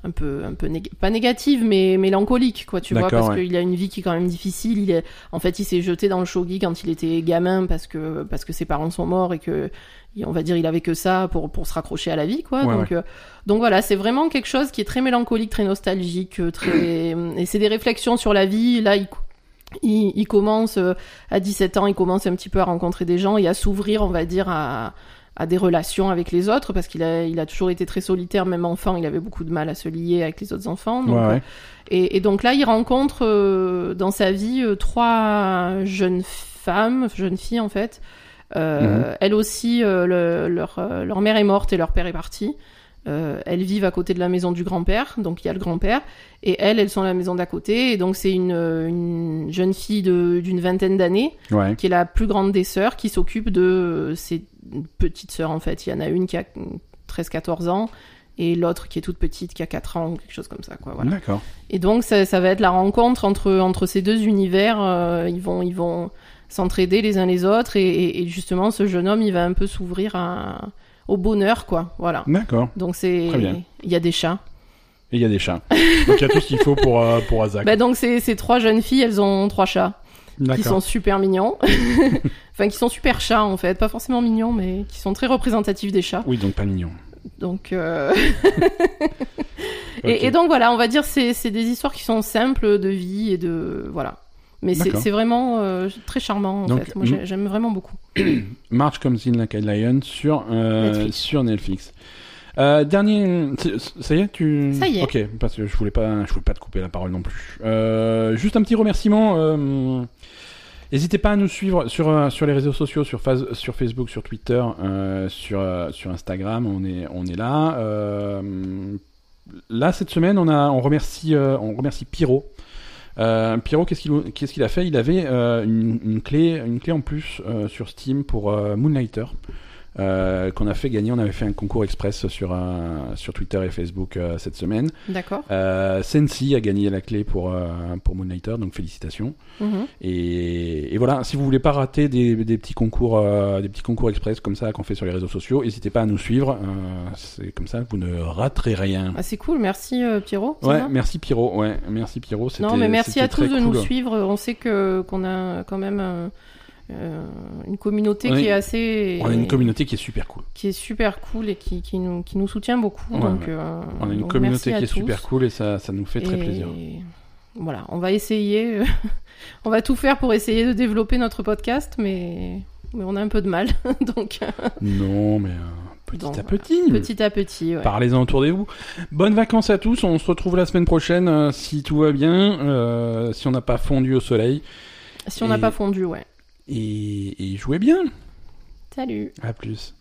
B: un peu, un peu néga- pas négative, mais mélancolique, quoi, tu vois,
A: D'accord,
B: parce
A: ouais.
B: qu'il a une vie qui est quand même difficile. Il est, en fait, il s'est jeté dans le shogi quand il était gamin parce que, parce que ses parents sont morts et que, et on va dire, il avait que ça pour, pour se raccrocher à la vie, quoi.
A: Ouais,
B: donc, euh, donc voilà, c'est vraiment quelque chose qui est très mélancolique, très nostalgique, euh, très, et c'est des réflexions sur la vie. Là, il, il, il commence euh, à 17 ans, il commence un petit peu à rencontrer des gens et à s'ouvrir, on va dire, à, à des relations avec les autres parce qu'il a, il a toujours été très solitaire, même enfant, il avait beaucoup de mal à se lier avec les autres enfants. Donc,
A: Ouais, ouais.
B: et, et donc là, il rencontre euh, dans sa vie euh, trois jeunes femmes, jeunes filles en fait. Euh, Elles aussi, euh, le- leur, euh, leur mère est morte et leur père est parti. Euh, elles vivent à côté de la maison du grand-père, donc il y a le grand-père. Et elles, elles sont à la maison d'à côté. Et donc c'est une, euh, une jeune fille de- d'une vingtaine d'années
A: ouais.
B: qui est la plus grande des sœurs, qui s'occupe de euh, ses petites sœurs en fait. Il y en a une qui a 13-14 ans et l'autre qui est toute petite qui a 4 ans ou quelque chose comme ça. Quoi, voilà.
A: D'accord.
B: Et donc ça, ça va être la rencontre entre entre ces deux univers. euh, ils vont ils vont s'entraider les uns les autres et, et- et justement ce jeune homme il va un peu s'ouvrir à- au bonheur quoi. Voilà.
A: D'accord.
B: Donc c'est
A: Très bien.
B: il y a des chats.
A: Et il y a des chats. Donc il y a tout ce qu'il faut pour, euh, pour Azak.
B: Bah donc ces ces trois jeunes filles elles ont trois chats qui
A: D'accord.
B: sont super mignons. enfin qui sont super chats en fait, pas forcément mignons mais qui sont très représentatifs des chats.
A: Oui, donc pas mignon.
B: Donc euh, Et, et donc voilà, on va dire c'est c'est des histoires qui sont simples de vie et de voilà. Mais c'est
A: D'accord.
B: c'est vraiment euh, très charmant en
A: Donc,
B: fait. Moi
A: mm.
B: j'ai- j'aime vraiment beaucoup.
A: March comme in Like a Lion sur, euh,
B: Netflix.
A: sur Netflix. Euh, dernier, c'est- ça y est, tu.
B: Ça y est.
A: Ok, parce que je voulais pas, je voulais pas te couper la parole non plus. Euh, juste un petit remerciement. euh, N'hésitez pas à nous suivre sur, euh, sur les réseaux sociaux, sur, phase- sur Facebook, sur Twitter, euh, sur, euh, sur Instagram, on est, on est là. Euh, là, cette semaine, on, a, on, remercie, euh, on remercie Pyro. Euh, Pyro, qu'est-ce qu'il qu'est-ce qu'il a fait Il avait euh, une, une clé, une clé en plus euh, sur Steam pour euh, Moonlighter. euh, qu'on a fait gagner, on avait fait un concours express sur, un- sur Twitter et Facebook euh, cette semaine.
B: D'accord.
A: Euh, Sensi a gagné la clé pour, euh, pour Moonlighter, donc félicitations.
B: Mhm.
A: Et, et voilà, si vous voulez pas rater des, des petits concours, euh, des petits concours express comme ça qu'on fait sur les réseaux sociaux, n'hésitez pas à nous suivre. euh, c'est comme ça, vous ne raterez rien.
B: Ah, c'est cool, merci euh, Pierrot. c'est
A: Ouais,
B: ça
A: merci Pyro. Ouais, merci Pyro. c'était-
B: non mais merci
A: c'était
B: à tous
A: très
B: de nous
A: cool. hein.
B: suivre. On sait que qu'on a quand même euh, euh, une communauté
A: Oui.
B: qui est assez
A: On a une communauté qui est super cool.
B: qui est super cool et qui, qui nous qui nous soutient beaucoup.
A: Ouais,
B: donc
A: ouais.
B: euh,
A: On a une
B: donc merci
A: communauté
B: à
A: qui est
B: tous.
A: super cool et ça, ça nous fait très
B: Et
A: plaisir.
B: Voilà, on va essayer, euh, on va tout faire pour essayer de développer notre podcast, mais, mais on a un peu de mal. Donc, euh,
A: Non, mais euh, petit
B: Bon,
A: à
B: voilà.
A: petit.
B: petit à petit, ouais.
A: Parlez-en autour de vous. Bonnes vacances à tous. On se retrouve la semaine prochaine euh, si tout va bien, euh, si on n'a pas fondu au soleil.
B: si on n'a
A: et-
B: pas fondu, ouais.
A: Et, et jouez bien.
B: Salut
A: À plus.